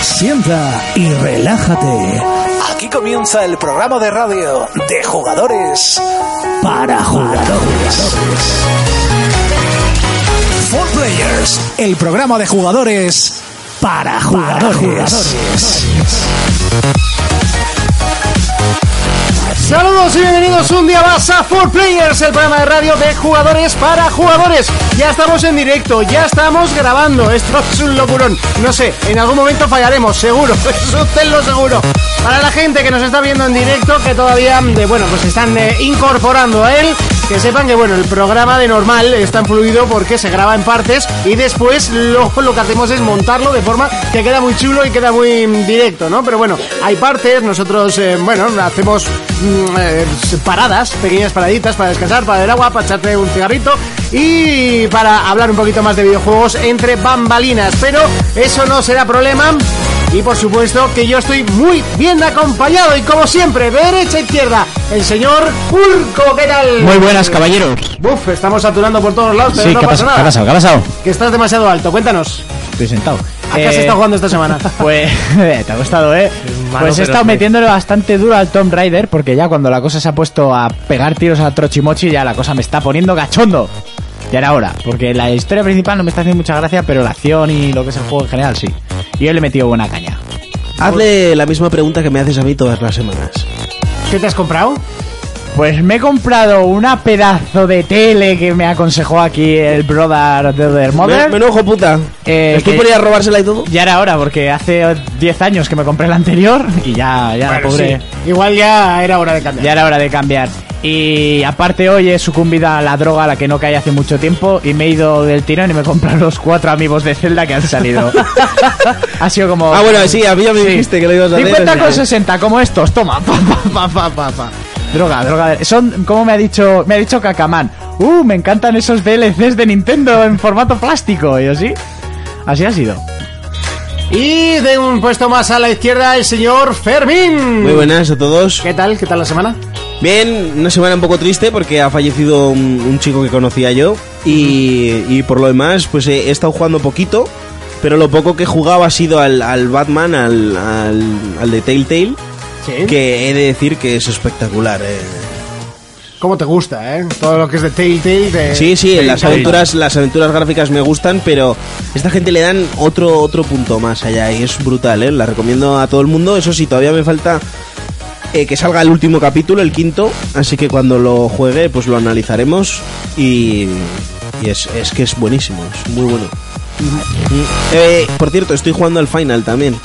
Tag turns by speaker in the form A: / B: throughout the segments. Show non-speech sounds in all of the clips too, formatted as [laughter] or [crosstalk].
A: Sienta y relájate. Aquí comienza el programa de radio de jugadores para jugadores. Four Players, el programa de jugadores para jugadores.
B: Saludos y bienvenidos un día más a 4Players, el programa de radio de jugadores para jugadores. Ya estamos en directo, ya estamos grabando. Esto es un locurón. No sé, en algún momento fallaremos, seguro. [laughs] Eso tenlo seguro. Para la gente que nos está viendo en directo, que todavía, eh, bueno, pues se están eh, incorporando a él, que sepan que, bueno, el programa de normal está tan fluido porque se graba en partes y después lo, lo que hacemos es montarlo de forma que queda muy chulo y queda muy mm, directo, ¿no? Pero bueno, hay partes, nosotros, eh, bueno, hacemos mm, eh, paradas, pequeñas paraditas para descansar, para beber agua, para echarte un cigarrito y para hablar un poquito más de videojuegos entre bambalinas. Pero eso no será problema. Y por supuesto que yo estoy muy bien acompañado y como siempre, derecha e izquierda, el señor Urco, ¿qué tal?
C: Muy buenas, caballero.
B: Buf, estamos saturando por todos lados, pero
C: Sí,
B: no
C: ¿qué,
B: pasa
C: pasa,
B: nada.
C: ¿qué ha pasado? ¿Qué ha pasado?
B: Que estás demasiado alto, cuéntanos.
C: Estoy sentado.
B: ¿A qué has
C: Eh,
B: estado jugando esta
C: [laughs]
B: semana?
C: Pues [laughs] te ha costado, ¿eh?
B: malo,
C: pues he
B: pero
C: estado
B: sí.
C: metiéndole bastante duro al Tomb Raider porque ya cuando la cosa se ha puesto a pegar tiros a Trochimochi ya la cosa me está poniendo cachondo. Ya era hora, porque la historia principal no me está haciendo mucha gracia, pero la acción y lo que es el juego en general sí. Y hoy le he metido buena caña.
D: Hazle Eh, la misma pregunta que me haces a mí todas las semanas.
B: ¿Qué te has comprado?
C: Pues me he comprado una pedazo de tele que me aconsejó aquí el brother de Other
D: Me,
C: Mother.
D: me enojo, puta.
C: Eh,
D: ¿Estoy
C: que-
D: por ir a robársela y todo?
C: Ya era hora, porque hace 10 años que me compré la anterior y ya, ya la
B: Bueno,
C: pobre.
B: sí. Igual ya era hora de cambiar.
C: Ya era hora de cambiar. Y aparte hoy he sucumbido a la droga a la que no caí hace mucho tiempo y me he ido del tirón y me he comprado los cuatro amigos de Zelda que han
B: [laughs]
C: salido. ha sido como...
D: Ah, bueno, sí, a mí ya me
C: Sí.
D: dijiste que lo ibas a hacer.
C: 50
D: así
C: con
D: que-
C: 60, como estos, toma, [laughs] pa, pa, pa, pa, pa, pa. Droga, droga. de- Son, como me ha dicho, me ha dicho Cacamán. Uh, me encantan esos DLCs de Nintendo en formato plástico. Y así, así ha sido.
B: Y de un puesto más a la izquierda, el señor Fermín.
D: Muy buenas a todos.
B: ¿Qué tal? ¿Qué tal la semana?
D: Bien, una semana un poco triste porque ha fallecido un, un chico que conocía yo y, y por lo demás pues he, he estado jugando poquito, pero lo poco que he jugado ha sido al, al Batman, al, al, al de Telltale,
B: Sí.
D: que he de decir que es espectacular. eh.
B: ¿Cómo te gusta, eh? Todo lo que es de Telltale. De...
D: Sí, sí, las
B: Telltale.
D: aventuras, las aventuras gráficas me gustan, pero esta gente le dan otro, otro punto más allá y es brutal, ¿eh? La recomiendo a todo el mundo. Eso sí, todavía me falta eh, que salga el último capítulo, el quinto, así que cuando lo juegue, pues lo analizaremos y, y es, es que es buenísimo, es muy bueno.
E: Mm.
D: Eh, por cierto, estoy jugando al final también.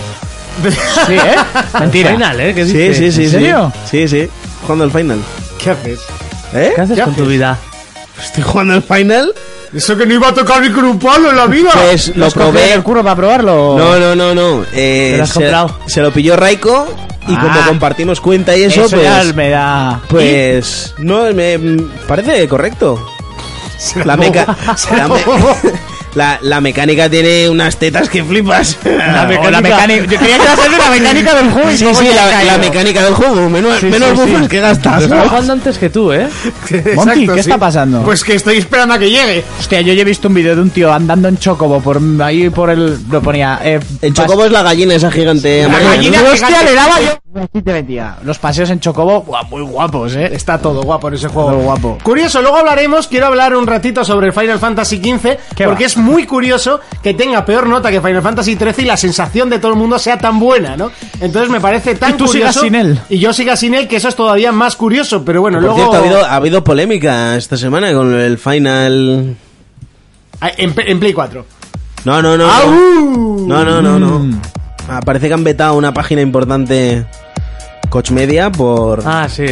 C: Sí, ¿eh? Mentira.
E: ¿eh? ¿Qué
D: Sí, sí,
E: dices?
D: sí.
C: ¿En
D: sí.
C: serio?
D: Sí, sí. Jugando al final.
B: ¿Qué haces?
D: ¿Eh?
E: ¿Qué haces
B: ¿Qué
E: con tu
B: haces?
E: vida?
D: Estoy jugando al
E: [laughs]
D: final.
B: Eso que no iba a tocar ni con un palo en la vida.
D: Pues lo
C: ¿Has cogido
D: probé.
C: el curro para probarlo?
D: No, no, no, no. Eh,
E: ¿Te lo has
D: se,
E: comprado?
D: se lo pilló Raiko y
C: Ah.
D: como compartimos cuenta y eso,
C: eso
D: pues.
C: ya me da...
D: Pues. No, me mm, parece correcto. La, meca- [laughs] la, me- la- la mecánica tiene unas tetas que flipas.
C: La
D: [laughs]
C: mecánica. la mecánica. Yo quería que iba a ser de la mecánica del juego. y
D: Sí,
C: cómo
D: sí,
C: ya he
D: la,
C: caído.
D: la mecánica del juego. Menos,
C: Sí,
D: menos
C: sí,
D: bufas
C: sí.
D: que gastas.
E: Estaba jugando antes que tú, ¿eh?
B: [laughs]
C: Monty,
B: Exacto,
C: ¿qué está pasando?
B: Pues que estoy esperando a que llegue.
C: Hostia, yo ya he visto un vídeo de un tío andando en Chocobo por ahí por el. Lo ponía. Eh, pas-
D: El chocobo es la gallina esa gigante.
C: La
D: amarilla, ¿no?
C: gallina
B: gigante.
C: hostia, le daba yo. Así te metía. Los paseos en Chocobo, guau, muy guapos, eh.
B: Está todo guapo en ese juego.
C: Todo guapo.
B: Curioso, luego hablaremos, quiero hablar un ratito sobre Final Fantasy XV,
C: ¿Qué
B: porque
C: va?
B: es muy curioso que tenga peor nota que Final Fantasy XIII y la sensación de todo el mundo sea tan buena, ¿no? Entonces me parece tan
C: Y tú
B: curioso...
C: sigas sin él.
B: Y yo siga sin él, que eso es todavía más curioso, pero bueno,
D: Por
B: luego...
D: cierto, ha habido, ha habido polémica esta semana con el final.
B: Ah, En, en Play 4.
D: No, no, no. no.
B: ¡Au!
D: No, no, no, no. Ah, parece que han vetado una página importante Coach Media por,
E: Ah, sí.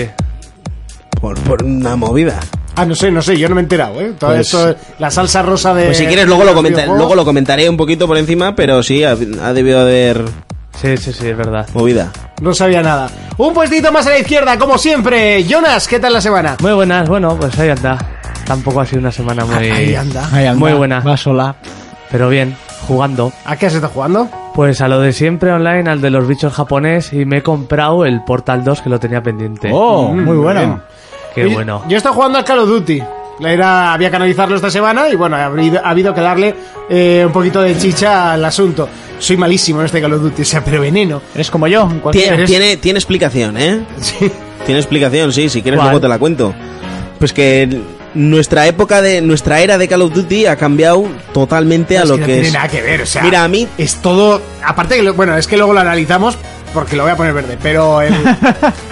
D: por, por una movida.
B: Ah, no sé, no sé, yo no me he enterado, ¿eh? Todo
D: Pues-
B: eso, la salsa rosa de...
D: Pues
E: Eh,
D: si quieres luego lo,
B: de los
D: comenta-
B: videojuegos.
D: luego lo comentaré un poquito por encima, pero sí, ha, ha debido haber
E: Sí, sí, sí, es verdad.
D: movida.
B: No sabía nada. Un puestito más a la izquierda, como siempre. Jonas, ¿qué tal la semana?
E: Muy buenas, bueno, pues ahí anda. Tampoco ha sido una semana muy...
B: Ahí anda.
C: Ahí anda,
E: Muy buena.
C: Va sola.
E: Pero bien, jugando.
B: ¿A qué has estado jugando?
E: Pues a lo de siempre online, al de los bichos japonés, y me he comprado el Portal 2 que lo tenía pendiente.
C: Oh,
B: Mm,
C: muy
B: muy
C: bueno.
B: bien.
E: Qué
B: Oye,
E: bueno.
B: Yo he estado jugando al Call of Duty. Era, había que analizarlo esta semana y bueno, ha habido, ha habido que darle eh, un poquito de chicha al asunto. Soy malísimo en este Call of Duty, o sea, pero veneno.
C: Eres como yo,
E: Pues
C: en cualquier...
D: Tiene, tiene, tiene explicación, ¿eh?
B: Sí.
D: Tiene explicación, sí, si quieres
E: ¿Cuál?
D: luego te la cuento. Pues que el- nuestra época de nuestra era de Call of Duty ha cambiado totalmente a
B: Es
D: lo
B: que
D: que,
B: no tiene
D: es.
B: nada que ver, o sea.
D: Mira, a mí-
B: Es todo. Aparte que. lo- bueno, es que luego lo analizamos porque lo voy a poner verde, pero. el-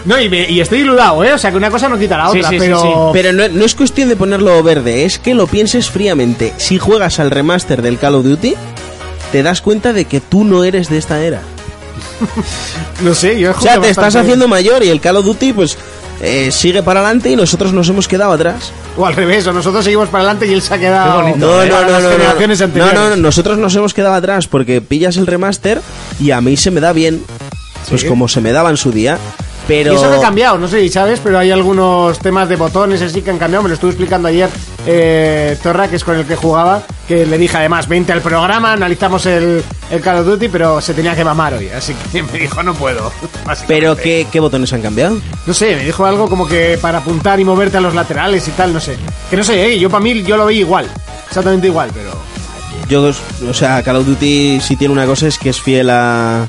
B: no, y, me- y estoy iludado, ¿eh? O sea, que una cosa no quita la
C: Sí,
B: otra,
C: sí, sí,
B: pero.
C: sí.
D: Pero no, no es cuestión de ponerlo verde, es que lo pienses fríamente. Si juegas al remaster del Call of Duty, te das cuenta de que tú no eres de esta era.
B: No sé, yo he
D: O sea,
B: jugado
D: te estás
B: bastante-
D: haciendo mayor y el Call of Duty, pues, eh, sigue para adelante y nosotros nos hemos quedado atrás.
B: O al revés, o nosotros seguimos para adelante y él se ha quedado.
D: No, no,
B: para
D: no,
B: las
D: no,
B: generaciones
D: no, no,
B: anteriores.
D: no, no, nosotros nos hemos quedado atrás porque pillas el remaster y a mí se me da bien, pues
B: Sí.
D: como se me daba en su día, pero
B: Y eso que ha cambiado, no sé si sabes, pero hay algunos temas de botones así que han cambiado. Me lo estuvo explicando ayer eh, Torra, que es con el que jugaba, que le dije además, vente al programa, analizamos el, el Call of Duty, pero se tenía que mamar hoy. Así que [laughs] me dijo, no puedo. básicamente.
D: pero ¿qué, qué botones han cambiado?
B: No sé, me dijo algo como que para apuntar y moverte a los laterales y tal, no sé. Que no sé, eh, yo para mí yo lo veía igual. Exactamente igual, pero...
D: Yo, o sea, Call of Duty si tiene una cosa es que es fiel a,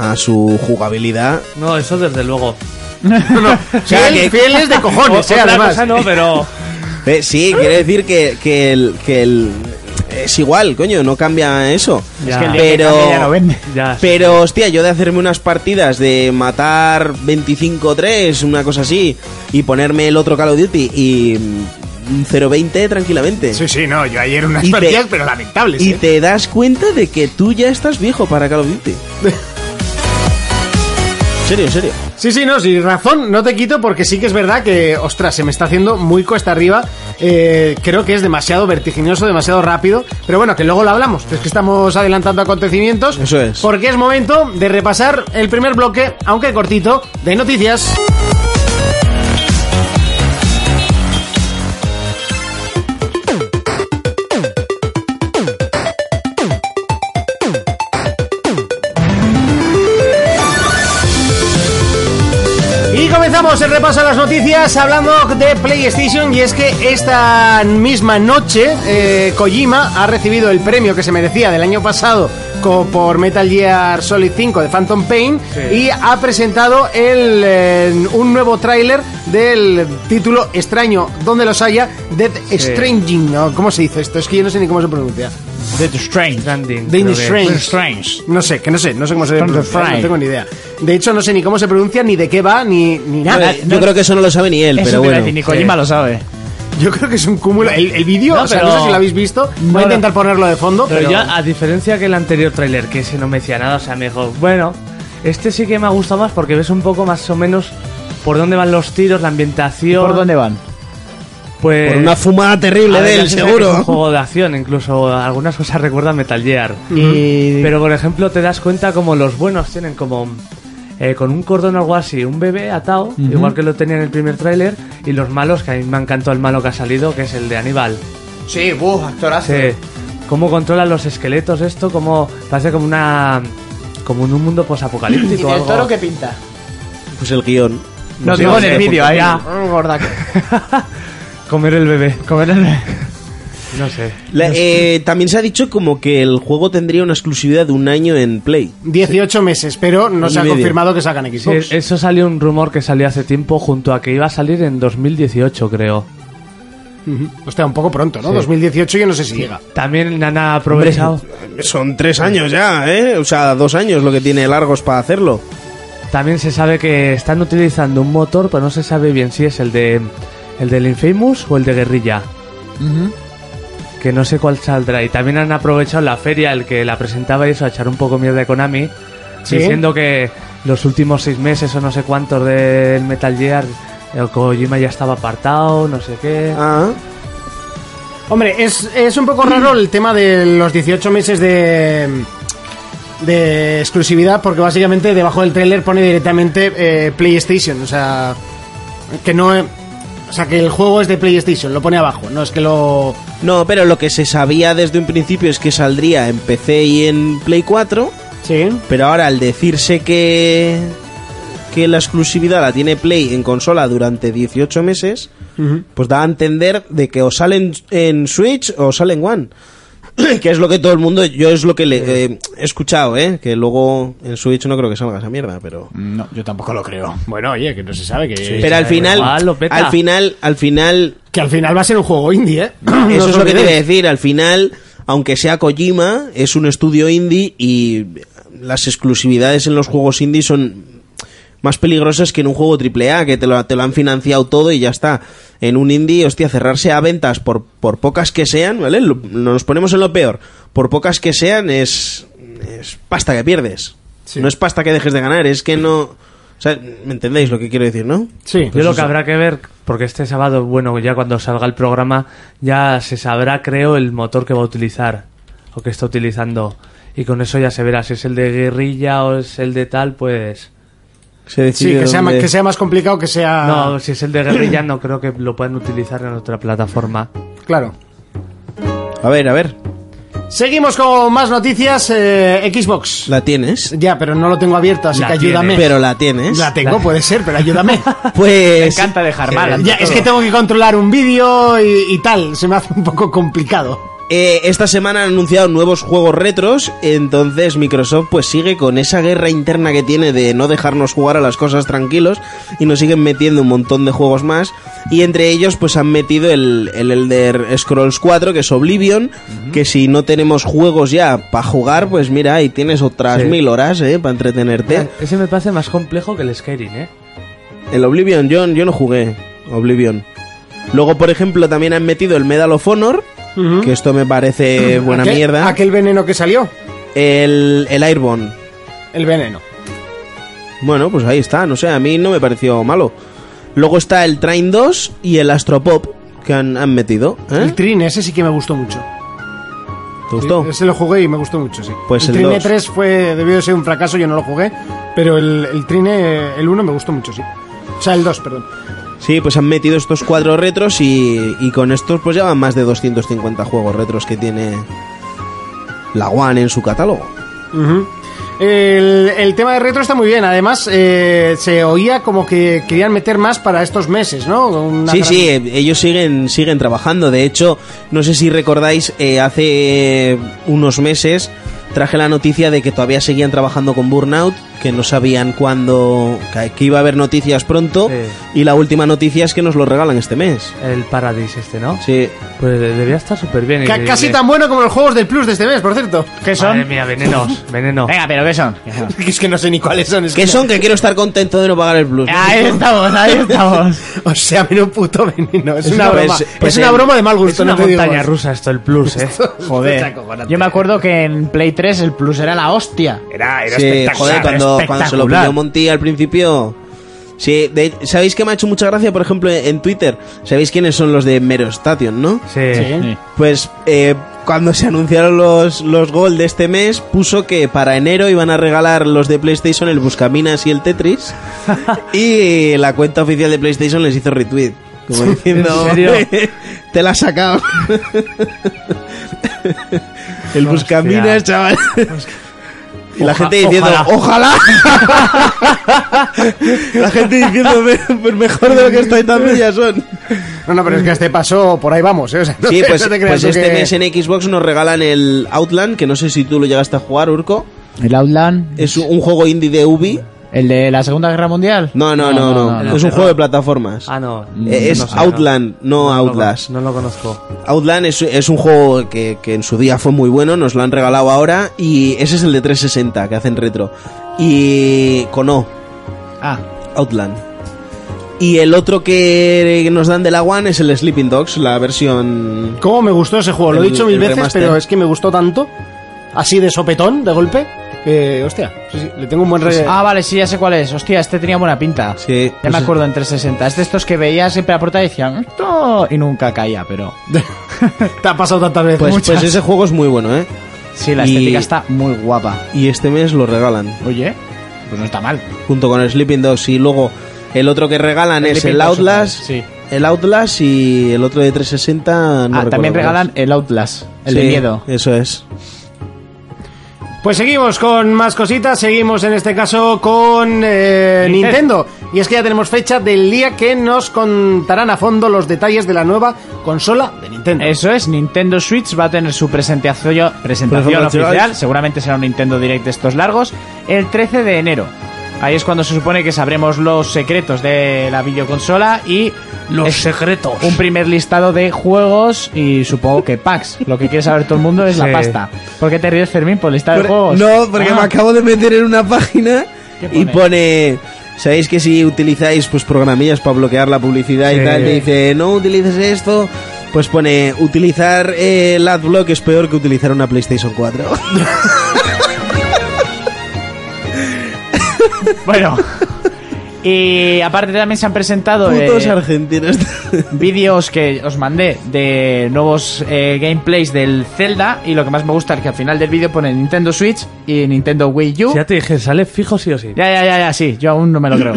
D: a su jugabilidad.
E: No, eso desde luego.
B: No, no. Fiel,
D: que-
B: fiel es de cojones, eh,
E: Otra
B: además.
E: cosa no, pero...
D: Eh, sí, quiere decir que, que el, que el- es igual, coño, no cambia eso.
E: Ya. Es que el
C: día que
D: pero,
C: cambie ya no vende.
E: Ya, sí.
D: pero, hostia, yo de hacerme unas partidas de matar 25-3, una cosa así, y ponerme el otro Call of Duty y mm, 0-20 tranquilamente.
B: Sí, sí, no, yo ayer unas
D: Y te-
B: partidas, pero lamentables.
D: Y
B: eh.
D: te das cuenta de que tú ya estás viejo para Call of
C: [laughs]
D: Duty. En serio, en serio.
B: Sí, sí, no, sí, razón, no te quito porque sí que es verdad que, ostras, se me está haciendo muy cuesta arriba. Eh, creo que es demasiado vertiginoso, demasiado rápido. Pero bueno, que luego lo hablamos. Es que estamos adelantando acontecimientos.
D: Eso es.
B: Porque es momento de repasar el primer bloque, aunque cortito, de noticias. Y comenzamos el repaso de las noticias hablando de PlayStation y es que esta misma noche eh, Kojima ha recibido el premio que se merecía del año pasado co- por Metal Gear Solid 5 de Phantom Pain y ha presentado el, eh, un nuevo tráiler del título extraño donde los haya Death Stranding ¿no? ¿cómo se dice esto? es que yo no sé ni cómo se pronuncia
C: Death Strange.
E: Branding,
B: The
E: creo que-
B: Strange.
C: Strange.
B: no sé que no sé no sé cómo se
C: Phantom
B: pronuncia no
C: Fry.
B: tengo ni idea de hecho no sé ni cómo se pronuncia ni de qué va ni, ni nada
D: Eh, yo creo que eso no lo sabe ni él,
C: Eso
D: pero
C: te iba a
D: bueno.
C: decir, ni Kojima lo sabe.
B: Yo creo que es un cúmulo. El, el vídeo,
E: No,
B: o sea,
E: pero-
B: no sé si lo habéis visto. Voy
E: No,
B: a
E: no.
B: intentar ponerlo de fondo,
E: Pero
B: pero,
E: ya, a diferencia que el anterior tráiler, que ese no me decía nada, o sea, me dijo, bueno, este sí que me ha gustado más porque ves un poco más o menos por dónde van los tiros, la ambientación.
C: ¿Por dónde van?
E: Pues,
D: Por una fumada terrible
E: a ver,
D: de
E: ya
D: él,
E: se sabe que Es un
D: seguro.
E: juego de acción, incluso algunas cosas recuerdan Metal Gear.
C: Y...
E: Pero, por ejemplo, te das cuenta como los buenos tienen como... eh, con un cordón o algo así, un bebé atado, igual que lo tenía en el primer tráiler, y los malos, que a mí me ha encantado el malo que ha salido, que es el de Aníbal.
B: Sí, buah, actorazo.
E: Sí. Cómo controlan los esqueletos esto, como parece como una como en un mundo posapocalíptico o algo.
B: pinta.
D: [laughs] Pues el guión.
C: Lo
D: sé,
C: digo en
D: no sé,
C: el vídeo, ahí.
E: Ya. comer el bebé.
C: Comer el-
E: No sé.
D: La- eh, también se ha dicho como que el juego tendría una exclusividad de un año en Play.
B: 18 meses, pero no
D: Y
B: se ha
D: medio.
B: confirmado que sacan
E: Sí, eh.
B: Xbox.
E: eso salió un rumor que salió hace tiempo junto a que iba a salir en 2018, creo.
B: Ujú. Hostia, un poco pronto, ¿no? 2018 yo no sé si llega.
E: También Nana ha aprovechado.
D: Son tres años ya, ¿eh? O sea, dos años lo que tiene largos para hacerlo.
E: También se sabe que están utilizando un motor, pero no se sabe bien si es el de el del Infamous o el de Guerrilla. Que no sé cuál saldrá. Y también han aprovechado la feria, el que la presentaba y eso, a echar un poco mierda a Konami.
B: Sí.
E: Diciendo que los últimos seis meses o no sé cuántos del Metal Gear, el Kojima ya estaba apartado, no sé qué.
D: Ah,
B: Hombre, es, es un poco raro el tema de los 18 meses de, de exclusividad, porque básicamente debajo del tráiler pone directamente eh, PlayStation, o sea, que no... O sea, que el juego es de PlayStation, lo pone abajo, no es que lo...
D: no, pero lo que se sabía desde un principio es que saldría en PC y en Play 4.
B: Sí.
D: Pero ahora al decirse que que la exclusividad la tiene Play en consola durante 18 meses, pues da a entender de que o salen en Switch o salen One. [clears throat] que es lo que todo el mundo, yo es lo que le, eh, he escuchado, ¿eh? Que luego en Switch no creo que salga esa mierda, pero...
C: No, yo tampoco lo creo.
B: Bueno, oye, que no se sabe que.
D: Pero al
E: igual,
D: final,
E: lo peta.
D: al final, al final,
B: Que al final va a ser un juego indie, [clears throat] ¿eh?
D: [clears throat] eso es lo que te
B: tiene
D: voy a decir. Al final, aunque sea Kojima, es un estudio indie y las exclusividades en los juegos indie son más peligrosas que en un juego AAA, que te lo, te lo han financiado todo y ya está. En un indie, hostia, cerrarse a ventas por, por pocas que sean, ¿vale? Lo- nos ponemos en lo peor. Por pocas que sean es, es pasta que pierdes. No es pasta que dejes de ganar, es que no... o sea, ¿me entendéis lo que quiero decir, no?
B: Sí.
E: Yo lo que habrá que ver, porque este sábado, bueno, ya cuando salga el programa, ya se sabrá, creo, el motor que va a utilizar o que está utilizando. Y con eso ya se verá si es el de guerrilla o es el de tal, pues.
D: Se
B: Sí,
D: decide
B: que sea, más,
D: dónde-
B: que sea más complicado que sea.
E: No, si es el de guerrilla, no creo que lo puedan utilizar en otra plataforma.
B: claro.
D: A ver, a ver.
B: Seguimos con más noticias. eh, Xbox.
D: ¿La tienes?
B: Ya, pero no lo tengo abierto, así
E: La
B: que ayúdame.
D: Pero la tienes.
B: La tengo, puede ser, pero
D: [laughs]
B: ayúdame. Eh,
D: Pues.
C: Me encanta dejar mal. ante
B: ya, es
C: todo.
B: que tengo que controlar un vídeo y, y tal. Se me hace un poco complicado.
D: eh, esta semana han anunciado nuevos juegos retros. Entonces Microsoft pues sigue con esa guerra interna que tiene de no dejarnos jugar a las cosas tranquilos. Y nos siguen metiendo un montón de juegos más. Y entre ellos pues han metido el, el Elder Scrolls 4, que es Oblivion. Que si no tenemos juegos ya para jugar, pues mira, ahí tienes otras
E: Sí.
D: mil horas, eh, para entretenerte.
E: Ese me parece más complejo que el Skyrim, ¿eh?
D: El Oblivion, yo, yo no jugué Oblivion. Luego, por ejemplo, también han metido el Medal of Honor, que esto me
B: [clears throat]
D: parece buena
B: Aquel-
D: mierda.
B: Aquel veneno que salió.
D: El, el Airborne.
B: El veneno.
D: Bueno, pues ahí está, no sé, a mí no me pareció malo. Luego está el Train 2 y el Astropop, que han, han metido. ¿eh?
B: El Trin, ese sí que me gustó mucho.
D: ¿Te gustó?
B: Ese lo jugué y me gustó mucho, sí.
D: Pues
B: el,
D: el
B: Trine
D: dos.
B: 3 fue, debió de ser un fracaso, yo no lo jugué. Pero el, el Trine, el 1 me gustó mucho, sí. O sea, el 2, perdón.
D: Sí, pues han metido estos cuatro retros y, y con estos pues ya van más de 250 juegos retros que tiene la One en su catálogo.
B: Ujú. el, el tema de retro está muy bien. Además, eh, se oía como que querían meter más para estos meses, ¿no? Una
D: Sí,
B: gran-
D: sí, eh, ellos siguen, siguen trabajando. De hecho, no sé si recordáis, eh, hace eh, unos meses traje la noticia de que todavía seguían trabajando con Burnout, que no sabían cuándo, que- que iba a haber noticias pronto.
E: Sí.
D: Y la última noticia es que nos lo regalan este mes.
E: El Paradise este, ¿no?
D: Sí.
E: Pues debía estar súper bien.
B: Ca- casi tan bueno como los juegos del Plus de este mes, por cierto. [laughs] Que
E: Madre
B: son.
E: mía, venenos, veneno.
C: Venga, pero ¿qué son?
B: Es que no sé ni cuáles son. es
D: ¿Qué
B: que-
D: son? Que quiero estar contento de no pagar el plus.
C: ahí estamos, ahí estamos. [laughs]
B: O sea, menos puto veneno. Es,
D: Es
B: una
D: una-
B: broma.
D: pues-
B: es
D: pues
B: una
D: el-
B: broma de mal
E: Es
B: gusto,
E: una
B: no te digo
E: montaña
B: más.
E: rusa esto, el plus, ¿eh.
C: Joder. Yo me acuerdo que en Play 3 el plus era la hostia.
D: Era, joder, cuando, cuando se lo
C: espectacular.
D: pidió Monty al principio. Sí, de- ¿sabéis que me ha hecho mucha gracia, por ejemplo, en Twitter? ¿Sabéis quiénes son los de Mero Station, no?
E: Sí.
C: Sí.
D: Pues eh, cuando se anunciaron los, los Gold de este mes, puso que para enero iban a regalar los de PlayStation el Buscaminas y el
E: [laughs]
D: Tetris. y la cuenta oficial de PlayStation les hizo retweet. Como diciendo,
E: ¿En serio?
D: te la has sacado.
E: [laughs]
D: el Buscaminas,
E: [laughs]
D: chaval. Y la
E: Oja-
D: gente diciendo, ojalá.
E: [laughs]
D: [laughs] la gente diciendo, pues mejor de lo que estoy también ya son.
B: No, no, pero es que a este paso por ahí vamos, ¿eh? O sea, no
D: Sí,
B: te-
D: pues,
B: no te creas
D: pues
B: tú que-
D: este mes en Xbox nos regalan el Outland, que no sé si tú lo llegaste a jugar, Urco.
C: El Outland,
D: Es un un juego indie de Ubi.
C: el de la Segunda Guerra Mundial.
D: No, no, no, no.
E: no,
D: Es un
E: no.
D: juego de plataformas.
E: Ah, no.
D: Eh, Es
E: No sé, no.
D: Outland, no
E: lo-
D: Outlast.
E: No lo conozco.
D: Outland es, es un juego que, que en su día fue muy bueno, nos lo han regalado ahora. Y ese es el de 360 que hacen retro. Y con O,
C: Ah,
D: Outland. Y el otro que nos dan de la One es el Sleeping Dogs, la versión.
B: ¿Cómo me gustó ese juego? Lo he
D: El-
B: dicho mil
D: el
B: veces,
D: remaster.
B: pero es que me gustó tanto, así de sopetón, de golpe, que, hostia, sí, sí, le tengo un buen re...
C: Ah, vale, sí, ya sé cuál es. Hostia, este tenía buena pinta.
D: Sí,
C: Ya
D: pues-
C: me acuerdo en 360. Es de estos que veía siempre a puerta y decían, esto. Y nunca caía, pero.
B: Te ha pasado tantas veces.
D: Pues,
B: Muchas.
D: pues ese juego es muy bueno, ¿eh?
C: Sí, la
D: Y-
C: estética está muy guapa.
D: Y este mes lo regalan.
C: Oye, pues no está mal.
D: junto con el Sleeping Dogs y luego el otro que regalan es
C: Sleeping
D: el
C: Dogs otra
D: Outlast,
C: vez, sí.
D: el Outlast y el otro de 360 no
C: ah,
D: recuerdo
C: también
D: cuál es.
C: regalan el Outlast, el de
D: Sí,
C: miedo.
D: Eso es.
B: Pues seguimos con más cositas, seguimos en este caso con eh, Nintendo. Y es que ya tenemos fecha del día que nos contarán a fondo los detalles de la nueva consola de Nintendo.
C: Eso es, Nintendo Switch va a tener su presentación, presentación
D: Presentación.
C: oficial, seguramente será un Nintendo Direct de estos largos, el 13 de enero. Ahí es cuando se supone que sabremos los secretos de la videoconsola y
E: Los
C: es
E: secretos.
C: un primer listado de juegos y supongo que packs. Lo que quiere saber todo el mundo es
E: Sí.
C: la pasta. ¿Por qué te ríes, Fermín, por el listado de
D: Por-
C: juegos?
D: No, porque
C: Ah,
D: me acabo de meter en una página
C: ¿Qué
D: y
C: pone?
D: pone. Sabéis que si utilizáis pues programillas para bloquear la publicidad
E: Sí.
D: y tal, te dice no utilices esto. Pues pone utilizar eh, el AdBlock es peor que utilizar una PlayStation [laughs] 4. [laughs]
C: Bueno. Y aparte también se han presentado...
D: Putos
C: eh,
D: argentinos.
C: vídeos que os mandé de nuevos eh, gameplays del Zelda y lo que más me gusta es que al final del vídeo pone Nintendo Switch y Nintendo Wii U.
E: Si ya te dije, sale fijo sí o sí.
C: Ya, ya, ya, ya, sí, yo aún no me lo
E: [coughs]
C: creo.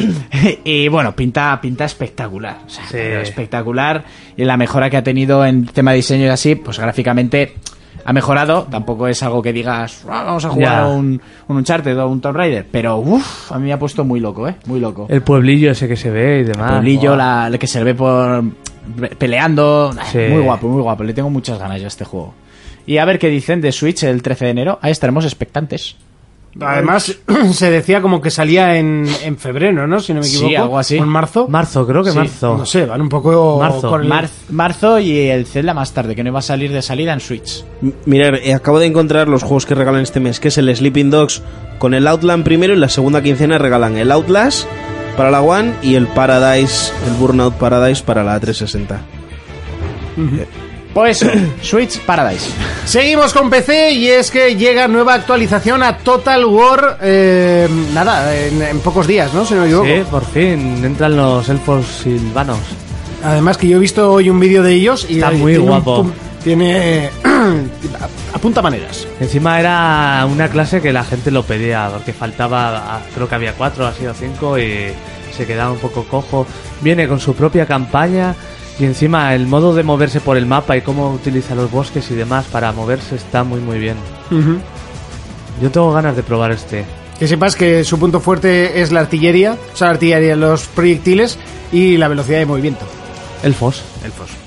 C: y bueno, pinta, pinta espectacular. O sea,
E: Sí.
C: pero espectacular. Y la mejora que ha tenido en tema de diseño y así, pues gráficamente ha mejorado. Tampoco es algo que digas, "Ah, vamos a jugar
E: Ya.
C: a un, un Uncharted o a un Tomb Raider. Pero uff, a mí me ha puesto muy loco, eh. Muy loco
E: El pueblillo ese que se ve y demás.
C: pueblillo,
E: Buah.
C: Pues la, la que se le ve por pe- peleando. Ah,
E: Sí.
C: Muy guapo, muy guapo. Le tengo muchas ganas yo a este juego. Y a ver qué dicen de Switch el 13 de enero. Ahí estaremos expectantes.
B: Además, [clears throat] se decía como que salía en, en febrero, ¿no? Si no me
C: Sí,
B: equivoco.
C: algo así.
B: ¿O en marzo?
E: Marzo, creo que
C: Sí,
E: marzo.
B: No sé, van un poco
E: Marzo,
B: con el-
C: Mar- marzo y el Zelda más tarde, que no iba a salir de salida en Switch.
D: Mirar, eh, acabo de encontrar los juegos que regalan este mes, que es el Sleeping Dogs con el Outland primero y la segunda quincena regalan el Outlast para la One y el Paradise, el Burnout Paradise para la 360.
C: Pues
E: [coughs]
C: eso, Switch Paradise.
B: Seguimos con PC y es que llega nueva actualización a Total War. eh, nada, en, en pocos días, ¿no? Si no me equivoco.
E: Sí, por fin entran los elfos silvanos.
B: Además que yo he visto hoy un vídeo de ellos y
E: Está
B: eh,
E: muy
B: tiene un
E: guapo.
B: pum-
E: [clears throat]
B: tiene apunta maneras.
E: Encima era una clase que la gente lo pedía, porque faltaba, ah, creo que había cuatro, ha sido cinco y se quedaba un poco cojo. Viene con su propia campaña y encima el modo de moverse por el mapa y cómo utiliza los bosques y demás para moverse está muy muy bien. Yo tengo ganas de probar este.
B: Que sepas que su punto fuerte es la artillería, o sea, la artillería, los proyectiles y la velocidad de movimiento.
E: Elfos.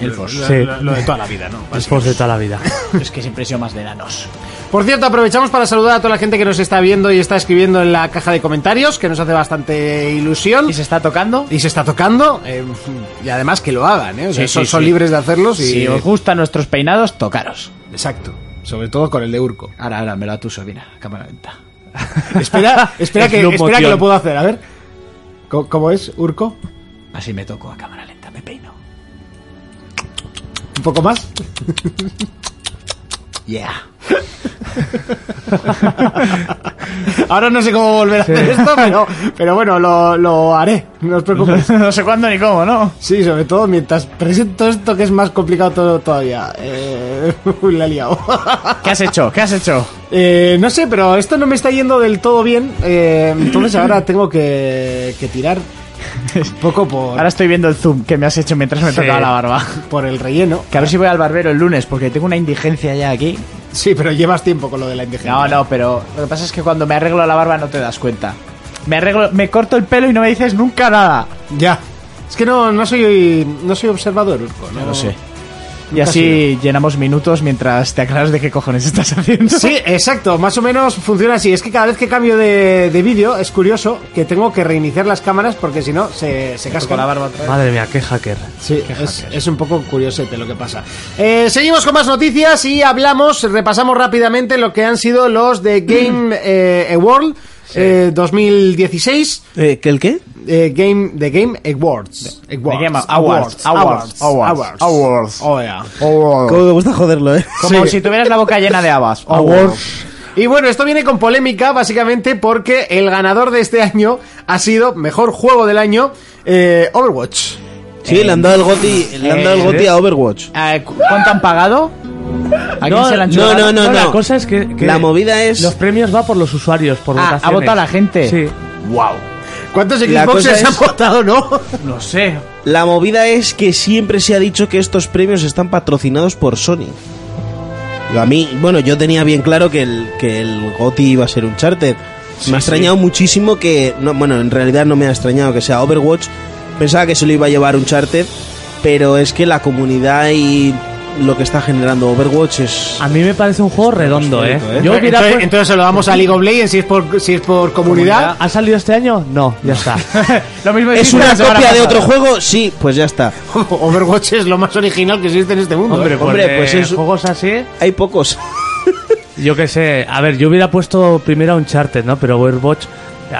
C: Elfos.
B: Lo,
E: Sí.
B: lo- lo de toda la vida, ¿no?
E: Elfos de toda la vida.
C: [laughs] Es que siempre he sido más de enanos.
B: Por cierto, aprovechamos para saludar a toda la gente que nos está viendo y está escribiendo en la caja de comentarios, que nos hace bastante ilusión.
C: ¿Y se está tocando?
B: Y se está tocando, eh, y además que lo hagan, ¿eh? O sea,
C: Sí,
B: son,
C: sí,
B: son
C: sí.
B: libres de hacerlos y...
C: Si os gustan nuestros peinados, tocaros.
B: Exacto, sobre todo con el de Urco.
C: Ahora, ahora, me lo atuso, mira, a cámara lenta. [laughs]
B: Espera, espera,
E: Es
B: que,
E: slow
B: espera que
E: motion.
B: lo puedo hacer, a ver. ¿Cómo, cómo es, Urco?
C: Así me toco a cámara lenta, me peino.
B: ¿Un poco
C: [laughs]
B: más?
C: Yeah.
B: Ahora no sé cómo volver a hacer esto, pero,
C: [laughs]
B: pero bueno, lo, lo haré, no os preocupéis.
C: no sé cuándo ni cómo, ¿no?
B: Sí, sobre todo mientras presento esto que es más complicado todo, todavía. Eh, [laughs] uy, la he liado.
C: ¿Qué has hecho? ¿Qué has
E: [laughs]
C: hecho?
B: Eh, no sé, pero esto no me está yendo del todo bien. eh, entonces
C: [clears throat]
B: ahora tengo que, que tirar un poco por,
C: Ahora estoy viendo el zoom que me has hecho mientras me
E: Sí.
C: tocaba la barba.
B: por el relleno.
C: Que a ver si voy al barbero el lunes, porque tengo una indigencia ya aquí.
B: Sí, pero llevas tiempo con lo de la indigencia.
C: No, no, pero lo que pasa es que cuando me arreglo la barba no te das cuenta. Me arreglo, me corto el pelo y no me dices nunca nada.
B: Ya. Es que no, no soy no soy observador, Urco. No
C: Ya lo sé. Y
B: Nunca
C: así llenamos minutos mientras te aclaras de qué cojones estás haciendo. [laughs]
B: Sí, exacto, más o menos funciona así. Es que cada vez que cambio de, de vídeo es curioso que tengo que reiniciar las cámaras porque si no se, se casca la barba otra
E: Madre mía, qué hacker.
B: Sí, es, es un poco curiosete lo que pasa. Eh, seguimos con más noticias y hablamos, repasamos rápidamente lo que han sido los de Game eh, World. eh, 2016
D: Eh, ¿Que el qué?
B: eh, Game The Game Awards Awards
C: Game Awards, Awards,
B: Awards
C: Awards,
B: Awards Oh, yeah.
D: Cómo me gusta joderlo, eh.
C: Como
B: Sí.
C: si tuvieras la boca llena de habas. Oh.
B: Y bueno, esto viene con polémica básicamente porque el ganador de este año ha sido mejor juego del año eh, Overwatch.
D: Sí, le han dado el goti, le han dado el goti a Overwatch.
C: Eh, ¿cu- ¿Cuánto han pagado? ¿A quién se la han
D: no,
C: chupado?
D: no, no.
E: La cosa es que, que
D: La movida es-
E: Los premios va por los usuarios, por
C: Ah, ha
E: votaciones.
C: votado la gente.
E: Sí.
C: Wow.
B: ¿Cuántos
D: La
B: Xboxes
D: cosa
B: han
D: es-
B: votado, no?
C: No sé.
D: La movida es que siempre se ha dicho que estos premios están patrocinados por Sony. Yo a mí, bueno, yo tenía bien claro que el, que el GOTI iba a ser un charter. me ha extrañado muchísimo que, no, bueno, en realidad no me ha extrañado que sea Overwatch. Pensaba que se lo iba a llevar un charter, pero es que la comunidad y lo que está generando Overwatch es...
E: A mí me parece un juego redondo, ¿eh?
D: histórico, ¿eh?
E: Yo hubiera
B: entonces,
E: pu-
B: entonces se lo damos a League of Legends si es por, si es por comunidad.
E: ¿Ha salido este año? No, ya está.
C: Lo mismo
D: ¿Es
C: existe
D: una
C: la semana
D: copia de
C: pasada.
D: otro juego? Sí, pues ya está.
B: [laughs] Overwatch es lo más original que existe en este mundo.
E: Hombre,
B: ¿eh?
E: pues,
D: Hombre,
E: eh,
D: pues es-
E: juegos así,
D: Hay pocos.
E: yo qué sé. A ver, yo hubiera puesto primero a Uncharted, ¿no? Pero Overwatch,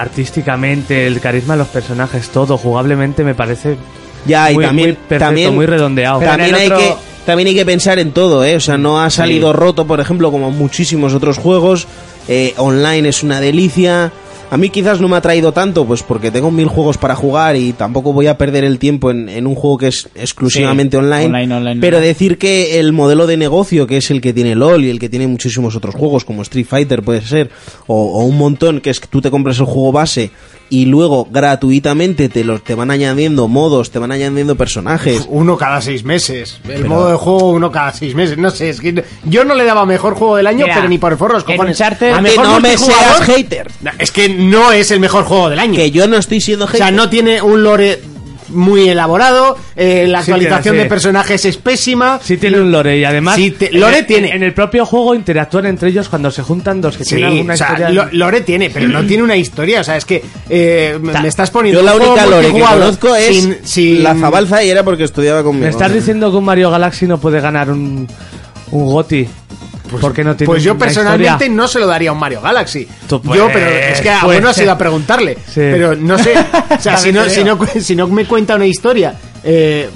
E: artísticamente, el carisma de los personajes, todo, jugablemente, me parece
D: Ya, y
E: muy,
D: también,
E: muy perfecto,
D: también,
E: muy redondeado.
D: también
E: Pero en
D: hay
E: el otro-
D: que también hay que pensar en todo, ¿eh? O sea, no ha salido roto, por ejemplo, como muchísimos otros juegos. Eh, online es una delicia. A mí quizás no me ha traído tanto, pues porque tengo mil juegos para jugar y tampoco voy a perder el tiempo en, en un juego que es exclusivamente
C: Sí,
D: online.
C: online, online,
D: pero
C: online.
D: decir que el modelo de negocio, que es el que tiene LOL y el que tiene muchísimos otros juegos, como Street Fighter puede ser, o, o un montón, que es que tú te compras el juego base y luego gratuitamente te, los te van añadiendo modos, te van añadiendo personajes.
B: pues, Uno cada seis meses. El modo de juego, uno cada seis meses. No sé, es que no- yo no le daba mejor juego del año,
C: Mira,
B: pero ni por forros,
C: en
B: cojones.
C: Uncharted-
B: A
D: Que
B: mejor
D: no me
B: multijugador-
D: seas hater.
B: No, Es que no es el mejor juego del año.
D: Que yo no estoy siendo
B: O
D: hater.
B: sea, no tiene un lore muy elaborado, eh, la
E: Sí
B: actualización
E: tiene, sí.
B: de personajes es pésima.
E: Sí tiene un lore y además
B: Sí te-
E: en
B: lore
E: el-
B: tiene.
E: en el propio juego interactúan entre ellos cuando se juntan dos que
B: Sí,
E: tienen alguna
B: o sea,
E: historia
B: lo- Lore tiene, pero no tiene una historia. O sea, es que eh, me me estás poniendo.
D: Yo la
B: un
D: única
B: juego
D: lore que
B: multijugador
D: conozco es
B: sin- sin-
D: la Zabalza y era porque estudiaba conmigo.
E: ¿Me estás diciendo que un Mario Galaxy no puede ganar un, un GOTI? porque no tiene
B: Pues yo
E: una
B: personalmente
E: historia?
B: no se lo daría a un Mario Galaxy.
E: Tú,
B: yo,
E: pues,
B: pero es que a
E: pues.
B: uno ha sido a preguntarle.
E: Sí.
B: Pero no sé. O
E: [laughs]
B: sea, si, no,
E: También te
B: si, no, cu- si no me cuenta una historia, eh,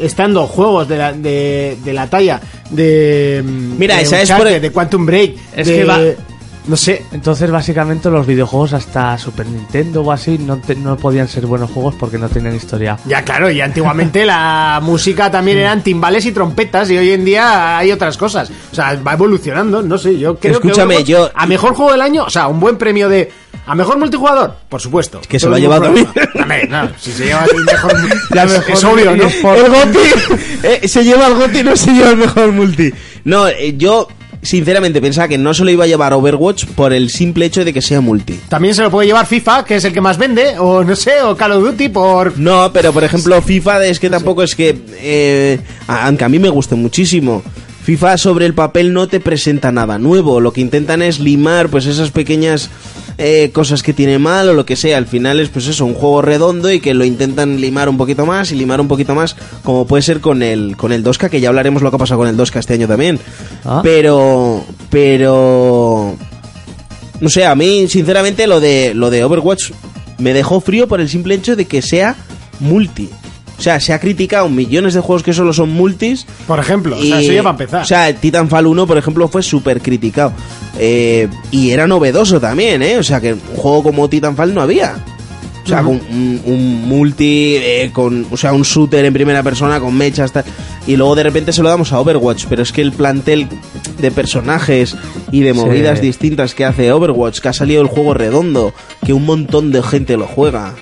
B: estando juegos de la, de, de la talla de. mm,
D: Mira,
B: de
D: esa es
B: Uncharted,
D: por- e-
B: De Quantum Break.
E: Es
B: de-
E: que va-
B: No sé.
E: Entonces, básicamente, los videojuegos hasta Super Nintendo o así no, te- no podían ser buenos juegos porque no tenían historia.
B: Ya, claro, y antiguamente la música también eran timbales y trompetas, y hoy en día hay otras cosas. O sea, va evolucionando, no sé, yo creo
D: Escúchame,
B: que. Overwatch,
D: yo-
B: A mejor juego del año, o sea, un buen premio de. A mejor multijugador, por supuesto.
D: que se
B: Todo
D: lo ha
B: ningún
D: llevado
B: problema.
D: a mí.
B: Hombre, no, si se lleva
D: [laughs]
B: el mejor.
D: La
B: es-
D: mejor
B: es obvio, ¿no?
D: multi. [laughs] El Goti eh, se lleva el Goti, no se lleva el mejor multi. No, eh, yo sinceramente pensaba que no se lo iba a llevar Overwatch por el simple hecho de que sea multi.
B: También se lo puede llevar FIFA, que es el que más vende, o no sé, o Call of Duty por.
D: No, pero por ejemplo FIFA es que tampoco es que, eh, a- aunque a mí me guste muchísimo, FIFA sobre el papel no te presenta nada nuevo. Lo que intentan es limar pues esas pequeñas eh, cosas que tiene mal o lo que sea. Al final es pues eso, un juego redondo y que lo intentan limar un poquito más y limar un poquito más, como puede ser con el con el 2K, que ya hablaremos lo que ha pasado con el 2K este año también.
E: Ah.
D: Pero, pero no sé, a mí sinceramente lo de lo de Overwatch me dejó frío por el simple hecho de que sea multi. O sea, se ha criticado millones de juegos que solo son multis.
B: Por ejemplo, o sea,
D: y-
B: eso ya va a empezar.
D: O sea, el Titanfall 1, por ejemplo, fue súper criticado. Eh, y era novedoso también, ¿eh? O sea, que un juego como Titanfall no había. O sea, con un, un multi, eh, con, o sea, un shooter en primera persona con mechas, tal. Y luego de repente se lo damos a Overwatch. Pero es que el plantel de personajes y de movidas distintas que hace Overwatch, que ha salido el juego redondo, que un montón de gente lo juega.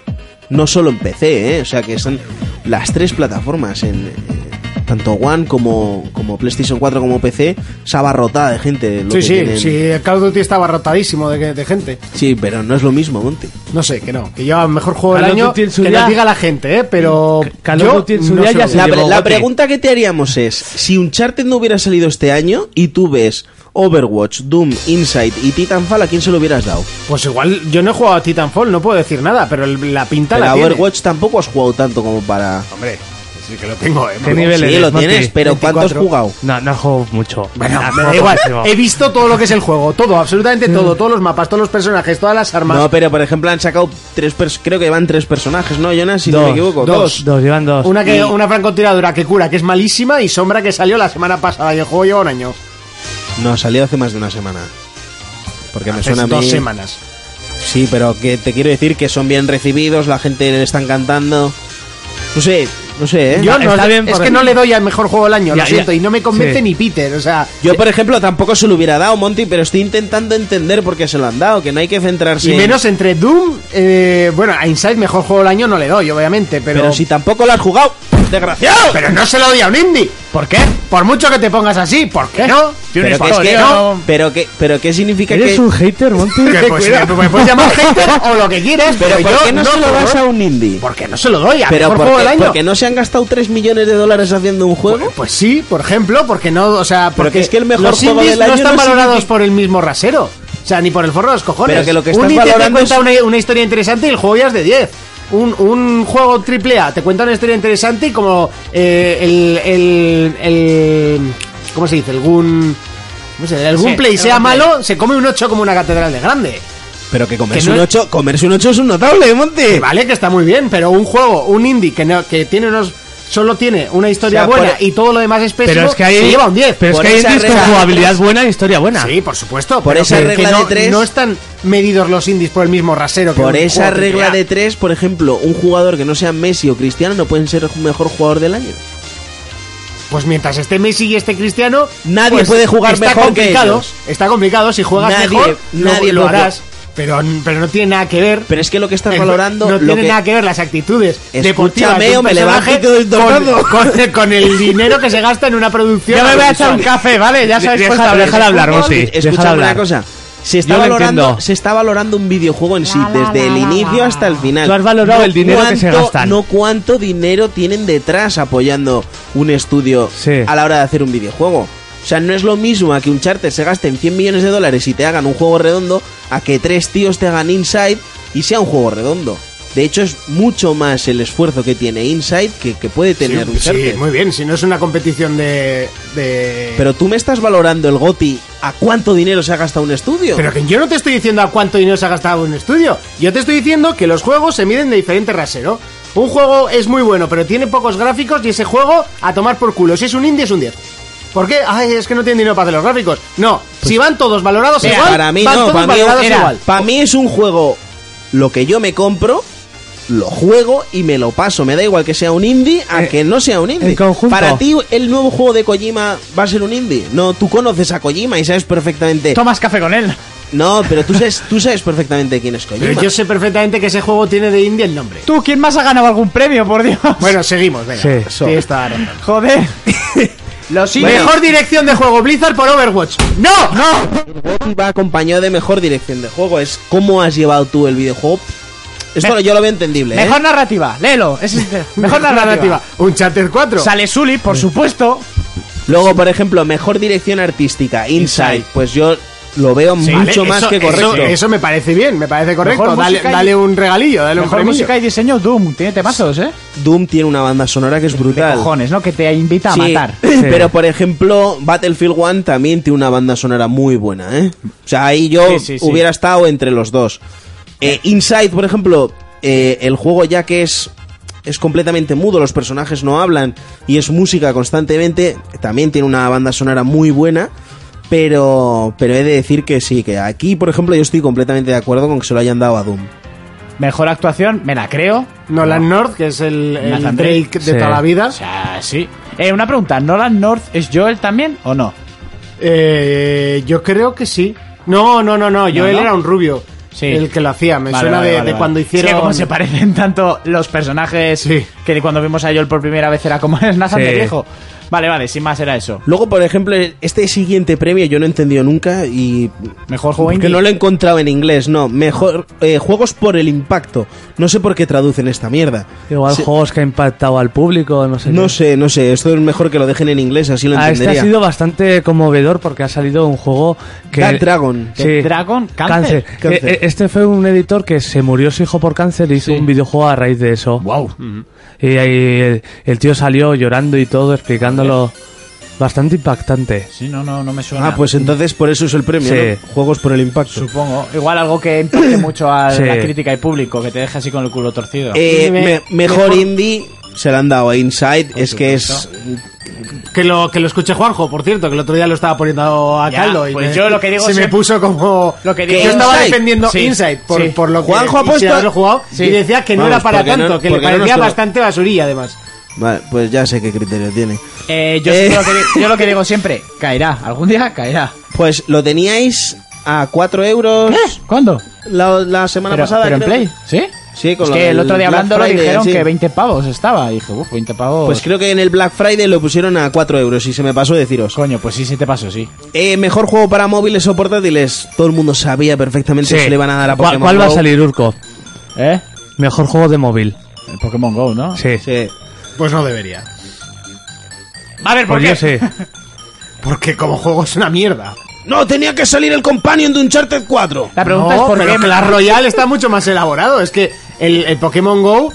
D: No solo en PC, ¿eh? O sea, que son las tres plataformas en... eh, Tanto One como, como PlayStation 4 como PC, esa barrotada de gente. Lo
B: sí,
D: que
B: sí,
D: tienen.
B: sí, el Call of Duty estaba rotadísimo de, de gente.
D: Sí, pero no es lo mismo, Monty.
B: No sé, que no, que lleva mejor juego
E: Call
B: del
E: of
B: año.
E: Duty
B: Que
E: en su
B: lo
E: día-
B: diga la gente, ¿eh? Pero.
E: Call of
B: yo
E: Duty en su
B: no
E: día
B: se
E: ya
B: lo
E: se
B: doy.
D: La,
E: llevó
D: pre- la
E: Gotti.
D: pregunta que te haríamos es, si Uncharted no hubiera salido este año y tú ves Overwatch, Doom, Inside y Titanfall, ¿a quién se lo hubieras dado?
B: Pues igual, yo no he jugado a Titanfall, no puedo decir nada, pero el- la pinta
D: Pero
B: la
D: a
B: tiene.
D: Overwatch tampoco has jugado tanto como para...
B: Hombre, sí que lo tengo, eh.
E: ¿Qué
B: Monty.
E: nivel
D: sí,
E: eres,
D: lo
E: Monty?
D: tienes, pero ¿cuánto has
B: 24?
D: jugado?
E: No, no juego mucho.
B: Bueno,
E: [laughs]
B: Eh,
E: Ah,
B: me da
E: juego
B: igual.
E: poquísimo.
B: He visto todo lo que es el juego, todo, absolutamente todo, todos los mapas, todos los personajes, todas las armas.
D: No, pero por ejemplo han sacado tres... pers- Creo que van tres personajes, ¿no, Jonas? Si no
E: Dos,
D: me equivoco.
E: Dos, dos, llevan dos.
B: una que
D: y-
B: una francotiradora que cura, que es malísima y sombra que salió la semana pasada y el juego lleva un año.
D: No, salió hace más de una semana. Porque me
B: Hace
D: suena a
B: dos
D: mí-
B: semanas.
D: Sí, pero que te quiero decir que son bien recibidos, la gente le están cantando... No sé, no sé, ¿eh?
B: Yo
E: Está-
B: no,
E: está bien
B: es
E: porque-
B: que no le doy al mejor juego del año,
E: Ya,
B: lo
E: ya.
B: siento, y no me convence
E: Sí.
B: ni Peter, o sea,
D: Yo, por ejemplo, tampoco se lo hubiera dado, Monty, pero estoy intentando entender por qué se lo han dado, que no hay que centrarse...
B: y
D: en-
B: menos entre Doom, eh, bueno, a Inside mejor juego del año no le doy, obviamente, pero
D: Pero si tampoco lo has jugado, desgraciado.
B: Pero no se lo doy a un indie.
C: ¿Por qué?
B: Por mucho que te pongas así, ¿por qué no?
D: Pero que es que- pero que- pero qué significa
E: ¿Eres
D: que
E: un hater, Monty?
B: Que pues,
E: Cuidado.
B: me puedes llamar hater o lo que quieras, pero,
D: pero por
B: yo
D: qué no, se lo
B: por
D: das
B: favor.
D: a un indie?
B: Porque no se lo doy, a
D: Pero
B: mejor
D: porque,
B: juego del año.
D: porque no se han gastado 3 millones de dólares haciendo un juego.
B: Pues sí, por ejemplo, porque no, o sea, porque
D: es que el mejor
B: los
D: juego
B: indies
D: del año
B: no están
D: no significa-
B: valorados por el mismo rasero, o sea, ni por el forro de los cojones.
D: Pero que lo que
B: un
D: estás
B: indie
D: valorando
B: te cuenta
D: es-
B: una, una historia interesante y el juego ya es de 10. Un, un juego triple A te cuenta una historia interesante y como eh, el, el, el- ¿cómo se dice? Algún no sé, el gunplay sea malo, se come un 8 como una catedral de grande.
D: pero que comerse
B: que no
D: un
B: es-
D: 8, comerse un 8 es un notable,
B: Que
D: Monte.
B: vale, que está muy bien, pero un juego, un indie que no, que tiene unos solo tiene una historia
D: O sea,
B: buena
D: por-
B: y todo lo demás es pésimo,
E: Pero es que
B: se
E: hay,
B: lleva un 10.
E: pero es
D: Por
E: que hay
D: esa
E: indies con
D: regla de
E: jugabilidad buena y historia buena.
B: Sí, por supuesto.
D: Por
B: pero
D: esa
B: que- que
D: regla
B: no,
D: de tres-
B: No están medidos los indies por el mismo rasero que
D: Por
B: un
D: esa
B: juego
D: regla
B: AAA.
D: de 3, por ejemplo, un jugador que no sea Messi o Cristiano no pueden ser el mejor jugador del año.
B: Pues mientras esté Messi y esté Cristiano.
D: Nadie
B: pues,
D: puede jugar
B: está
D: mejor que
B: complicado,
D: ellos.
B: Está complicado. Si juegas
D: Nadie-
B: mejor, lo-
D: nadie
B: lo,
D: puede-
B: harás. Pero, pero no tiene nada que ver.
D: Pero es que lo que estás
B: el-
D: valorando
B: no
D: lo
B: tiene
D: que-
B: nada que ver las actitudes deportivas de
D: Escúchame,
B: un
D: o me levanto y
B: personaje
D: te doy dos
B: con,
D: tortazos.
B: [laughs] con- con el dinero que se gasta en una producción
C: Ya me voy a echar
B: audiovisual.
C: un café, ¿vale? Ya sabes,
E: Deja-
C: pues, a ver.
E: deja- déjala hablar, Monty,
D: Escúchame
E: déjala
D: una
E: hablar.
D: cosa. Se está,
E: Yo lo
D: valorando,
E: entiendo.
D: se está valorando un videojuego en sí, desde el inicio hasta el final.
E: Tú has valorado el dinero que se gastan.
D: No cuánto dinero tienen detrás apoyando un estudio
E: Sí.
D: a la hora de hacer un videojuego. O sea, no es lo mismo a que un charter se gasten 100 millones de dólares y te hagan un juego redondo, a que tres tíos te hagan Inside y sea un juego redondo. De hecho, es mucho más el esfuerzo que tiene Inside que, que puede tener
B: Sí,
D: un charter.
B: sí, muy bien. Si no es una competición de. de-
D: Pero tú me estás valorando el GOTI a cuánto dinero se ha gastado un estudio.
B: Pero que yo no te estoy diciendo a cuánto dinero se ha gastado un estudio. Yo te estoy diciendo que los juegos se miden de diferente rasero. Un juego es muy bueno, pero tiene pocos gráficos y ese juego a tomar por culo. Si es un indie es un 10. ¿Por qué? Ay, es que no tienen dinero para hacer los gráficos. No, si van todos valorados
D: Mira,
B: igual,
D: Pues para mí
B: van
D: no,
B: todos
D: para mí,
B: valorados
D: era,
B: igual.
D: para mí es un juego lo que yo me compro, lo juego y me lo paso. Me da igual que sea un indie a
E: Eh,
D: que no sea un indie.
E: el conjunto.
D: Para ti el nuevo juego de Kojima va a ser un indie. No, tú conoces a Kojima y sabes perfectamente.
C: Tomas café con él.
D: No, pero tú sabes, tú sabes perfectamente quién es Kojima.
B: Pero yo sé perfectamente que ese juego tiene de indie el nombre.
C: Tú, ¿quién más ha ganado algún premio, por Dios?
B: Bueno, seguimos, venga.
E: Sí.
B: Sí, está la razón.
C: joder. Los
D: Bueno.
B: Mejor dirección de juego Blizzard por Overwatch. ¡No! ¡No!
D: Gotti va acompañado de mejor dirección de juego. Es cómo has llevado tú el videojuego. Esto yo lo veo entendible. ¿eh?
C: Mejor narrativa, léelo. Es mejor
D: [laughs]
C: narrativa.
B: Un Charter 4.
C: Sale Sully, por supuesto.
D: Luego, por ejemplo, mejor dirección artística, Inside.
B: Inside.
D: Pues yo lo veo mucho
B: Vale,
D: más
B: eso-
D: que correcto.
B: Eso, eso me parece bien, me parece correcto.
C: Mejor
B: Dale,
C: música y-
B: dale un regalillo, dale un
C: Mejor
B: premio.
C: música y diseño, Doom. Tiene temazos, ¿eh?
D: Doom tiene una banda sonora que es
C: De
D: brutal.
C: cojones, ¿no? Que te invita a
D: [laughs] Sí,
C: matar.
D: Pero por ejemplo, Battlefield 1 también tiene una banda sonora muy buena, ¿eh? O sea, ahí
C: Sí,
D: yo
C: sí, sí.
D: hubiera estado entre los dos. Eh, Inside, por ejemplo, eh, el juego ya que es es completamente mudo, los personajes no hablan y es música constantemente, también tiene una banda sonora muy buena. Pero, pero he de decir que sí, que aquí, por ejemplo, yo estoy completamente de acuerdo con que se lo hayan dado a Doom.
C: Mejor actuación, me la creo.
B: Nolan North, que es el, el
C: Nathan Drake.
B: Drake de
E: Sí.
B: toda la vida.
C: O sea, sí. Eh, una pregunta, ¿Nolan North es Joel también o no?
B: Eh, yo creo que sí. No, no, no, no. Yo él
C: ¿no?
B: era un rubio.
C: Sí.
B: El que lo hacía. Me
C: Vale,
B: suena
C: vale,
B: de,
C: vale,
B: de
C: vale.
B: cuando
C: Es que
B: hicieron.
C: como se parecen tanto los personajes
B: Sí.
C: que cuando vimos a Joel por primera vez era como [laughs] es Nathan
E: Sí.
C: de viejo. Vale, vale, sin más era eso.
D: Luego, por ejemplo, este siguiente premio yo no he entendido nunca y
C: Mejor juego
D: Porque
C: indie.
D: no lo he encontrado en inglés, no. Mejor eh, juegos por el impacto. No sé por qué traducen esta mierda.
E: Igual
D: Sí.
E: juegos que ha impactado al público, no sé.
D: No
E: qué.
D: sé, no sé. Esto es mejor que lo dejen en inglés, así lo
E: Ah, este ha
D: entendería.
E: sido bastante conmovedor porque ha salido un juego que...
D: Dark Dragon.
E: Sí.
C: Dragon
E: Cáncer.
C: Cáncer.
D: Cáncer.
E: Eh, eh, Este fue un editor que se murió su hijo por cáncer y hizo un videojuego a raíz de eso.
C: Wow.
E: Y ahí el, el tío salió llorando y todo, explicándolo. Bastante impactante.
C: Sí, no, no, no me suena.
D: Ah, pues entonces por eso es el premio.
E: Sí.
D: ¿no? Juegos por el impacto.
C: Supongo. Igual algo que
D: [coughs]
C: impacte mucho a
E: Sí.
C: la crítica y público, que te deje así con el culo torcido.
D: Eh,
B: Dime,
D: me- mejor,
B: mejor-
D: indie se lo han dado a Inside. Es que es.
B: Que lo, que lo escuche Juanjo, por cierto, que el otro día lo estaba poniendo a
C: Ya,
B: caldo. Y
C: pues
B: me-
C: yo lo que digo
B: Se me
C: siempre-
B: puso como.
C: Lo que digo-
B: yo estaba
D: Inside.
B: defendiendo
C: Sí.
B: Inside por,
C: Sí.
B: por lo que.
D: Juanjo ha
B: y sin
D: puesto-
B: haberlo jugado,
C: Sí.
B: Y decía que no
D: Vamos,
B: era para
D: porque no-
B: tanto, que le
D: porque no nos
B: parecía
D: lo-
B: bastante basurilla además.
D: Vale, pues ya sé qué criterio tiene.
C: Eh, yo,
D: eh.
C: Lo que, di- yo lo que digo siempre, caerá. Algún día caerá.
D: Pues lo teníais a 4 euros
C: ¿Cuándo?
D: la, la ¿Eh? semana
C: Pero,
D: pasada.
C: ¿Eh? pero en
D: creo.
C: Play, ¿sí?
D: Sí, Sí, con
C: Es
D: lo
C: que el
D: del
C: otro día
D: Black
C: hablando
D: Friday,
C: dijeron
D: sí.
C: que 20 pavos estaba. Y dije, uff, 20 pavos.
D: Pues creo que en el Black Friday lo pusieron a 4 euros y se me pasó deciros.
C: coño, pues sí, se te pasó, sí.
D: Eh, mejor juego para móviles o portátiles. Todo el mundo sabía perfectamente que se le van a dar a
E: ¿Cuál,
D: Pokémon
E: cuál va a
D: Go.
E: salir, Urco?
C: ¿Eh?
E: Mejor juego de móvil.
C: El Pokémon Go, ¿no?
E: Sí.
D: Sí.
B: Pues no debería.
C: A ver, ¿por
E: Pues
C: qué?
E: yo sí.
C: [laughs]
B: Porque como juego es una mierda.
D: No, tenía que salir el Companion de Uncharted 4.
C: La pregunta
B: no,
C: es por
B: pero
C: qué.
B: que la Royal está mucho más elaborado. Es que el, el Pokémon Go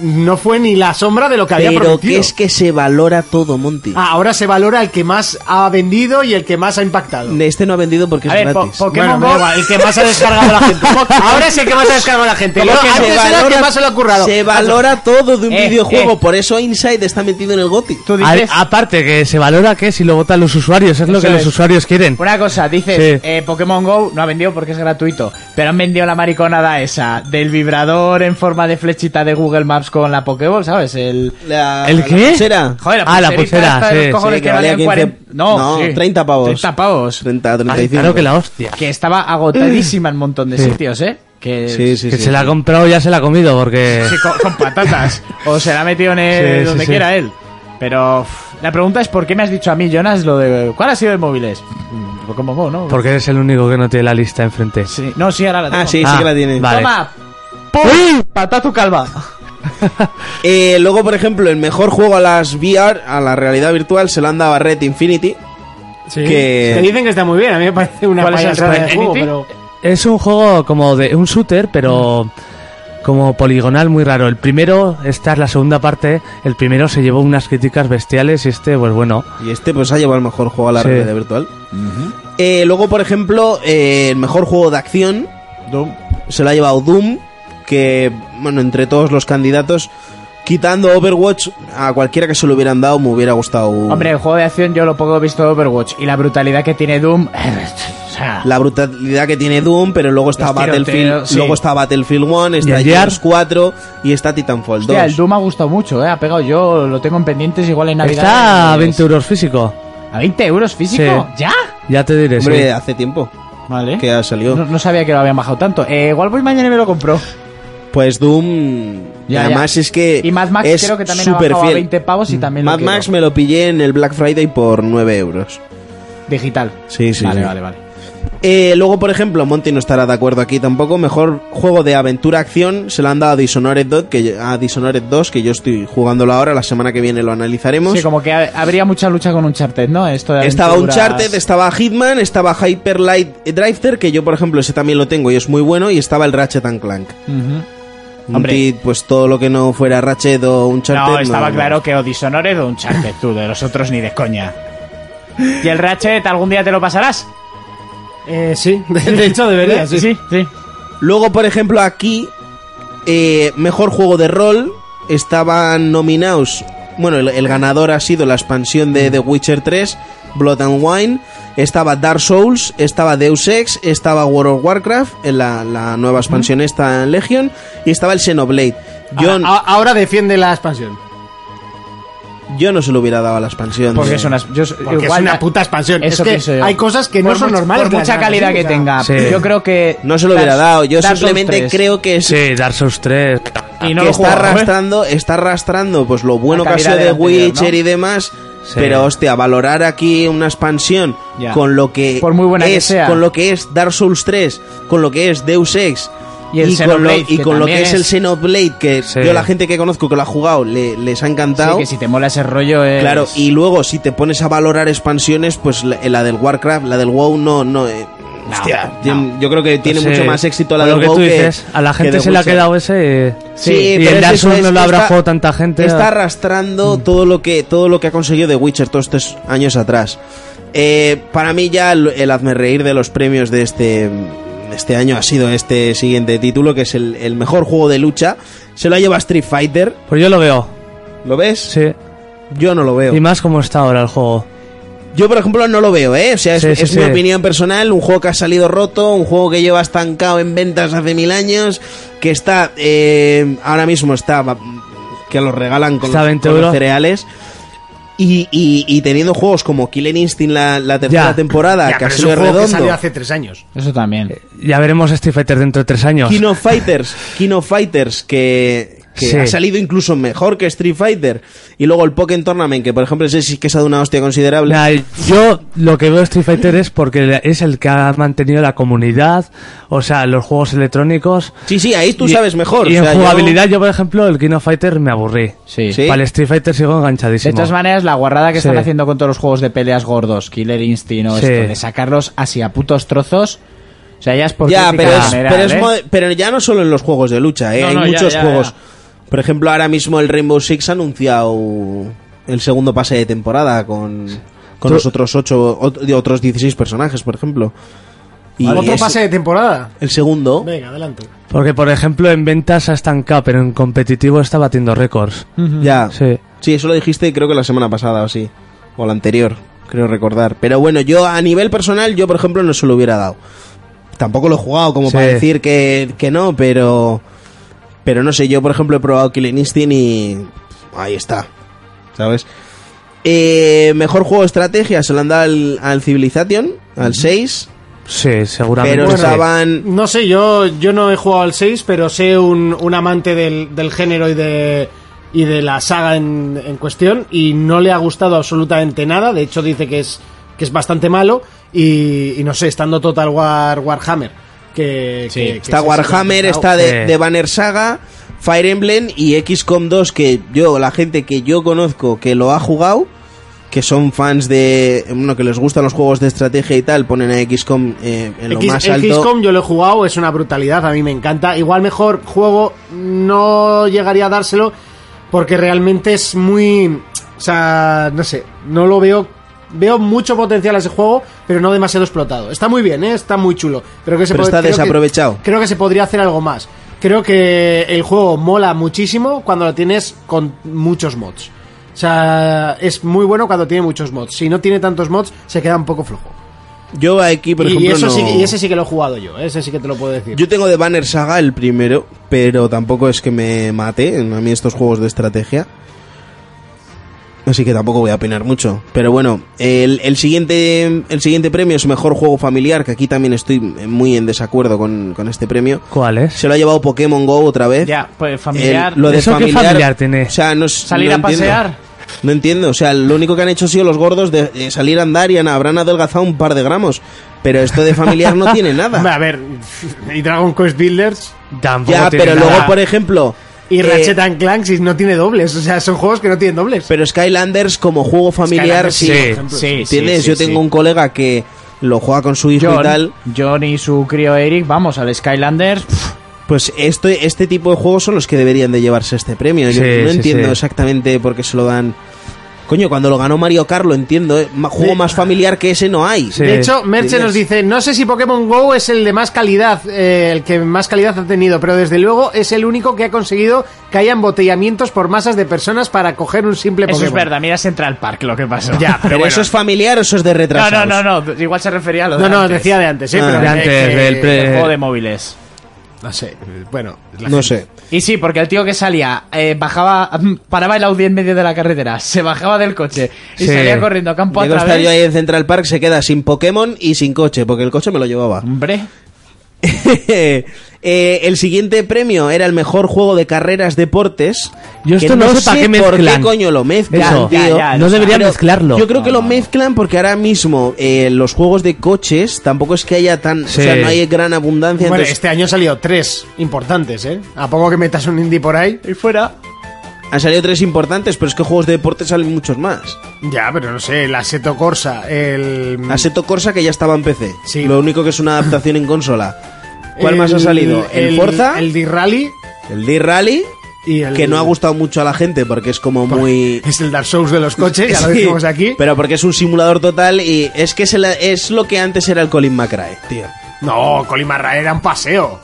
B: no fue ni la sombra de lo que había
D: Pero
B: Ah, prometido.
D: que es que se valora todo, Monty.
B: Ah, ahora se valora el que más ha vendido y el que más ha impactado.
D: Este no ha vendido porque
C: A
D: es
C: ver, po-
D: gratis.
C: Pokémon
B: Bueno, me da
C: Go.
B: igual, el que más ha descargado la [laughs] gente. Ahora es el que más ha descargado la gente.
D: Pero
B: Luego,
D: que
B: antes
D: se
B: era el que
D: valora-
B: más se lo ha currado.
D: Se valora todo de un
C: Eh,
D: videojuego.
C: eh.
D: Por eso Inside está metido en el GOTY.
C: Tú
E: A-
C: dices.
E: aparte que se valora que si lo votan los usuarios, es lo
C: Eso
E: que los
C: es.
E: usuarios quieren.
C: Una cosa, dices,
E: Sí.
C: eh, Pokémon Go no ha vendido porque es gratuito, pero han vendido la mariconada esa del vibrador en forma de flechita de Google Maps con la Pokéball, ¿sabes? El.
D: La-
E: ¿El
D: la
E: qué?
D: pulsera.
C: Joder, la
E: Ah, la
C: pulserita
E: pulsera,
C: esta de
E: sí,
C: los cojones
D: sí,
C: que,
D: que valía
C: valían
D: 15,
C: 40 No,
D: no,
C: sí.
D: 30 pavos.
C: 30 pavos.
D: 30,
E: Ah,
D: 35.
E: claro que la hostia.
C: Que estaba agotadísima en un montón de sitios, ¿eh? Que,
D: Sí, sí,
E: que
D: sí.
E: se la ha comprado ya se la ha comido porque...
C: Sí, con, con patatas. O se la ha metido en el-
E: Sí, sí,
C: donde
E: sí.
C: quiera él. Pero uf, la pregunta es: ¿por qué me has dicho a mí, Jonas, lo de. ¿Cuál ha sido de móviles? Mm, Pokémon Go, ¿no?
E: Porque eres el único que no tiene la lista enfrente.
C: Sí. No, sí, ahora la tengo.
D: Ah, sí, sí
E: Ah,
D: que la tiene.
E: vale.
C: Toma. Patazo calva.
D: Eh, luego, por ejemplo, el mejor juego a las VR, a la realidad virtual, se lo han dado a Red Infinity.
B: Te
D: Que
B: dicen que está muy bien. A mí me parece una
C: ¿Cuál es el
B: payasada de
C: Red
B: juego,
C: Infinity?
B: pero...
E: Es un juego como de un shooter, pero como poligonal muy raro. El primero, esta es la segunda parte, el primero se llevó unas críticas bestiales y este, pues bueno,
D: y este pues ha llevado el mejor juego a la
E: Sí.
D: realidad virtual. Eh, luego, por ejemplo, eh, el mejor juego de acción se lo ha llevado Doom, que, bueno, entre todos los candidatos, quitando Overwatch, a cualquiera que se lo hubieran dado me hubiera gustado.
C: Hombre, el juego de acción yo lo poco he visto de Overwatch. Y la brutalidad que tiene Doom. [laughs] o sea,
D: la brutalidad que tiene Doom, pero luego está
C: Los
D: Battlefield,
C: tiroteos, sí.
D: luego está Battlefield 1, está
E: el Gears?
D: Gears 4 y está Titanfall 2.
C: hostia, el Doom ha gustado mucho, ¿eh? Ha pegado yo, lo tengo en pendientes igual en Navidad.
E: está a 20 euros físico.
C: ¿A 20 euros físico?
E: Sí.
C: ¿Ya?
E: Ya te diré, sí.
D: Hombre, hace tiempo
C: Vale.
D: que ha salido.
C: ¿Eh? No, no sabía que lo habían bajado tanto. Eh, igual voy mañana y me lo compro.
D: Pues Doom,
C: Ya,
D: además
C: ya.
D: es que
C: Y Mad Max
D: Eh, es
C: creo que también ha
D: súper
C: bajado a
D: fiel.
C: 20 pavos
E: Mm.
C: y también lo
D: Mad
C: quiero.
D: Max me lo pillé en el Black Friday por 9 euros.
C: Digital.
D: Sí, sí,
C: Vale,
D: sí.
C: vale, vale.
D: Eh, luego, por ejemplo, Monty no estará de acuerdo aquí tampoco. Mejor juego de aventura acción se lo han dado a Dishonored 2, que yo, a Dishonored 2, que yo estoy jugándolo ahora. La semana que viene lo analizaremos.
C: Sí, como que ha- habría mucha lucha con Uncharted, ¿no? Esto de
D: Estaba
C: aventuras-
D: Uncharted, estaba Hitman, estaba Hyper Light Drifter, que yo por ejemplo ese también lo tengo y es muy bueno, y estaba el Ratchet and Clank.
C: Ujú.
D: Hombre. pues todo lo que no fuera Ratchet o Uncharted.
C: No, estaba
D: no. [laughs]
C: claro que o Dishonored o Uncharted, tú, de los otros ni de coña. ¿Y el Ratchet algún día te lo pasarás?
B: Eh, sí, de hecho debería, Ah, sí.
C: sí. sí.
D: Luego, por ejemplo, aquí, eh, mejor juego de rol, estaban nominados. Bueno, el, el ganador ha sido la expansión de The Witcher 3, Blood and Wine. Estaba Dark Souls, estaba Deus Ex, estaba World of Warcraft, en la, la nueva expansión esta en Legion, y estaba el Xenoblade. Yo,
B: A- Ah, Ahora defiende la expansión.
D: yo no se lo hubiera dado a la expansión.
C: Porque
D: de-
C: es una, yo-
B: Porque
C: igual-
B: es una puta expansión.
C: Eso
B: es
C: pienso
B: que
C: yo.
B: hay cosas que no
C: Por
B: son
C: mucha-
B: normales.
C: Por mucha
B: las
C: calidad que
B: nanas, ¿sí?
C: tenga.
E: Sí.
C: Yo creo que.
D: No se lo hubiera
C: Dark-
D: dado. Yo
C: Dark Souls
D: simplemente
C: 3.
D: creo que es
E: Sí, Dark Souls 3.
C: Y no
D: que
C: lo
D: está
C: jugaba, ¿eh?
D: arrastrando, está arrastrando pues lo bueno
C: La
D: que ha
C: calidad
D: sido
C: del
D: de
C: anterior,
D: Witcher
C: ¿no?
D: y demás.
E: Sí.
D: Pero hostia, valorar aquí una expansión
C: Ya.
D: con lo que
C: Por muy buena
D: es,
C: que sea.
D: con lo que es Dark Souls 3, con lo que es Deus Ex
C: Y el
D: con, lo,
C: Xenoblade,
D: y
C: que
D: con lo que
C: también
D: es el
C: es-
D: Xenoblade, que
E: Sí.
D: yo la gente que conozco que lo ha jugado le- les ha encantado.
C: Sí, que si te mola ese rollo. es-
D: Claro, y luego si te pones a valorar expansiones, pues la, la del Warcraft, la del WoW no, no, eh, hostia,
C: no.
D: tiene- yo creo que tiene
E: Sí.
D: mucho más éxito la
E: Por
D: del
E: lo que
D: WoW
E: tú
D: que-
E: dices, a la
D: que
E: gente
D: The
E: se le ha
D: Witcher.
E: quedado ese... eh,
D: Sí,
E: y
D: pero
E: el
D: es
E: Dark
D: eso,
E: Souls no
D: es
E: lo
D: que
E: habrá
D: está-
E: jugado tanta gente. Mm.
D: Está arrastrando todo lo que todo lo que ha conseguido de Witcher todos estos años atrás. Eh, para mí ya el, el hazme reír de los premios de este de este año ha sido este siguiente título que es el, el mejor juego de lucha. Se lo lleva Street Fighter,
E: Pues yo lo veo,
D: ¿lo ves?
E: sí.
D: Yo no lo veo.
E: Y más como está ahora el juego.
D: Yo por ejemplo no lo veo, ¿eh? O sea, es,
E: Sí, sí,
D: es
E: sí.
D: mi opinión personal, un juego que ha salido roto, un juego que lleva estancado en ventas hace mil años, que está eh, ahora mismo está que lo regalan con,
E: Está a 20
D: con los
E: euros.
D: cereales. Y, y- y teniendo juegos como Killing Instinct la, la tercera
E: Ya.
D: temporada,
B: Ya,
D: que
B: pero
D: ha
B: es
D: sido
B: un juego que
D: redondo,
B: salió hace tres años.
C: Eso
D: eh,
C: también.
E: Ya veremos Street Fighter dentro de tres años.
D: Kino Fighters, Kino Fighters, que, que
E: Sí.
D: ha salido incluso mejor que Street Fighter. Y luego el Pokémon Tournament, que por ejemplo ese sí que se ha dado una hostia considerable.
E: Nah, yo lo que veo Street Fighter es porque es el que ha mantenido la comunidad, o sea, los juegos electrónicos.
D: Sí, sí, ahí tú
E: Y-
D: sabes mejor.
E: Y
D: o sea,
E: en
D: yo-
E: jugabilidad, yo... por ejemplo, el Kino Fighter me aburrí.
C: Sí.
D: Sí.
E: Para el Street Fighter sigo
C: De
E: enganchadísimo.
C: todas maneras, la guarrada que
E: Sí.
C: están haciendo con todos los juegos de peleas gordos, Killer Instinct o
E: Sí.
C: esto, de sacarlos así a putos trozos, o sea, ya es por
D: Ya,
C: crítica
D: pero, es-
C: general,
D: pero, es
C: ¿eh?
D: mo- pero ya no solo en los juegos de lucha, ¿eh?
C: No,
D: hay
C: no, ya,
D: muchos
C: ya,
D: juegos.
C: ya.
D: Por ejemplo, ahora mismo el Rainbow Six ha anunciado el segundo pase de temporada con, con
E: Tú-
D: los otros ocho, ot- de otros 16 personajes, por ejemplo. Y
B: ¿Otro
D: es-
B: pase de temporada?
D: El segundo.
B: Venga, adelante.
E: Porque, por ejemplo, en ventas ha estancado, pero en competitivo está batiendo récords.
C: Mm.
D: Ya.
E: Sí.
D: Sí, eso lo dijiste creo que la semana pasada o sí. O la anterior, creo recordar. Pero bueno, yo a nivel personal, yo por ejemplo no se lo hubiera dado. Tampoco lo he jugado como
E: Sí.
D: para decir que, que no, pero... Pero no sé, yo por ejemplo he probado Killing Instinct y... Ahí está. ¿Sabes? Eh, mejor juego de estrategia se lo han dado al, al Civilization, al 6.
E: Sí, seguramente.
D: Pero
E: sí.
D: estaban...
B: No sé, yo, yo no he jugado al 6, pero sé un, un amante del, del género y de, y de la saga en, en cuestión y no le ha gustado absolutamente nada. De hecho, dice que es, que es bastante malo y, y no sé, estando Total War Warhammer. Que, que- que
D: Está
B: es así,
D: Warhammer,
B: complicado.
D: está de,
E: Sí.
D: de Banner Saga, Fire Emblem y XCOM 2, que yo, la gente que yo conozco que lo ha jugado, que son fans de. Bueno, que les gustan los juegos de estrategia y tal, ponen a XCOM eh, en lo
B: X-
D: más
B: el
D: alto.
B: XCOM yo lo he jugado, es una brutalidad, a mí me encanta. Igual mejor juego no llegaría a dárselo porque realmente es muy... O sea, no sé, no lo veo... Veo mucho potencial a ese juego, pero no demasiado explotado. Está muy bien, ¿eh? está muy chulo. Pero, que se
D: Pero
B: pod-
D: está
B: creo que-
D: desaprovechado.
B: creo que se podría hacer algo más. Creo que el juego mola muchísimo cuando lo tienes con muchos mods. O sea, es muy bueno cuando tiene muchos mods. Si no tiene tantos mods, se queda un poco flojo.
D: Yo aquí, por
B: Y- y,
D: ejemplo.
B: eso
D: no-
B: sí, que- y ese sí que lo he jugado yo, ¿eh? ese sí que te lo puedo decir.
D: Yo tengo de Banner Saga el primero, pero tampoco es que me mate a mí estos juegos de estrategia. Así que tampoco voy a opinar mucho. Pero bueno, el, el siguiente, el siguiente premio es Mejor Juego Familiar, que aquí también estoy muy en desacuerdo con, con este premio.
E: ¿Cuál es?
D: Se lo ha llevado Pokémon GO otra vez.
C: Ya, pues familiar.
D: El- lo de
E: ¿Eso qué
D: familiar,
E: familiar tiene?
D: O sea, no, es-
C: Salir
D: no
C: a
D: entiendo.
C: pasear.
D: No entiendo, o sea, lo único que han hecho ha sido los gordos de, de salir a andar y han- habrán adelgazado un par de gramos. Pero esto de familiar no tiene
B: [laughs]
D: nada.
B: Hombre, a ver, y Dragon Quest Builders
E: Tampoco
D: Ya,
E: tiene
D: pero
E: nada.
D: luego, por ejemplo.
B: y
D: eh,
B: Ratchet and Clank si no tiene dobles, o sea, son juegos que no tienen dobles.
D: pero Skylanders como juego familiar,
B: Skylanders,
D: sí.
E: sí.
B: por ejemplo.
C: Sí, sí,
D: ¿Entiendes?
C: sí,
D: Yo
C: sí.
D: tengo un colega que lo juega con su hijo y
C: John,
D: tal.
C: John y su crío Eric, vamos al Skylanders. pff,
D: Pues esto, este tipo de juegos son los que deberían de llevarse este premio. Yo
E: Sí,
D: no
E: sí,
D: entiendo
E: sí.
D: exactamente por qué se lo dan. Coño, cuando lo ganó Mario Kart lo entiendo. ¿eh? Ma- Juego más familiar que ese no hay.
E: Sí.
B: De hecho, Merche
D: ¿Entiendes?
B: nos dice, no sé si Pokémon GO es el de más calidad, eh, el que más calidad ha tenido, pero desde luego es el único que ha conseguido que haya embotellamientos por masas de personas para coger un simple
C: Eso
B: Pokémon.
C: es verdad, mira Central Park lo que pasó.
B: Ya,
C: [laughs]
D: Pero eso es familiar o eso es de
C: No,
D: retraso.
C: no, no, no, igual se refería a lo
B: No,
C: de
B: no,
C: antes.
B: decía de antes, ¿eh?
D: Ah.
B: pero
E: De
B: que-
E: antes,
B: que-
E: del pre-
C: El juego de móviles.
B: No sé, bueno, la
D: No sé.
C: Y sí, porque el tío que salía, eh, bajaba, mm, paraba el Audi en medio de la carretera, [laughs] se bajaba del coche y
E: Sí.
C: salía corriendo a campo a
D: Llego a estar yo
C: través.
D: ahí en Central Park, se queda sin Pokémon y sin coche, porque el coche me lo llevaba.
C: Hombre,
D: [laughs] Eh, el siguiente premio era el mejor juego de carreras deportes.
E: Yo esto
D: que
E: no sé para qué
D: por qué
E: mezclan.
D: coño lo mezclan,
E: Eso.
D: tío.
C: Ya, ya, ya.
E: no deberían
D: Pero
E: mezclarlo.
D: Yo creo que lo mezclan porque ahora mismo eh, los juegos de coches tampoco es que haya tan.
E: Sí.
D: O sea, no hay gran abundancia.
B: Bueno,
D: entonces,
B: este año han salido tres importantes, ¿eh? ¿A poco que metas un indie por ahí?
C: y fuera.
D: Han salido tres importantes, pero es que juegos de deportes salen muchos más.
B: Ya, pero no sé, el Aseto Corsa, el...
D: Aseto Corsa que ya estaba en PC.
B: Mm. Sí.
D: Lo único que es una adaptación en consola. ¿Cuál más ha
B: el-
D: salido? El, Forza,
B: El
D: el,
B: D-Rally
D: D-Rally,
B: y el...
D: que no ha gustado mucho a la gente porque es como muy.
B: Es el Dark Souls de los coches, [laughs] ya lo
D: [laughs] Sí,
B: dijimos aquí.
D: Pero porque es un simulador total y es que es, el- es lo que antes era el Colin McRae, tío.
B: No, Colimarra era un paseo.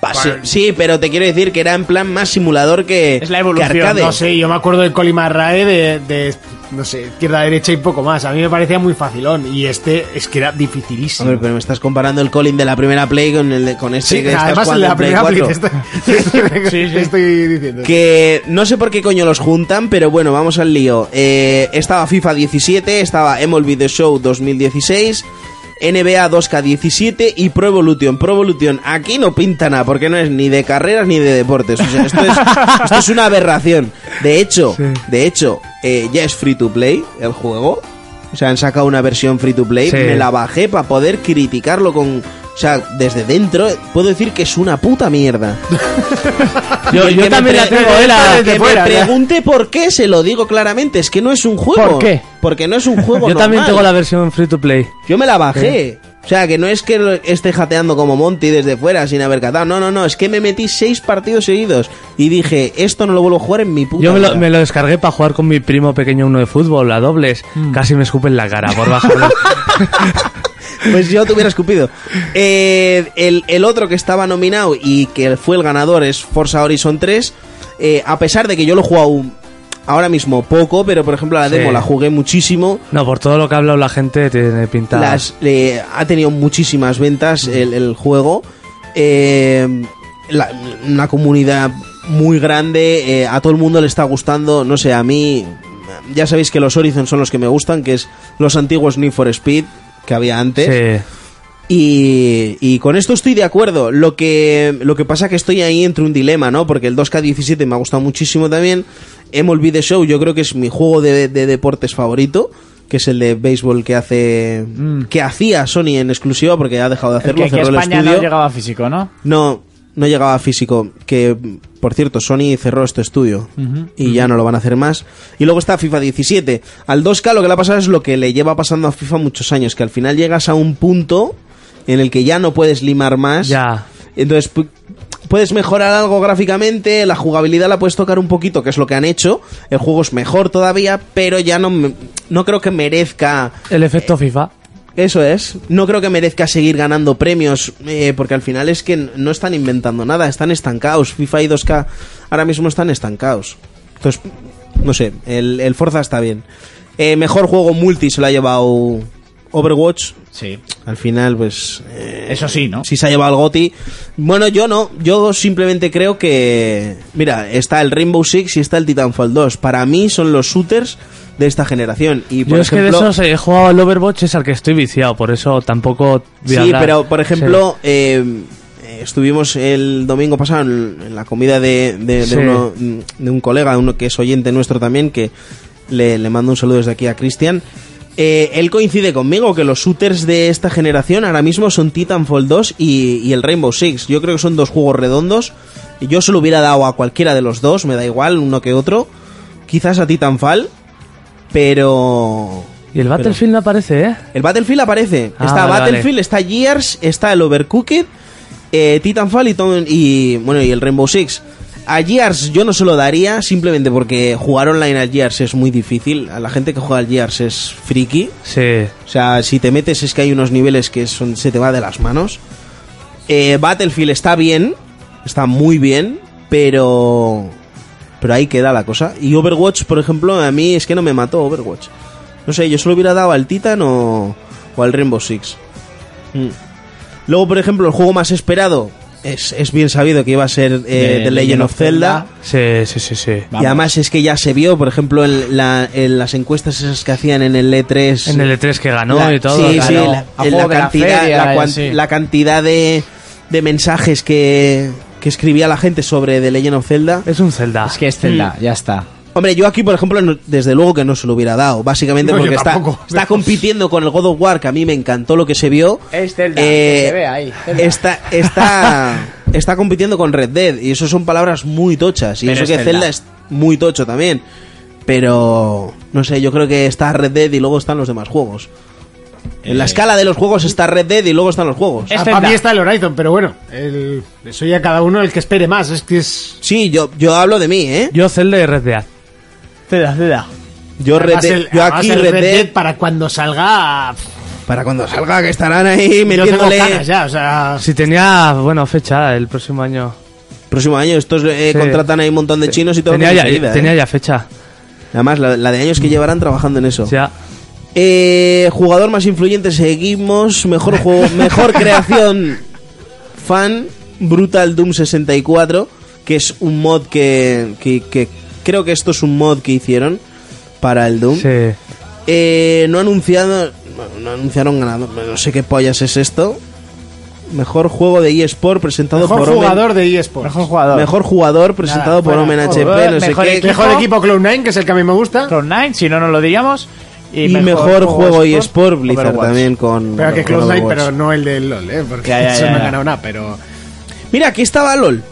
D: Pase-
B: Vale.
D: Sí, pero te quiero decir que era en plan más simulador que,
C: Es la evolución,
D: que arcade.
B: No sé, yo me acuerdo del Colimarrae de, de no sé, izquierda, derecha y poco más. A mí me parecía muy facilón y este es que era dificilísimo.
D: Hombre, pero me estás comparando el Colin de la primera Play con el de- con este
B: Sí,
D: que estás
B: además en
D: jugando
B: la
D: en Play
B: primera
D: 4.
B: play te
C: [laughs]
B: estoy, te estoy diciendo.
D: Que no sé por qué coño los juntan, pero bueno, vamos al lío. Eh, estaba FIFA 17, estaba MLB The Show 2016, NBA 2K17 y Pro Evolution. Pro Evolution aquí no pinta nada, porque no es ni de carreras ni de deportes. O sea, esto es, esto es una aberración. De hecho, de hecho, eh, ya es free to play el juego. O sea, han sacado una versión free to play.
E: Sí.
D: Me la bajé para poder criticarlo con. O sea, desde dentro puedo decir que es una puta mierda.
E: Yo,
D: Y el
E: yo
D: que me
E: también
D: pre-
E: la tengo, eh, la-
D: que me
E: fuera, ya.
D: pregunte por qué, se lo digo claramente. Es que no es un juego.
C: ¿Por qué?
D: Porque no es un juego.
E: Yo también
D: Pues normal.
E: tengo la versión free to play.
D: Yo me la bajé. O sea, que no es que lo esté jateando como Monty desde fuera sin haber catado. No, no, no. Es que me metí seis partidos seguidos y dije, esto no lo vuelvo a jugar en mi puta
E: Yo me lo,
D: vida.
E: me lo descargué para jugar con mi primo pequeño uno de fútbol, a dobles.
D: Mm.
E: Casi me escupe en la cara por bajarlo.
D: [laughs] Pues yo te hubiera escupido. Eh, el, el otro que estaba nominado y que fue el ganador es Forza Horizon 3. Eh, a pesar de que yo lo he jugado ahora mismo poco, pero por ejemplo la
E: Sí.
D: demo la jugué muchísimo.
E: no, por todo lo que ha hablado la gente, tiene pinta.
D: Las, eh, ha tenido muchísimas ventas el, el juego. Eh, la- una comunidad muy grande. eh, a todo el mundo le está gustando. No sé, a mí. Ya sabéis que los Horizon son los que me gustan, que es los antiguos Need for Speed que había antes.
E: Sí.
D: Y, y con esto estoy de acuerdo. Lo que, lo que pasa que estoy ahí entre un dilema, ¿no? Porque el 2K17 me ha gustado muchísimo también. MLB The Show yo creo que es mi juego de, de deportes favorito. Que es el de béisbol que hace... Que hacía Sony en exclusiva porque ha dejado de
C: Mm. El que
D: hacerlo.
C: aquí en
D: cerró el
C: España
D: estudio.
C: no llegaba físico, ¿no?
D: No, no llegaba físico. Que, por cierto, Sony cerró este estudio. Y ya no lo van a hacer más. Y luego está FIFA 17. Al 2K lo que le ha pasado es lo que le lleva pasando a FIFA muchos años. Que al final llegas a un punto en el que ya no puedes limar más.
E: Ya.
D: Entonces, pu- puedes mejorar algo gráficamente, la jugabilidad la puedes tocar un poquito, que es lo que han hecho. El juego es mejor todavía, pero ya no, me- no creo que merezca...
E: El efecto FIFA.
D: Eso es. No creo que merezca seguir ganando premios, eh, porque al final es que n- no están inventando nada, están estancados. FIFA y 2K ahora mismo están estancados. Entonces, no sé, el, el Forza está bien. Eh, mejor juego multi se lo ha llevado Overwatch.
C: Sí.
D: Al final, pues... eh,
C: Eso sí, ¿no?
D: si se ha llevado el Goti. Bueno, yo no. Yo simplemente creo que. Mira, está el Rainbow Six y está el Titanfall 2. Para mí son los shooters de esta generación. Y por
E: Yo es que de
D: ejemplo,
E: esos eh, he jugado al Overwatch, es al que estoy viciado, por eso tampoco. voy a
D: Sí,
E: hablar.
D: pero por ejemplo, eh, eh, estuvimos el domingo pasado en, en la comida de, de- de
E: Sí.
D: uno- de un colega, uno que es oyente nuestro también, que le, le mando un saludo desde aquí a Cristian. Eh, él coincide conmigo que los shooters de esta generación ahora mismo son Titanfall 2 y, y el Rainbow Six. Yo creo que son dos juegos redondos. Yo se lo hubiera dado a cualquiera de los dos, me da igual, uno que otro. Quizás a Titanfall, pero...
E: Y el Battlefield no aparece, ¿eh?
D: El Battlefield aparece.
E: Ah,
D: está
E: vale, vale.
D: Battlefield, está Gears, está el Overcooked, eh, Titanfall y, todo- y bueno y el Rainbow Six. A Gears yo no se lo daría simplemente porque jugar online al Gears es muy difícil. A la gente que juega al Gears es friki.
E: Sí.
D: O sea, si te metes es que hay unos niveles que son, se te va de las manos. Eh, Battlefield está bien, está muy bien, pero pero ahí queda la cosa. Y Overwatch, por ejemplo, a mí es que no me mató Overwatch. No sé, yo solo hubiera dado al Titan o, o al Rainbow Six. Mm. Luego, por ejemplo, el juego más esperado es, es bien sabido que iba a ser eh,
C: De
D: The Legend of Zelda.
E: Sí, sí, sí, sí.
C: Vamos.
D: Y además es que ya se vio, por ejemplo, en, la- en las encuestas esas que hacían en el E E3.
E: En el E3 que ganó
D: La-
E: y todo.
D: Sí,
E: claro.
D: sí,
C: ganó.
D: la,
C: A
D: en la
C: juego de la
D: cantidad,
C: feria
D: la
C: y
D: cuan-
C: así.
D: la cantidad de, de mensajes que, que escribía la gente sobre The Legend of Zelda.
E: Es un Zelda.
C: Es que es Zelda, ya está.
D: Hombre, yo aquí, por ejemplo, no- desde luego que no se lo hubiera dado. Básicamente
B: No, yo
D: porque está,
B: tampoco.
D: está compitiendo con el God of War, que a mí me encantó lo que se vio.
C: Es
D: Eh,
C: Zelda, que se ve ahí, Zelda.
D: Está, está, está compitiendo con Red Dead. Y eso son palabras muy tochas. Y
C: Pero
D: eso
C: es
D: que
C: Zelda.
D: Zelda es muy tocho también. Pero, no sé, yo creo que está Red Dead y luego están los demás juegos. En la
C: Eh.
D: escala de los juegos está Red Dead y luego están los juegos.
C: Es
B: A-
C: Zelda.
B: Para mí está el Horizon, pero bueno, el, soy a cada uno el que espere más. Es que es.
D: Sí, yo, yo hablo de mí, ¿eh?
E: Yo Zelda y Red Dead.
C: Zelda, Zelda.
D: Yo, Red
B: además
D: Dead-
B: el-
D: yo
B: además
D: aquí
B: el
D: Red, Dead,
B: para cuando salga. pff,
D: para cuando salga que estarán ahí
B: yo tengo
D: metiéndole...
B: ganas ya, o sea.
E: Si tenía, bueno, fecha el próximo año.
D: Próximo año estos eh,
E: Sí.
D: contratan ahí un montón de chinos y todo.
E: tenía,
D: con
E: ya,
D: su vida, ¿eh?
E: tenía ya fecha.
D: Además, la, la de años que llevarán trabajando en eso.
E: O sea,
D: Eh, jugador más influyente, seguimos. Mejor juego, mejor creación. Fan, Brutal Doom 64, que es un mod que, que, que- Creo que esto es un mod que hicieron para el Doom.
E: sí.
D: Eh, no anunciado, no, no anunciaron ganador. No sé qué pollas es esto. Mejor juego de eSport presentado
B: Mejor
D: por Omen-
B: jugador de eSports.
C: Mejor jugador.
D: Mejor jugador presentado
C: Nada,
D: por
C: fuera.
D: Omen HP,
C: Joder,
D: no sé
C: mejor
D: qué.
C: equipo.
B: Mejor equipo Cloud9, que es el que a mí me gusta.
C: Cloud Nine, si no, no lo diríamos. Y,
D: Y mejor juego eSport Blizzard
C: Overwatch.
D: también con.
B: Pero que
D: con
B: Cloud9,
D: Overwatch.
B: pero no el de LOL, ¿eh? Porque
C: Ya, ya,
B: eso
C: ya,
B: no ha
C: ya.
B: ganado nada, pero...
D: Mira, aquí estaba LOL.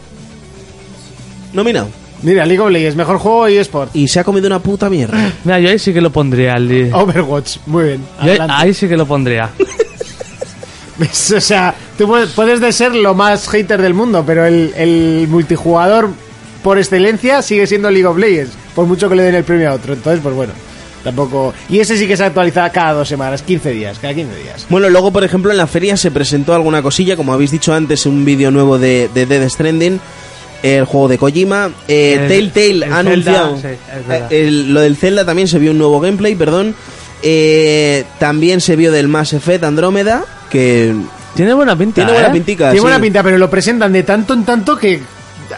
D: Nominado.
B: Mira, League of Legends, mejor juego y eSport.
D: Y se ha comido una puta mierda.
E: [laughs] Mira, yo ahí sí que lo pondría. al
B: Oh,
E: di-
B: Overwatch, muy bien.
C: ah,
E: yo ahí- ahí sí que lo pondría.
B: ¿Ves? [laughs] O sea, tú puedes- puedes de ser lo más hater del mundo, pero el, el multijugador por excelencia sigue siendo League of Legends, por mucho que le den el premio a otro. Entonces, pues bueno, tampoco... Y ese sí que se actualiza cada dos semanas, 15 días, cada 15 días.
D: Bueno, luego, por ejemplo, en la feria se presentó alguna cosilla, como habéis dicho antes, un vídeo nuevo de, de Dead Stranding, el juego de Kojima. eh,
E: El-
D: Telltale
E: el
D: ha
E: Zelda,
D: anunciado.
E: sí, es verdad.
D: eh, el- lo del Zelda también se vio un nuevo gameplay, perdón. Eh, también se vio del Mass Effect Andrómeda, que
E: Tiene buena pinta.
D: tiene buena
E: ¿eh?
D: pintica.
B: Tiene
D: sí.
B: buena pinta, pero lo presentan de tanto en tanto que